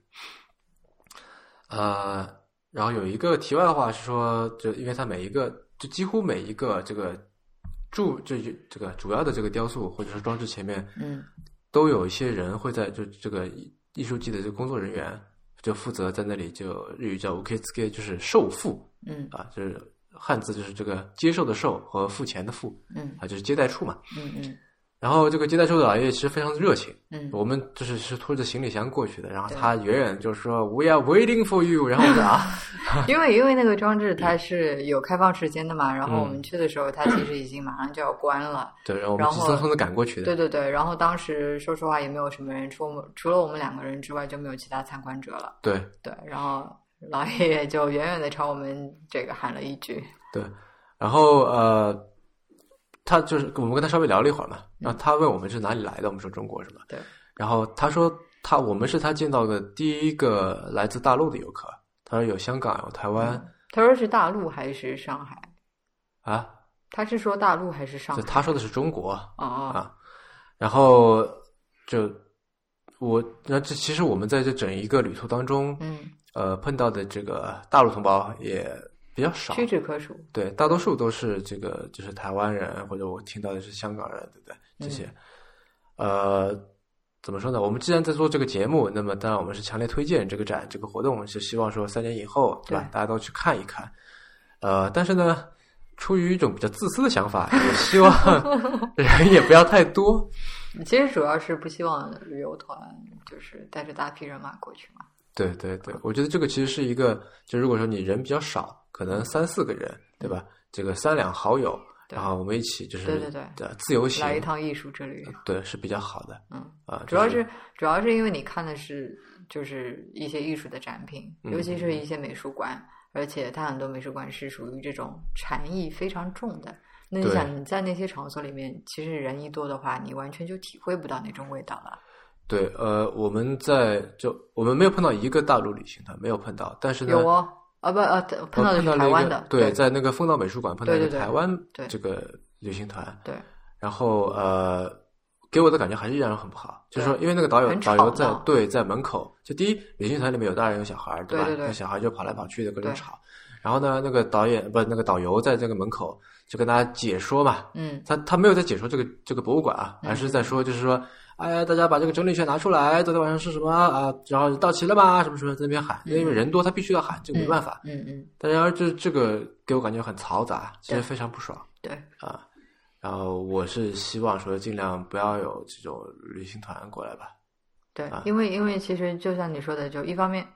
S1: 呃，然后有一个题外话是说，就因为它每一个，就几乎每一个这个柱，这这个主要的这个雕塑或者是装置前面，
S2: 嗯
S1: 都有一些人会在就这个艺艺术季的这个工作人员就负责在那里就日语叫 u k i s k e 就是受付
S2: 嗯
S1: 啊，就是汉字就是这个接受的受和付钱的付
S2: 嗯
S1: 啊，就是接待处嘛。
S2: 嗯嗯
S1: 然后这个接待处的老爷爷其实非常的热情。
S2: 嗯
S1: 我们就是是拖着行李箱过去的，然后
S2: 对
S1: 他远远就说 “We are waiting for you”，然后我就 啊，
S2: 因为因为那个装置它是有开放时间的嘛，然后我
S1: 嗯
S2: 们去的时候它其实已经马上就要关了。
S1: 对，然后我们
S2: 然
S1: 急
S2: 后
S1: 匆匆的赶过去的，
S2: 对对对，然后当时说实话也没有什么人，除我们除了我们两个人之外就没有其他参观者了。
S1: 对
S2: 对，然后老爷爷就远远的朝我们这个喊了一句
S1: 对，然后呃，他就是我们跟他稍微聊了一会儿嘛，然后他问我们是哪里来的，我们说中国是吧？：“
S2: 对，
S1: 然后他说他我们是他见到的第一个来自大陆的游客，他说有香港，有台湾
S2: 嗯他说是大陆还是上海？嗯
S1: 啊，
S2: 他是说大陆还是上
S1: 就
S2: 海？
S1: 他说的是中国，
S2: 哦哦，
S1: 啊，然后就我，那这其实我们在这整一个旅途当中，
S2: 嗯，
S1: 呃，碰到的这个大陆同胞也比较少，
S2: 屈指可数。
S1: 对，大多数都是这个就是台湾人，或者我听到的是香港人，对不对？这些，呃，怎么说呢？我们既然在做这个节目，那么当然我们是强烈推荐这个展、这个活动，是希望说三年以后，对吧？
S2: 对
S1: 大家都去看一看。呃，但是呢，出于一种比较自私的想法，也希望 人也不要太多，
S2: 其实主要是不希望旅游团就是带着大批人马过去嘛。
S1: 对对对，我觉得这个其实是一个，就如果说你人比较少，可能三四个人，对吧？这个三两好友，
S2: 嗯对
S1: 然后我们一起就是
S2: 对对对
S1: 呃自由行，嗯
S2: 来一趟艺术之旅，
S1: 对是比较好的
S2: 嗯。”
S1: 啊。
S2: 主要
S1: 就是
S2: 主要是因为你看的是就是一些艺术的展品，
S1: 嗯
S2: 尤其是一些美术馆，而且它很多美术馆是属于这种禅意非常重的。那你
S1: 对
S2: 想你在那些场所里面，其实人一多的话，你完全就体会不到那种味道了。
S1: 对呃，我们在就我们没有碰到一个大陆旅行团，没有碰到，但是呢，
S2: 有哦，啊不呃，
S1: 呃
S2: 碰到的是
S1: 了
S2: 台
S1: 一
S2: 湾
S1: 个
S2: 的，
S1: 对，
S2: 对
S1: 在那个风道美术馆碰到一
S2: 对
S1: 个
S2: 对对
S1: 台湾
S2: 对
S1: 这个旅行团，
S2: 对
S1: 然后呃，给我的感觉还是依然很不好，就是说，
S2: 对
S1: 因为那个导游
S2: 很
S1: 导
S2: 吵
S1: 游在
S2: 闹
S1: 对在门口，就第一旅行团里面有大人有小孩儿，吧？
S2: 对对对
S1: 那小孩就跑来跑去的各种
S2: 对
S1: 吵，然后呢，那个导演不是那个导游在这个门口就跟大家解说嘛，
S2: 嗯
S1: 他他没有在解说这个这个博物馆啊，而是在说就是说，哎呀，大家把这个整理券拿出来，昨天晚上是什么啊？然后到齐了吗？什么什么在那边喊，因为人多他必须要喊，这个没办法。
S2: 嗯嗯，
S1: 但然而这这个给我感觉很嘈杂，其实
S2: 对
S1: 非常不爽。
S2: 对
S1: 啊，然后我是希望说尽量不要有这种旅行团过来吧。
S2: 对
S1: 啊，
S2: 因为因为其实就像你说的，就一方面，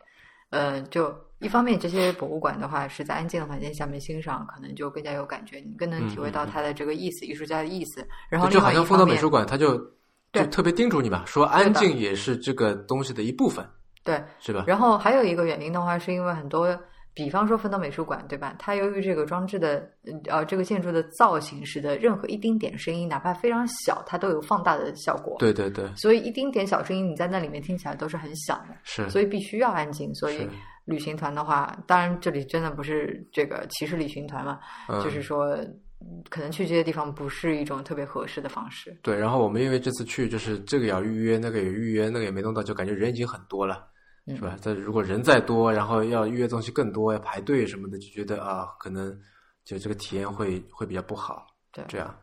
S2: 呃，就一方面这些博物馆的话是在安静的环境下面欣赏，可能就更加有感觉，你更能体
S1: 嗯
S2: 会到它的这个意思，艺术家的意思。然后
S1: 就
S2: 另
S1: 好
S2: 外一
S1: 像风到
S2: 方
S1: 美
S2: 面
S1: 术，馆，他就就
S2: 对
S1: 特别叮嘱你嘛，说安静也是这个东西的一部分，
S2: 对，
S1: 是吧？
S2: 然后还有一个原因的话，是因为很多。比方说，分到美术馆，对吧？它由于这个装置的，呃，这个建筑的造型使得任何一丁点声音，哪怕非常小，它都有放大的效果。，
S1: 对对对，
S2: 所以一丁点小声音，你在那里面听起来都是很响的。
S1: 是
S2: 所以必须要安静。所以
S1: 嗯是
S2: 旅行团的话，当然这里真的不是这个歧视旅行团嘛，
S1: 嗯
S2: 就是说可能去这些地方不是一种特别合适的方式。
S1: 对，然后我们因为这次去就是这个也要预约，那个也预约，那个也没弄到，就感觉人已经很多了，
S2: 嗯
S1: 是吧？但如果人再多，然后要预约东西更多，要排队什么的，就觉得啊，可能就这个体验会会比较不好。
S2: 对
S1: 这样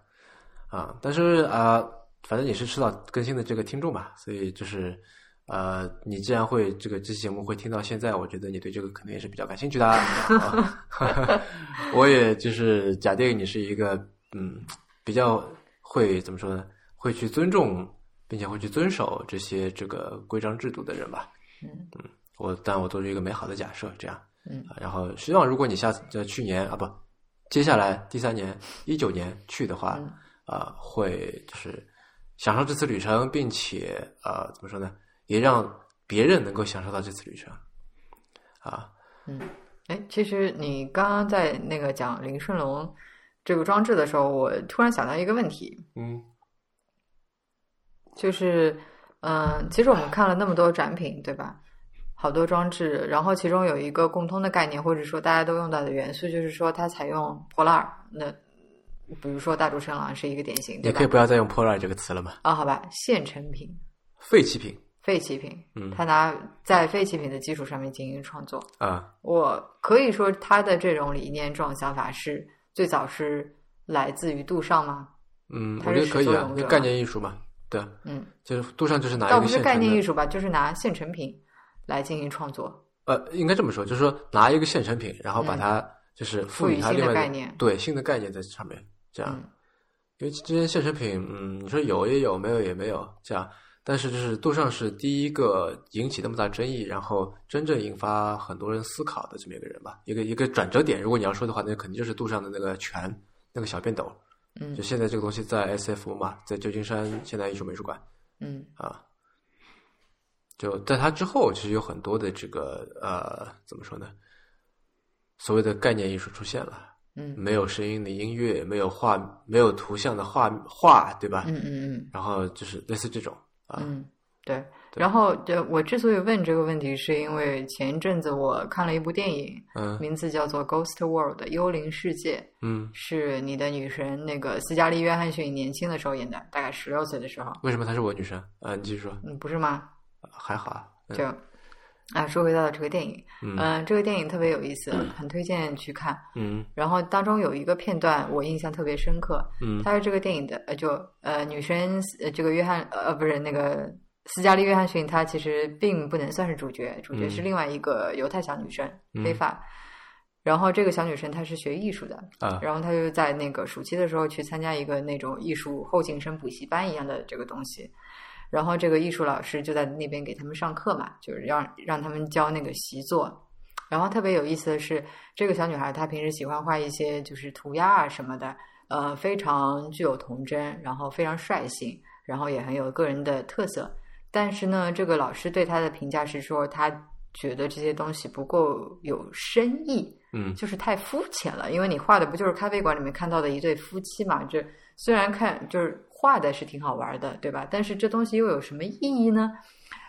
S1: 啊，但是啊、反正也是迟早更新的这个听众吧，所以就是呃，你既然会这个这期节目会听到现在，我觉得你对这个肯定也是比较感兴趣的、 啊。啊我也就是假定你是一个嗯比较会怎么说呢，会去尊重并且会去遵守这些这个规章制度的人吧。
S2: 嗯
S1: 我但我做出一个美好的假设，这样。
S2: 嗯
S1: 啊然后希望如果你下次呃去年啊不，接下来第三年一九年去的话，
S2: 嗯
S1: 啊、会就是享受这次旅程，并且呃怎么说呢，也让别人能够享受到这次旅程啊。
S2: 嗯，哎，其实你刚刚在那个讲林顺龙这个装置的时候，我突然想到一个问题，
S1: 嗯
S2: 就是，嗯、其实我们看了那么多展品，对吧？好多装置，然后其中有一个共通的概念，或者说大家都用到的元素，就是说它采用破烂儿。那比如说大竹生郎是一个典型，
S1: 也
S2: 对
S1: 可以
S2: 吧？
S1: 不要再用 “polar” 这个词了嘛，
S2: 啊、好吧，现成品、
S1: 废弃品
S2: 废弃品，
S1: 嗯
S2: 他拿在废弃品的基础上面进行创作。
S1: 啊，
S2: 我可以说他的这种理念、这种想法是最早是来自于杜尚吗？
S1: 嗯，
S2: 它
S1: 我觉
S2: 是
S1: 得可以
S2: 始作
S1: 啊
S2: 俑，
S1: 那
S2: 者
S1: 概
S2: 嘛
S1: 念艺术嘛，对啊，
S2: 嗯，
S1: 就是杜尚就是拿
S2: 倒
S1: 一
S2: 不
S1: 个
S2: 是
S1: 现
S2: 概
S1: 成
S2: 念艺
S1: 的，
S2: 术吧，就是拿现成品来进行创作。
S1: 呃，应该这么说，就是说拿一个现成品，然后把
S2: 嗯
S1: 它就是赋
S2: 赋
S1: 予
S2: 予
S1: 它
S2: 新
S1: 另外
S2: 的概念
S1: 对新的概念在上面，这样。
S2: 嗯
S1: 因为这些现成品，嗯，你说有也有，没有也没有，这样。但是就是杜尚是第一个引起那么大争议，然后真正引发很多人思考的这么一个人吧，一个一个转折点。如果你要说的话，那肯定就是杜尚的那个拳，那个小便斗。
S2: 嗯
S1: 就现在这个东西在 SF 嘛，在旧金山现代艺术美术馆
S2: 嗯
S1: 啊。就在它之后，其实有很多的这个呃，怎么说呢？所谓的概念艺术出现了。
S2: 嗯
S1: 没有声音的音乐，没有画，没有图像的画画，对吧？
S2: 嗯嗯
S1: 然后就是类似这种啊，
S2: 嗯，对。
S1: 对
S2: 然后，对我之所以问这个问题，是因为前一阵子我看了一部电影，
S1: 嗯
S2: 名字叫做《Ghost World》幽灵世界，
S1: 嗯，
S2: 是你的女神那个斯嘉丽·约翰逊年轻的时候演的，大概十六岁的时候，
S1: 为什么她是我女神？啊，你继续说，
S2: 嗯，不是吗？
S1: 还好啊，嗯
S2: 就啊，说回到这个电影，
S1: 嗯
S2: 嗯，这个电影特别有意思，很推荐去看。
S1: 嗯
S2: 然后当中有一个片段我印象特别深刻，
S1: 嗯
S2: 她是这个电影的，呃，就呃，女神呃，这个约翰呃，不是那个斯嘉丽·约翰逊，她其实并不能算是主角，主角
S1: 嗯
S2: 是另外一个犹太小女生，
S1: 嗯
S2: 非法。然后这个小女生她是学艺术的，
S1: 啊
S2: 然后她就在那个暑期的时候去参加一个那种艺术后进生补习班一样的这个东西，然后这个艺术老师就在那边给他们上课嘛，就是让让他们教那个习作。然后特别有意思的是，这个小女孩她平时喜欢画一些就是涂鸦啊什么的，呃，非常具有童真，然后非常率性，然后也很有个人的特色。但是呢，这个老师对她的评价是说，她觉得这些东西不够有深意，
S1: 嗯
S2: 就是太肤浅了，因为你画的不就是咖啡馆里面看到的一对夫妻嘛？这虽然看就是画的是挺好玩的，对吧？但是这东西又有什么意义呢？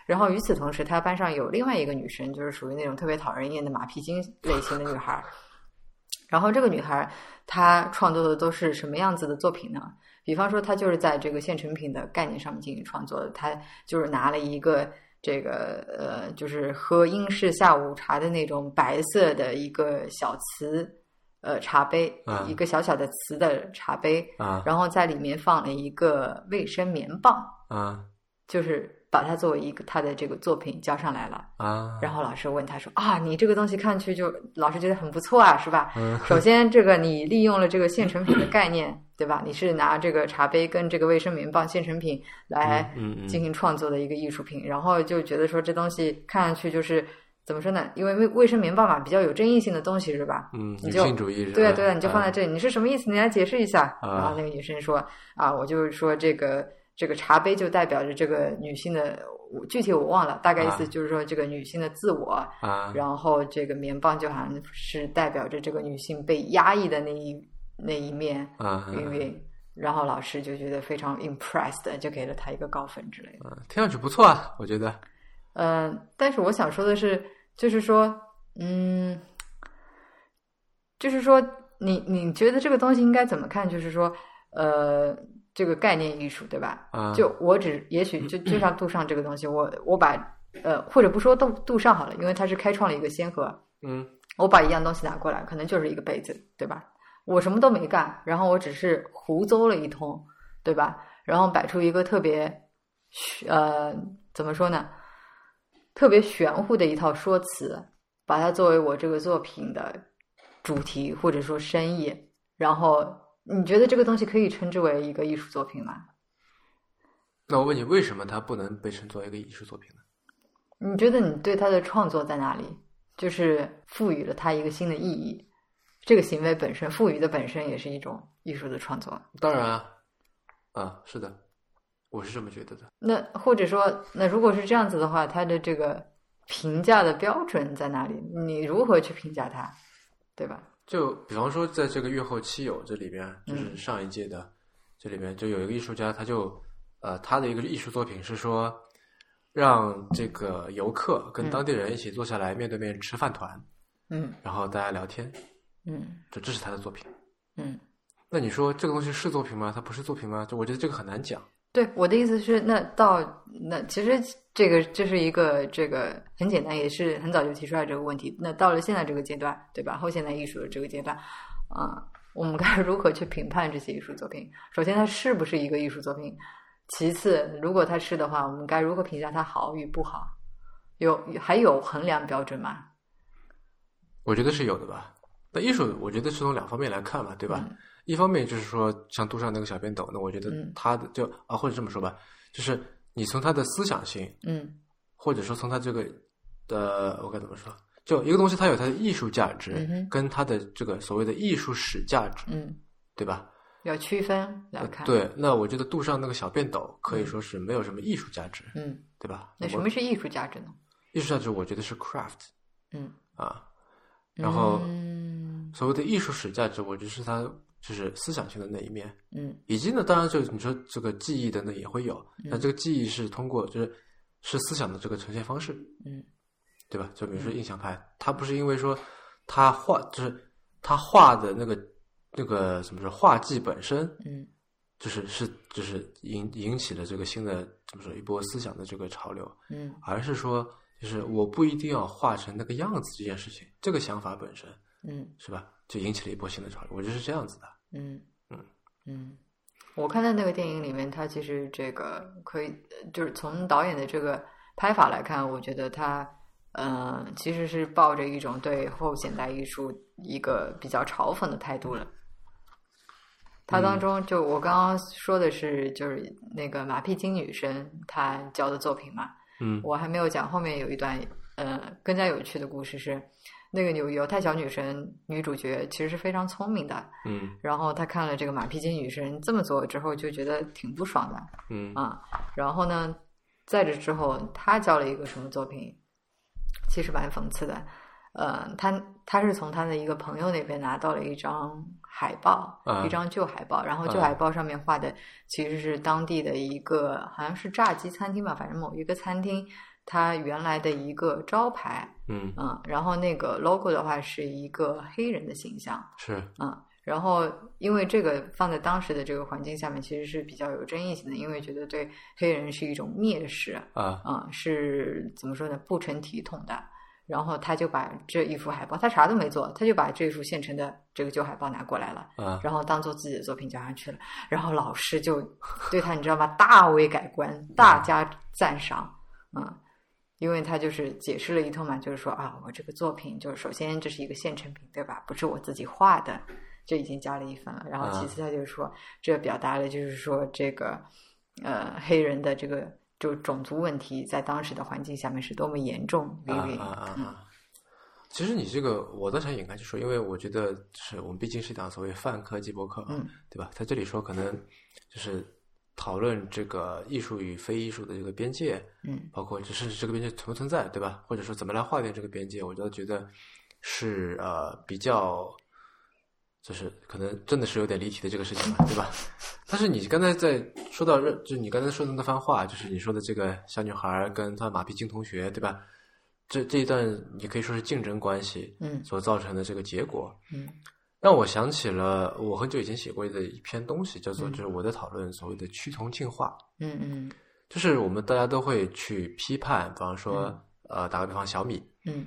S2: 然后与此同时，他班上有另外一个女生，就是属于那种特别讨人厌的马屁精类型的女孩儿。然后这个女孩儿她创作的都是什么样子的作品呢？比方说，她就是在这个现成品的概念上面进行创作的，她就是拿了一个这个呃，就是喝英式下午茶的那种白色的一个小瓷呃茶杯，
S1: 嗯
S2: 一个小小的瓷的茶杯，
S1: 啊
S2: 然后在里面放了一个卫生棉棒，
S1: 啊
S2: 就是把它作为一个他的这个作品交上来了。
S1: 啊，
S2: 然后老师问他说：“啊，你这个东西看去就老师觉得很不错啊，是吧？
S1: 嗯
S2: 首先，这个你利用了这个现成品的概念，对吧？你是拿这个茶杯跟这个卫生棉棒现成品来
S1: 嗯嗯嗯
S2: 进行创作的一个艺术品，然后就觉得说这东西看上去就是怎么说呢？因为卫卫生棉棒嘛，比较有争议性的东西，是吧？
S1: 嗯，
S2: 你
S1: 女
S2: 就
S1: 性主义是吧？
S2: 对啊，对啊，你就放在
S1: 啊
S2: 这里，你是什么意思？你来解释一下。
S1: 啊
S2: 然后那个女生说：“啊，我就是说这个这个茶杯就代表着这个女性的，我具体我忘了，大概意思
S1: 啊
S2: 就是说这个女性的自我。
S1: 啊，
S2: 然后这个棉棒就好像是代表着这个女性被压抑的那一那一面
S1: 啊
S2: 因为然后老师就觉得非常 impressed，就给了她一个高分之类的。
S1: 啊听上去不错啊，我觉得
S2: 嗯、但是我想说的是，就是说，嗯，就是说，你你觉得这个东西应该怎么看？就是说，呃，这个概念艺术，对吧？
S1: 啊，
S2: 就我只也许就就像杜尚这个东西，我我把呃或者不说杜杜尚好了，因为他是开创了一个先河。
S1: 嗯
S2: 我把一样东西拿过来，可能就是一个杯子，对吧？我什么都没干，然后我只是胡诌了一通，对吧？然后摆出一个特别虚，呃，怎么说呢？特别玄乎的一套说辞，把它作为我这个作品的主题或者说深意。然后你觉得这个东西可以称之为一个艺术作品吗？
S1: 那我问你，为什么它不能被称作一个艺术作品呢？
S2: 你觉得你对它的创作在哪里？就是赋予了它一个新的意义，这个行为本身赋予的本身也是一种艺术的创作。
S1: 当然啊，啊，是的，我是这么觉得的。
S2: 那或者说，那如果是这样子的话，它的这个评价的标准在哪里？你如何去评价它，对吧？
S1: 就比方说，在这个月后七友这里边，就是
S2: 嗯
S1: 上一届的、这里边，就有一个艺术家，他就呃，他的一个艺术作品是说，让这个游客跟
S2: 嗯
S1: 当地人一起坐下来面对面吃饭团，
S2: 嗯
S1: 然后大家聊天，
S2: 嗯
S1: 就这是他的作品。
S2: 嗯，
S1: 那你说这个东西是作品吗？它不是作品吗？就我觉得这个很难讲。
S2: 对，我的意思是，那到那其实这个这是一个这个很简单，也是很早就提出来这个问题。那到了现在这个阶段，对吧？后现代艺术的这个阶段，啊、我们该如何去评判这些艺术作品？首先，它是不是一个艺术作品？其次，如果它是的话，我们该如何评价它好与不好？有还有衡量标准吗？
S1: 我觉得是有的吧。那艺术，我觉得是从两方面来看嘛，对吧？
S2: 嗯
S1: 一方面就是说，像杜尚那个小便斗，那我觉得
S2: 嗯
S1: 他的就、啊，或者这么说吧，就是你从他的思想性，
S2: 嗯
S1: 或者说从他这个呃，我该怎么说？就一个东西，它有它的艺术价值，
S2: 嗯哼
S1: 跟它的这个所谓的艺术史价值，
S2: 嗯，
S1: 对吧？呃
S2: 要区分来看。，
S1: 对，那我觉得杜尚那个小便斗可以说是没有什么艺术价值，
S2: 嗯，
S1: 对吧？
S2: 那
S1: 我
S2: 什么是艺术价值呢？
S1: 艺术价值？我觉得是 craft
S2: 嗯，
S1: 啊，然后
S2: 嗯
S1: 所谓的艺术史价值，我觉得是它就是思想性的那一面，
S2: 嗯
S1: 以及呢，当然就是你说这个记忆等等也会有，那这个记忆是通过就是是思想的这个呈现方式，
S2: 嗯
S1: 对吧？就比如说印象派，他不是因为说他画就是他画的那个那个什么说画技本身，
S2: 嗯
S1: 就是是就是引引起了这个新的怎么说一波思想的这个潮流，
S2: 嗯
S1: 而是说就是我不一定要画成那个样子这件事情，这个想法本身。
S2: 嗯。
S1: 是吧？就引起了一波新的潮流。我觉得是这样子的。
S2: 嗯
S1: 嗯
S2: 嗯，我看到那个电影里面，他其实这个可以，就是从导演的这个拍法来看，我觉得他呃其实是抱着一种对后现代艺术一个比较嘲讽的态度了。它
S1: 嗯
S2: 当中就我刚刚说的是，就是那个马屁精女神她教的作品嘛，
S1: 嗯
S2: 我还没有讲后面有一段呃更加有趣的故事是，那个有犹太小女神女主角其实是非常聪明的，
S1: 嗯
S2: 然后他看了这个马屁精女神这么做之后，就觉得挺不爽的
S1: 嗯
S2: 啊。然后呢，在这之后，他教了一个什么作品，其实蛮讽刺的。呃，他他是从他的一个朋友那边拿到了一张海报，
S1: 啊
S2: 一张旧海报，然后旧
S1: 啊
S2: 海报上面画的其实是当地的一个好像是炸鸡餐厅吧，反正某一个餐厅它原来的一个招牌，
S1: 嗯，
S2: 嗯，然后那个 logo 的话是一个黑人的形象。
S1: 是
S2: 嗯，然后因为这个放在当时的这个环境下面，其实是比较有争议性的，因为觉得对黑人是一种蔑视，
S1: 啊
S2: 啊、是怎么说呢？不成体统的。然后他就把这一幅海报，他啥都没做，他就把这幅现成的这个旧海报拿过来了，
S1: 啊
S2: 然后当做自己的作品交上去了。然后老师就对他，你知道吗？大为改观，
S1: 嗯
S2: 大加赞赏。嗯，因为他就是解释了一通嘛，就是说啊，我这个作品就是首先这是一个现成品，对吧？不是我自己画的，这已经加了一分了。然后
S1: 啊
S2: 其次他就说，这表达了就是说这个呃黑人的这个。就种族问题在当时的环境下面是多么严重
S1: 啊
S2: ，Vivi，
S1: 啊啊
S2: 嗯
S1: 啊！其实你这个，我倒想掩盖去说，因为我觉得就是我们毕竟是一档所谓泛科技博客，啊
S2: 嗯，
S1: 对吧？在这里说，可能就是讨论这个艺术与非艺术的这个边界，
S2: 嗯
S1: 包括就是这个边界存不存在，对吧？或者说怎么来划定这个边界，我倒觉得是呃比较，就是可能真的是有点离题的这个事情嘛，对吧？但是你刚才在说到任，就你刚才说的那番话，就是你说的这个小女孩儿跟她马屁精同学，对吧？这这一段也可以说是竞争关系
S2: 嗯
S1: 所造成的这个结果。
S2: 嗯
S1: 让我想起了我很久以前写过的一篇东西，叫做
S2: 嗯
S1: 就是我在讨论所谓的趋同进化，
S2: 嗯嗯
S1: 就是我们大家都会去批判，比方说、呃，打个比方，小米，
S2: 嗯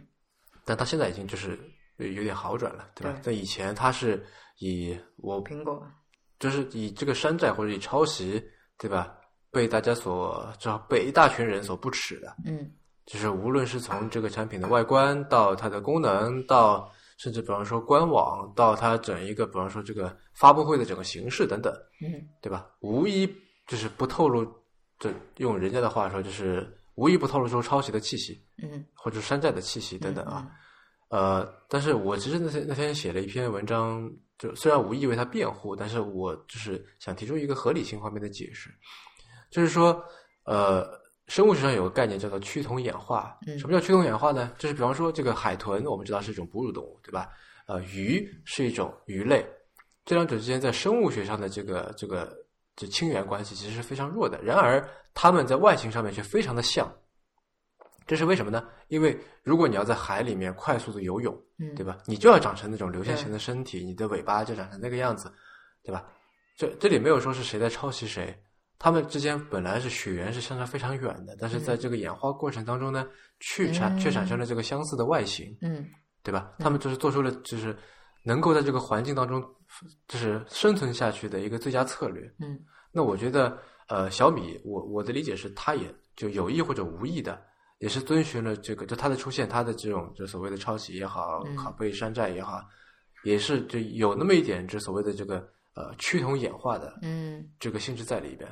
S1: 但它现在已经就是有有点好转了，对吧？
S2: 对
S1: 但以前它是以我
S2: 苹果
S1: 就是以这个山寨或者以抄袭，对吧？被大家所至少被一大群人所不耻的，
S2: 嗯
S1: 就是无论是从这个产品的外观到它的功能，到甚至比方说官网，到它整一个比方说这个发布会的整个形式等等，
S2: 嗯
S1: 对吧？无一就是不透露，这用人家的话说就是无一不透露出抄袭的气息
S2: 嗯
S1: 或者山寨的气息等等啊。
S2: 嗯
S1: 呃，但是我其实那天那天写了一篇文章，就虽然无意为他辩护，但是我就是想提出一个合理性方面的解释，就是说，呃，生物学上有个概念叫做趋同演化。
S2: 嗯
S1: 什么叫趋同演化呢？就是比方说这个海豚，我们知道是一种哺乳动物，对吧？呃，鱼是一种鱼类，这两者之间在生物学上的这个这个这亲缘关系其实是非常弱的。然而，它们在外形上面却非常的像。这是为什么呢？因为如果你要在海里面快速的游泳，
S2: 嗯，
S1: 对吧？你就要长成那种流线型
S2: 对
S1: 的身体，你的尾巴就长成那个样子，对吧？这这里没有说是谁在抄袭谁，他们之间本来是血缘是相差非常远的，但是
S2: 嗯
S1: 在这个演化过程当中呢，去产却产生了这个相似的外形，
S2: 嗯
S1: 对吧？他们就是做出了就是能够在这个环境当中就是生存下去的一个最佳策略。
S2: 嗯
S1: 那我觉得，呃，小米，我我的理解是，它也就有意或者无意的，也是遵循了这个，就它的出现，它的这种就所谓的抄袭也好
S2: 嗯，
S1: 拷贝山寨也好，也是就有那么一点，就所谓的这个呃趋同演化的
S2: 嗯
S1: 这个性质在里边，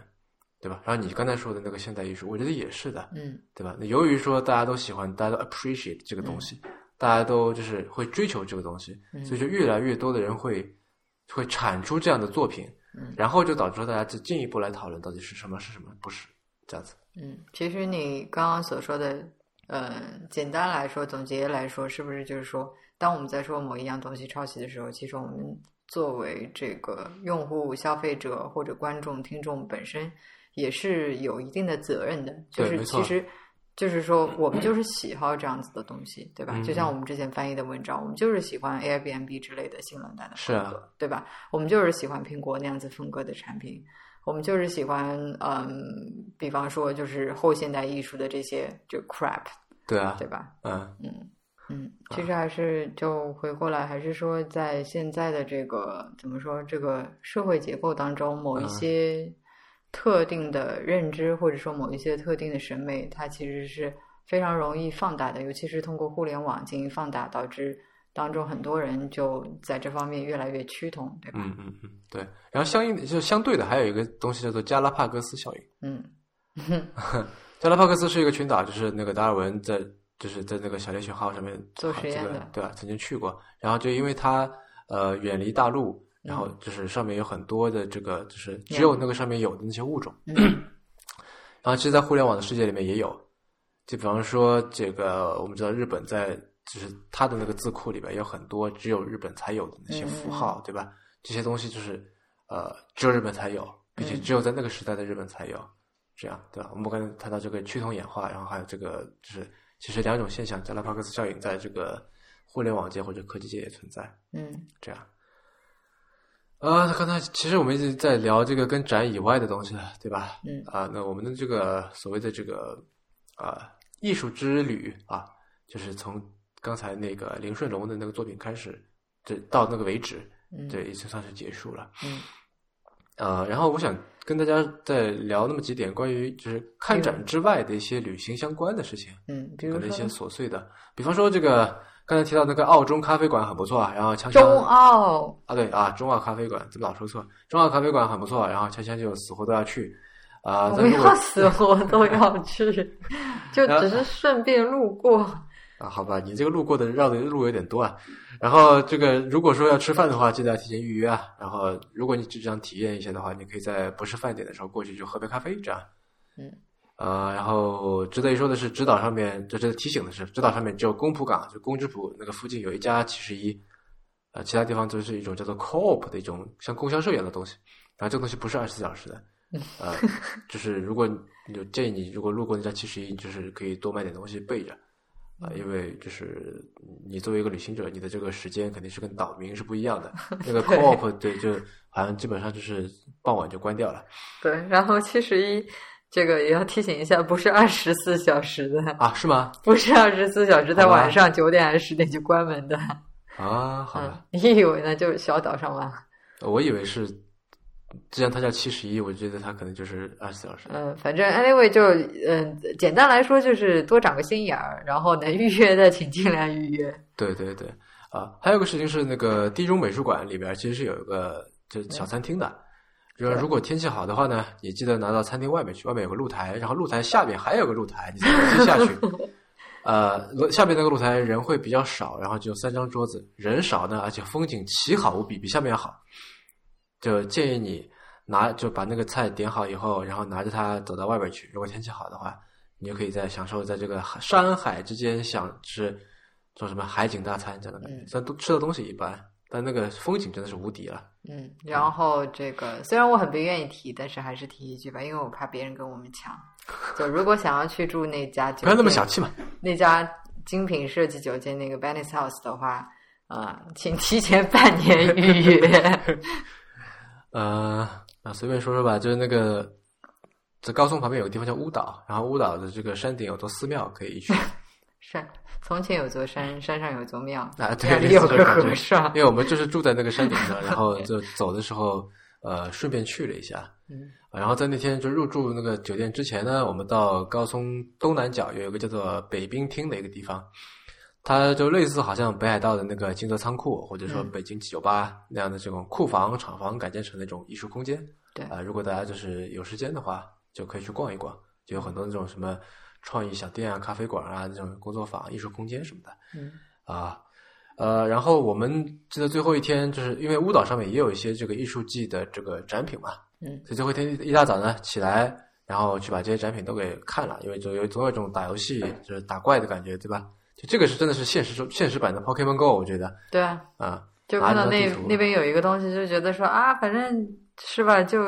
S1: 对吧？然后你刚才说的那个现代艺术，我觉得也是的，
S2: 嗯
S1: 对吧？那由于说大家都喜欢，大家都 appreciate 这个东西，大家都就是会追求这个东西，
S2: 嗯
S1: 所以就越来越多的人会会产出这样的作品，
S2: 嗯
S1: 然后就导致说大家就进一步来讨论到底是什么是什么，不是这样子。
S2: 嗯，其实你刚刚所说的，呃，简单来说，总结来说，是不是就是说，当我们在说某一样东西抄袭的时候，其实我们作为这个用户、消费者或者观众、听众本身，也是有一定的责任的，就
S1: 对
S2: 是
S1: 没
S2: 其
S1: 错
S2: 实。就是说，我们就是喜好这样子的东西，对吧？
S1: 嗯
S2: 就像我们之前翻译的文章，我们就是喜欢 Airbnb 之类的新冷淡的
S1: 是啊
S2: 风格，对吧？我们就是喜欢苹果那样子风格的产品，我们就是喜欢，嗯，比方说就是后现代艺术的这些就 crap，
S1: 对啊，
S2: 对吧？
S1: 嗯，
S2: 嗯，其实还是就回过来，还是说在现在的这个怎么说这个社会结构当中，某一
S1: 嗯
S2: 些特定的认知，或者说某一些特定的审美，它其实是非常容易放大的，尤其是通过互联网进行放大，导致当中很多人就在这方面越来越趋同，对吧？
S1: 嗯嗯嗯，对。然后相应的就相对的还有一个东西叫做加拉帕戈斯效应。
S2: 嗯
S1: 加拉帕戈斯是一个群岛，就是那个达尔文在就是在那个小猎犬号上面
S2: 做实验
S1: 这个
S2: 的
S1: 对吧？啊曾经去过，然后就因为它呃远离大陆，然后就是上面有很多的这个就是只有那个上面有的那些物种，
S2: 嗯
S1: 然后其实，在互联网的世界里面也有，就比方说这个，我们知道日本在就是它的那个字库里边有很多只有日本才有的那些符号，
S2: 嗯
S1: 对吧？这些东西就是呃，只有日本才有，并且只有在那个时代的日本才有，这样对吧？我们刚才谈到这个趋同演化，然后还有这个就是其实两种现象，加拉帕戈斯效应在这个互联网界或者科技界也存在。
S2: 嗯
S1: 这样。呃，刚才其实我们一直在聊这个跟展以外的东西了，对吧？
S2: 嗯
S1: 啊、那我们的这个所谓的这个啊、艺术之旅啊，就是从刚才那个林顺龙的那个作品开始，这到那个为止，
S2: 嗯，
S1: 这已经算是结束了。
S2: 嗯
S1: 呃，然后我想跟大家再聊那么几点关于就是看展之外的一些旅行相关的事情。
S2: 嗯，比
S1: 可
S2: 如
S1: 能一些
S2: 说
S1: 琐碎的，比方说这个刚才提到那个澳中咖啡馆很不错啊，然后锵锵
S2: 中澳，
S1: 啊，对啊，中澳咖啡馆，怎么老说错？中澳咖啡馆很不错，然后锵锵就死活都要去，啊、
S2: 我
S1: 但
S2: 们
S1: 如果
S2: 要死活都要去， 就只是顺便路过。
S1: 啊，好吧，你这个路过的绕的路有点多啊。然后这个如果说要吃饭的话，记得要提前预约啊。然后如果你只想体验一下的话，你可以在不是饭点的时候过去就喝杯咖啡，这样。
S2: 嗯。
S1: 呃，然后值得一说的是，直岛上面就这提醒的是，直岛上面只有宫浦港，就宫之浦那个附近有一家七十一，呃，其他地方就是一种叫做 co-op 的一种像供销社一样的东西。然后这个东西不是二十四小时的，呃，就是如果你就建议你如果路过那家七十一，就是可以多买点东西备着。啊、因为就是你作为一个旅行者，你的这个时间肯定是跟岛民是不一样的。那个 co-op 对，就好像基本上就是傍晚就关掉了
S2: 对，然后七十一这个也要提醒一下，不是二十四小时的，
S1: 啊，是吗？
S2: 不是二十四小时，在
S1: 好吧
S2: 晚上九点还是十点就关门的。
S1: 啊，好
S2: 嗯
S1: 吧，，
S2: 你以为呢？就是小岛上玩，
S1: 我以为是，既然它叫七十一，我觉得它可能就是二十四小时。
S2: 嗯，反正 anyway 就嗯，简单来说就是多长个心眼儿，然后能预约的请尽量预约。
S1: 对对对，啊，还有个事情是，那个地中美术馆里边其实是有一个就是小餐厅的，就是
S2: 对
S1: 如果天气好的话呢，你记得拿到餐厅外面去，外面有个露台，然后露台下面还有个露台，你才能先下去。呃，下面那个露台人会比较少，然后只有三张桌子，人少呢，而且风景奇好无比，比下面要好。就建议你拿就把那个菜点好以后，然后拿着它走到外边去。如果天气好的话，你就可以在享受在这个海山海之间享吃，做什么海景大餐这样的感觉。
S2: 嗯
S1: 虽然都吃的东西一般，但那个风景真的是无敌了。
S2: 嗯，然后这个虽然我很不愿意提，但是还是提一句吧，因为我怕别人跟我们 抢。就如果想要去住那家酒
S1: 不要那么
S2: 店
S1: 小气嘛。
S2: 那家精品设计酒店那个 b e n n e s House 的话，啊、请提前半年预约。
S1: 呃，啊，随便说说吧，就是那个在高松旁边有个地方叫乌岛，然后乌岛的这个山顶有座寺庙可以 去
S2: 山，从前有座山，山上有座庙，
S1: 啊，对
S2: 那，里
S1: 类似
S2: 有
S1: 这
S2: 个
S1: 种感
S2: 和
S1: 觉。
S2: 尚。
S1: 因为我们就是住在那个山顶上，然后就走的时候，呃，顺便去了一下。
S2: 嗯
S1: 然后在那天就入住那个酒店之前呢，我们到高松东南角有一个叫做北冰厅的一个地方，它就类似好像北海道的那个金泽仓库，或者说
S2: 嗯
S1: 北京酒吧那样的这种库房、厂房改建成那种艺术空间。
S2: 对
S1: 啊、如果大家就是有时间的话，就可以去逛一逛，就有很多那种什么创意小店啊、咖啡馆啊、那种工作坊、艺术空间什么的。
S2: 嗯
S1: 啊，呃，然后我们记得最后一天，就是因为乌岛上面也有一些这个艺术季的这个展品嘛，
S2: 嗯
S1: 所以最后一天一大早呢起来，然后去把这些展品都给看了，因为就有总有一种打游戏就是打怪的感觉，对吧？就这个是真的是现实中现实版的 Pokemon Go，我觉得
S2: 对啊，
S1: 啊，
S2: 就看到
S1: 拿着
S2: 那
S1: 地图
S2: 那边有一个东西，就觉得说啊，反正是吧，就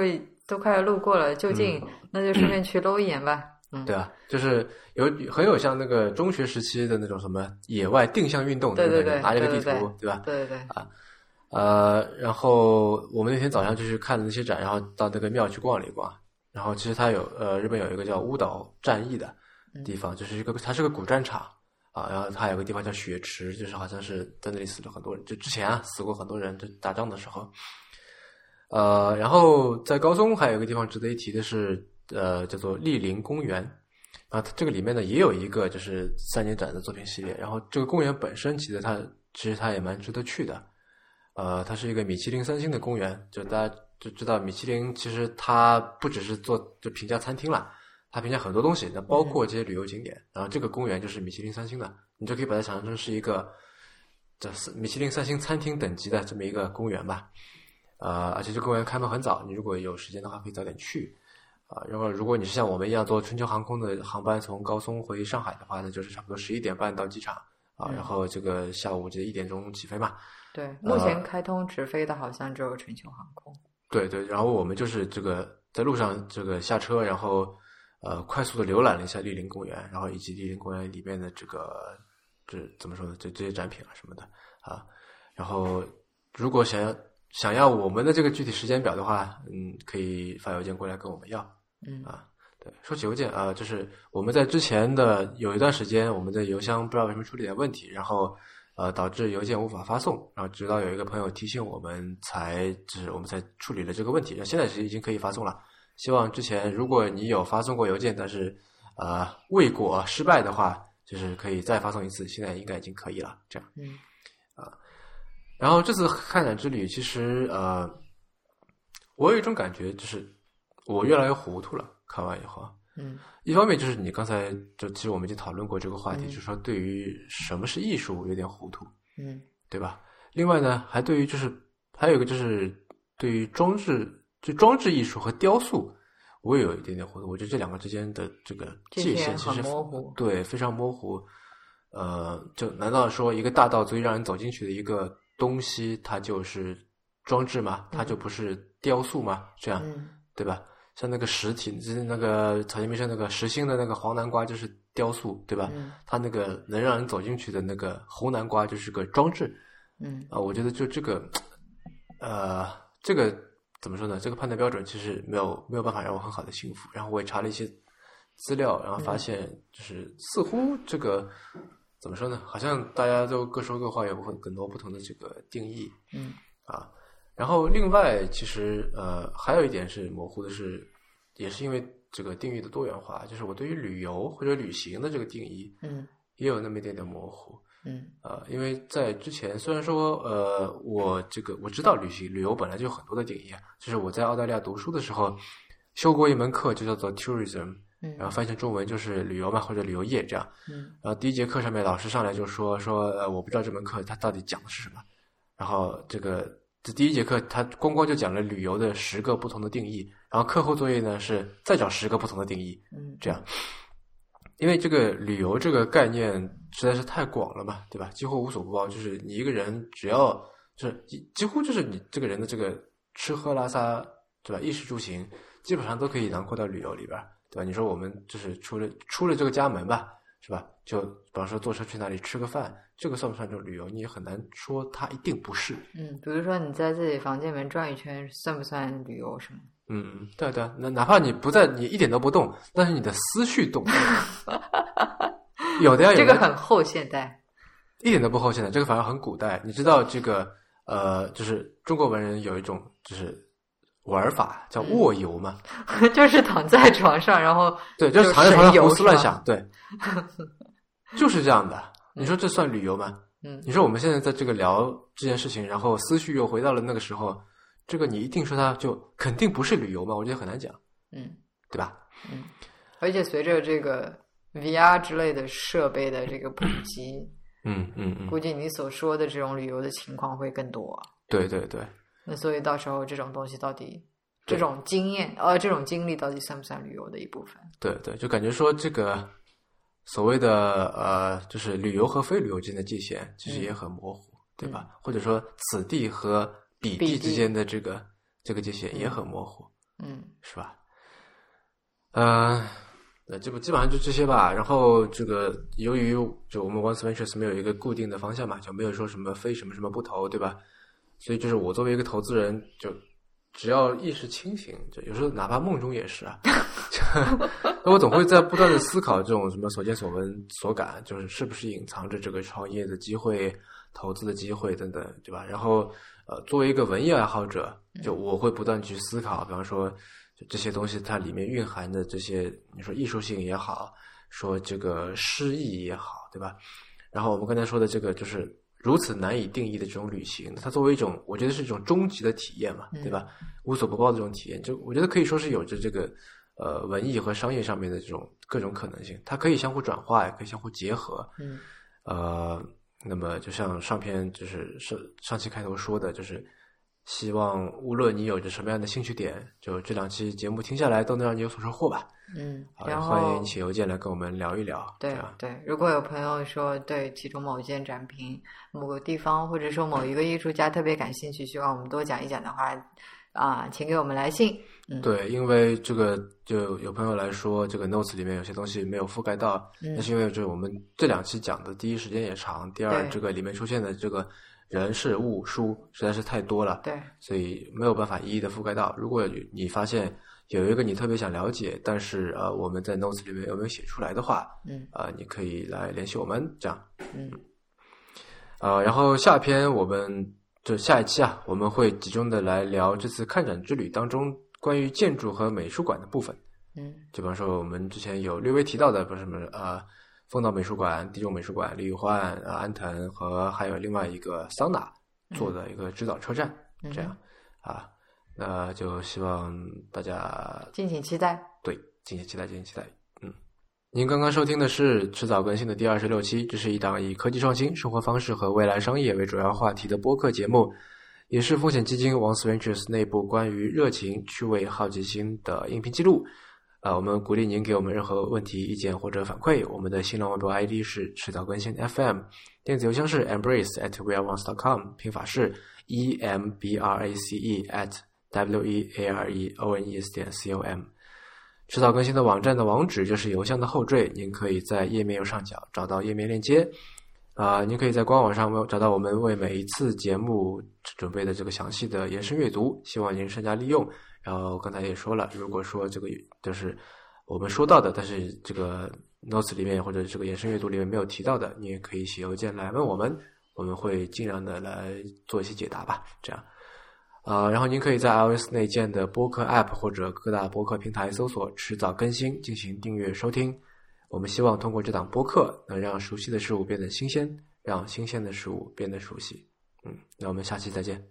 S2: 都快要路过了，就近，
S1: 嗯
S2: 那就顺便去搂一眼吧。嗯，
S1: 对啊，就是有很有像那个中学时期的那种什么野外定向运动那种感
S2: 对对
S1: 觉，
S2: 对
S1: 拿着个地
S2: 对
S1: 图，
S2: 对
S1: 对吧？
S2: 对对对，
S1: 呃，然后我们那天早上就去看了那些展，然后到那个庙去逛了一逛。然后其实它有呃，日本有一个叫乌岛战役的地方，就是一个它是个古战场啊。然后它有个地方叫雪池，就是好像是在那里死了很多人，就之前啊死过很多人，就打仗的时候。呃，然后在高松还有一个地方值得一提的是，呃，叫做立林公园。啊，它这个里面呢也有一个就是三年展的作品系列，然后这个公园本身其实它其实它也蛮值得去的，呃，它是一个米其林三星的公园，就大家就知道米其林其实它不只是做就评价餐厅啦，它评价很多东西，那包括这些旅游景点，然后这个公园就是米其林三星的，你就可以把它想象成是一个这是米其林三星餐厅等级的这么一个公园吧，呃，而且这公园开门很早，你如果有时间的话可以早点去，啊，然后如果你是像我们一样坐春秋航空的航班从高松回上海的话，那就是差不多十一点半到机场啊，
S2: 嗯
S1: 然后这个下午这一点钟起飞嘛。
S2: 对，
S1: 呃
S2: 目前开通直飞的好像只有春秋航空。
S1: 对对，然后我们就是这个在路上这个下车，然后呃快速的浏览了一下栗林公园，然后以及栗林公园里面的这个这怎么说呢？这这些展品啊什么的啊，然后如果想要想要我们的这个具体时间表的话，嗯，可以发邮件过来跟我们要。
S2: 嗯
S1: 啊对，说起邮件啊、呃就是我们在之前的有一段时间，我们的邮箱不知道为什么出了点问题，然后呃导致邮件无法发送，然后直到有一个朋友提醒我们才，就是我们才处理了这个问题。那现在是已经可以发送了。希望之前如果你有发送过邮件，但是呃未果失败的话，就是可以再发送一次。现在应该已经可以了，这样。
S2: 嗯
S1: 然后这次看展之旅，其实呃，我有一种感觉，就是我越来越糊涂了。看完以后，啊
S2: 嗯
S1: 一方面就是你刚才就其实我们已经讨论过这个话题，
S2: 嗯
S1: 就是说对于什么是艺术我有点糊涂，
S2: 嗯
S1: 对吧？另外呢，还对于就是还有一个就是对于装置就装置艺术和雕塑，我也有一点点糊涂。我觉得这两个之间的这个界限其
S2: 界限
S1: 实
S2: 很模糊
S1: 对，非常模糊。呃，就难道说一个大道足以让人走进去的一个东西，它就是装置吗？它就不是雕塑吗？这样，
S2: 嗯
S1: 对吧？像那个实体，就是那个草间弥生那个实心的那个黄南瓜，就是雕塑，对吧？
S2: 嗯
S1: 它那个能让人走进去的那个红南瓜，就是个装置
S2: 嗯
S1: 啊、我觉得就这个，呃，这个怎么说呢？这个判断标准其实没有没有办法让我很好的幸福。然后我也查了一些资料，然后发现就是似乎这个怎么说呢？好像大家都各说各话，有很很多不同的这个定义。
S2: 嗯
S1: 啊。然后另外，其实呃，还有一点是模糊的是，也是因为这个定义的多元化，就是我对于旅游或者旅行的这个定义
S2: 嗯
S1: 也有那么一点点模糊。
S2: 嗯
S1: 呃，因为在之前虽然说呃，我这个我知道旅行旅游本来就有很多的定义，啊，就是我在澳大利亚读书的时候修过一门课，就叫做 tourism，
S2: 嗯
S1: 然后翻译成中文就是旅游嘛或者旅游业这样。
S2: 嗯
S1: 然后第一节课上面老师上来就说说呃我不知道这门课它到底讲的是什么，然后这个这第一节课他光光就讲了旅游的十个不同的定义，然后课后作业呢是再找十个不同的定义，
S2: 嗯
S1: 这样，因为这个旅游这个概念实在是太广了嘛，对吧？几乎无所不包，就是你一个人只要就是几几乎就是你这个人的这个吃喝拉撒，对吧？衣食住行基本上都可以囊括到旅游里边儿，对吧？你说我们就是出了出了这个家门吧，是吧？就比方说坐车去哪里吃个饭，这个算不算这种旅游？你也很难说它一定不是。
S2: 嗯，比如说你在自己房间里面转一圈，算不算旅游什么？
S1: 嗯，对啊对啊，那哪怕你不在，你一点都不动，但是你的思绪 动了。有的呀，有的
S2: 这个很后现代。
S1: 一点都不后现代，这个反而很古代。你知道这个呃，就是中国文人有一种就是玩法叫卧游嘛？
S2: 就是躺在床上，然后
S1: 对，就是
S2: 就
S1: 躺在床
S2: 神
S1: 上
S2: 游
S1: 胡思
S2: 是吧
S1: 乱想， 对，就是这样的。你说这算旅游吗？
S2: 嗯
S1: 你说我们现在在这个聊这件事情，然后思绪又回到了那个时候，这个你一定说它就肯定不是旅游嘛？我觉得很难讲，
S2: 嗯，
S1: 对吧？
S2: 而且随着这个 VR 之类的设备的这个普及，
S1: 嗯嗯嗯，
S2: 估计你所说的这种旅游的情况会更多。啊
S1: 对对对。
S2: 那所以到时候这种东西到底，
S1: 对
S2: 这种经验呃，这种经历到底算不算旅游的一部分？
S1: 对对，就感觉说这个所谓的呃，就是旅游和非旅游之间的界限，其实
S2: 嗯
S1: 也很模糊，对吧？或者说此地和彼
S2: 彼
S1: 地之
S2: 地
S1: 间的这个这个界限也很模糊，
S2: 嗯
S1: 是吧？呃，那这不基本上就这些吧。然后这个由于就我们 Once Ventures 没有一个固定的方向嘛，就没有说什么非什么什么不投，对吧？所以就是我作为一个投资人，就只要意识清醒，就有时候哪怕梦中也是啊， 就我总会在不断的思考这种什么所见所闻所感，就是是不是隐藏着这个创业的机会、投资的机会等等，对吧？然后呃，作为一个文艺爱好者，就我会不断去思考，比方说就这些东西它里面蕴含的这些，你说艺术性也好，说这个诗意也好，对吧？然后我们刚才说的这个就是如此难以定义的这种旅行，它作为一种，我觉得是一种终极的体验嘛，对吧？无所不包的这种体验，就我觉得可以说是有着这个呃文艺和商业上面的这种各种可能性，它可以相互转化，也可以相互结合，
S2: 嗯
S1: 呃，那么就像上篇就是上上期开头说的，就是希望无论你有着什么样的兴趣点，就这两期节目听下来都能让你有所收获吧。
S2: 嗯，
S1: 好，
S2: 然
S1: 欢迎
S2: 后
S1: 你写邮件来跟我们聊一聊。
S2: 对
S1: 这样
S2: 对，如果有朋友说对其中某一件展品、某个地方，或者说某一个艺术家特别感兴趣，希望我们多讲一讲的话，啊，请给我们来信。
S1: 对，因为这个就有朋友来说，这个 notes 里面有些东西没有覆盖到，
S2: 嗯
S1: 那是因为这我们这两期讲的第一时间也长，第二
S2: 对
S1: 这个里面出现的这个人事物书实在是太多了。
S2: 对，
S1: 所以没有办法一一的覆盖到。如果有你发现有一个你特别想了解，但是呃我们在 notes 里面有没有写出来的话，
S2: 嗯
S1: 呃你可以来联系我们这样。
S2: 嗯
S1: 呃，然后下篇我们就下一期啊，我们会集中的来聊这次看展之旅当中关于建筑和美术馆的部分。
S2: 嗯
S1: 就比方说我们之前有略微提到的，比如什么呃，丰岛美术馆、第六美术馆、李宇焕、呃、安藤和还有另外一个桑拿做的一个指导车站，
S2: 嗯
S1: 这样啊，那就希望大家
S2: 敬请期待。
S1: 对敬请期待，敬请期待。嗯，您刚刚收听的是迟早更新的第二十六期，这是一档以科技创新、生活方式和未来商业为主要话题的播客节目。也是风险基金 Once Ventures 内部关于热情、趣味、好奇心的音频记录。啊，我们鼓励您给我们任何问题、意见或者反馈。我们的新浪微博 ID 是迟早更新 FM，电子邮箱是 embrace at weareones.com，拼法是 e m b r a c e at w e a r e o n e s 点 c o m。迟早更新的网站的网址就是邮箱的后缀，您可以在页面右上角找到页面链接。啊、您可以在官网上为找到我们为每一次节目准备的这个详细的延伸阅读，希望您善加利用。然后刚才也说了，如果说这个就是我们说到的，但是这个 notes 里面或者这个延伸阅读里面没有提到的，你也可以写邮件来问我们，我们会尽量的来做一些解答吧。这样，啊、然后您可以在 iOS 内建的播客 App 或者各大播客平台搜索“迟早更新”进行订阅收听。我们希望通过这档播客，能让熟悉的事物变得新鲜，让新鲜的事物变得熟悉。嗯，那我们下期再见。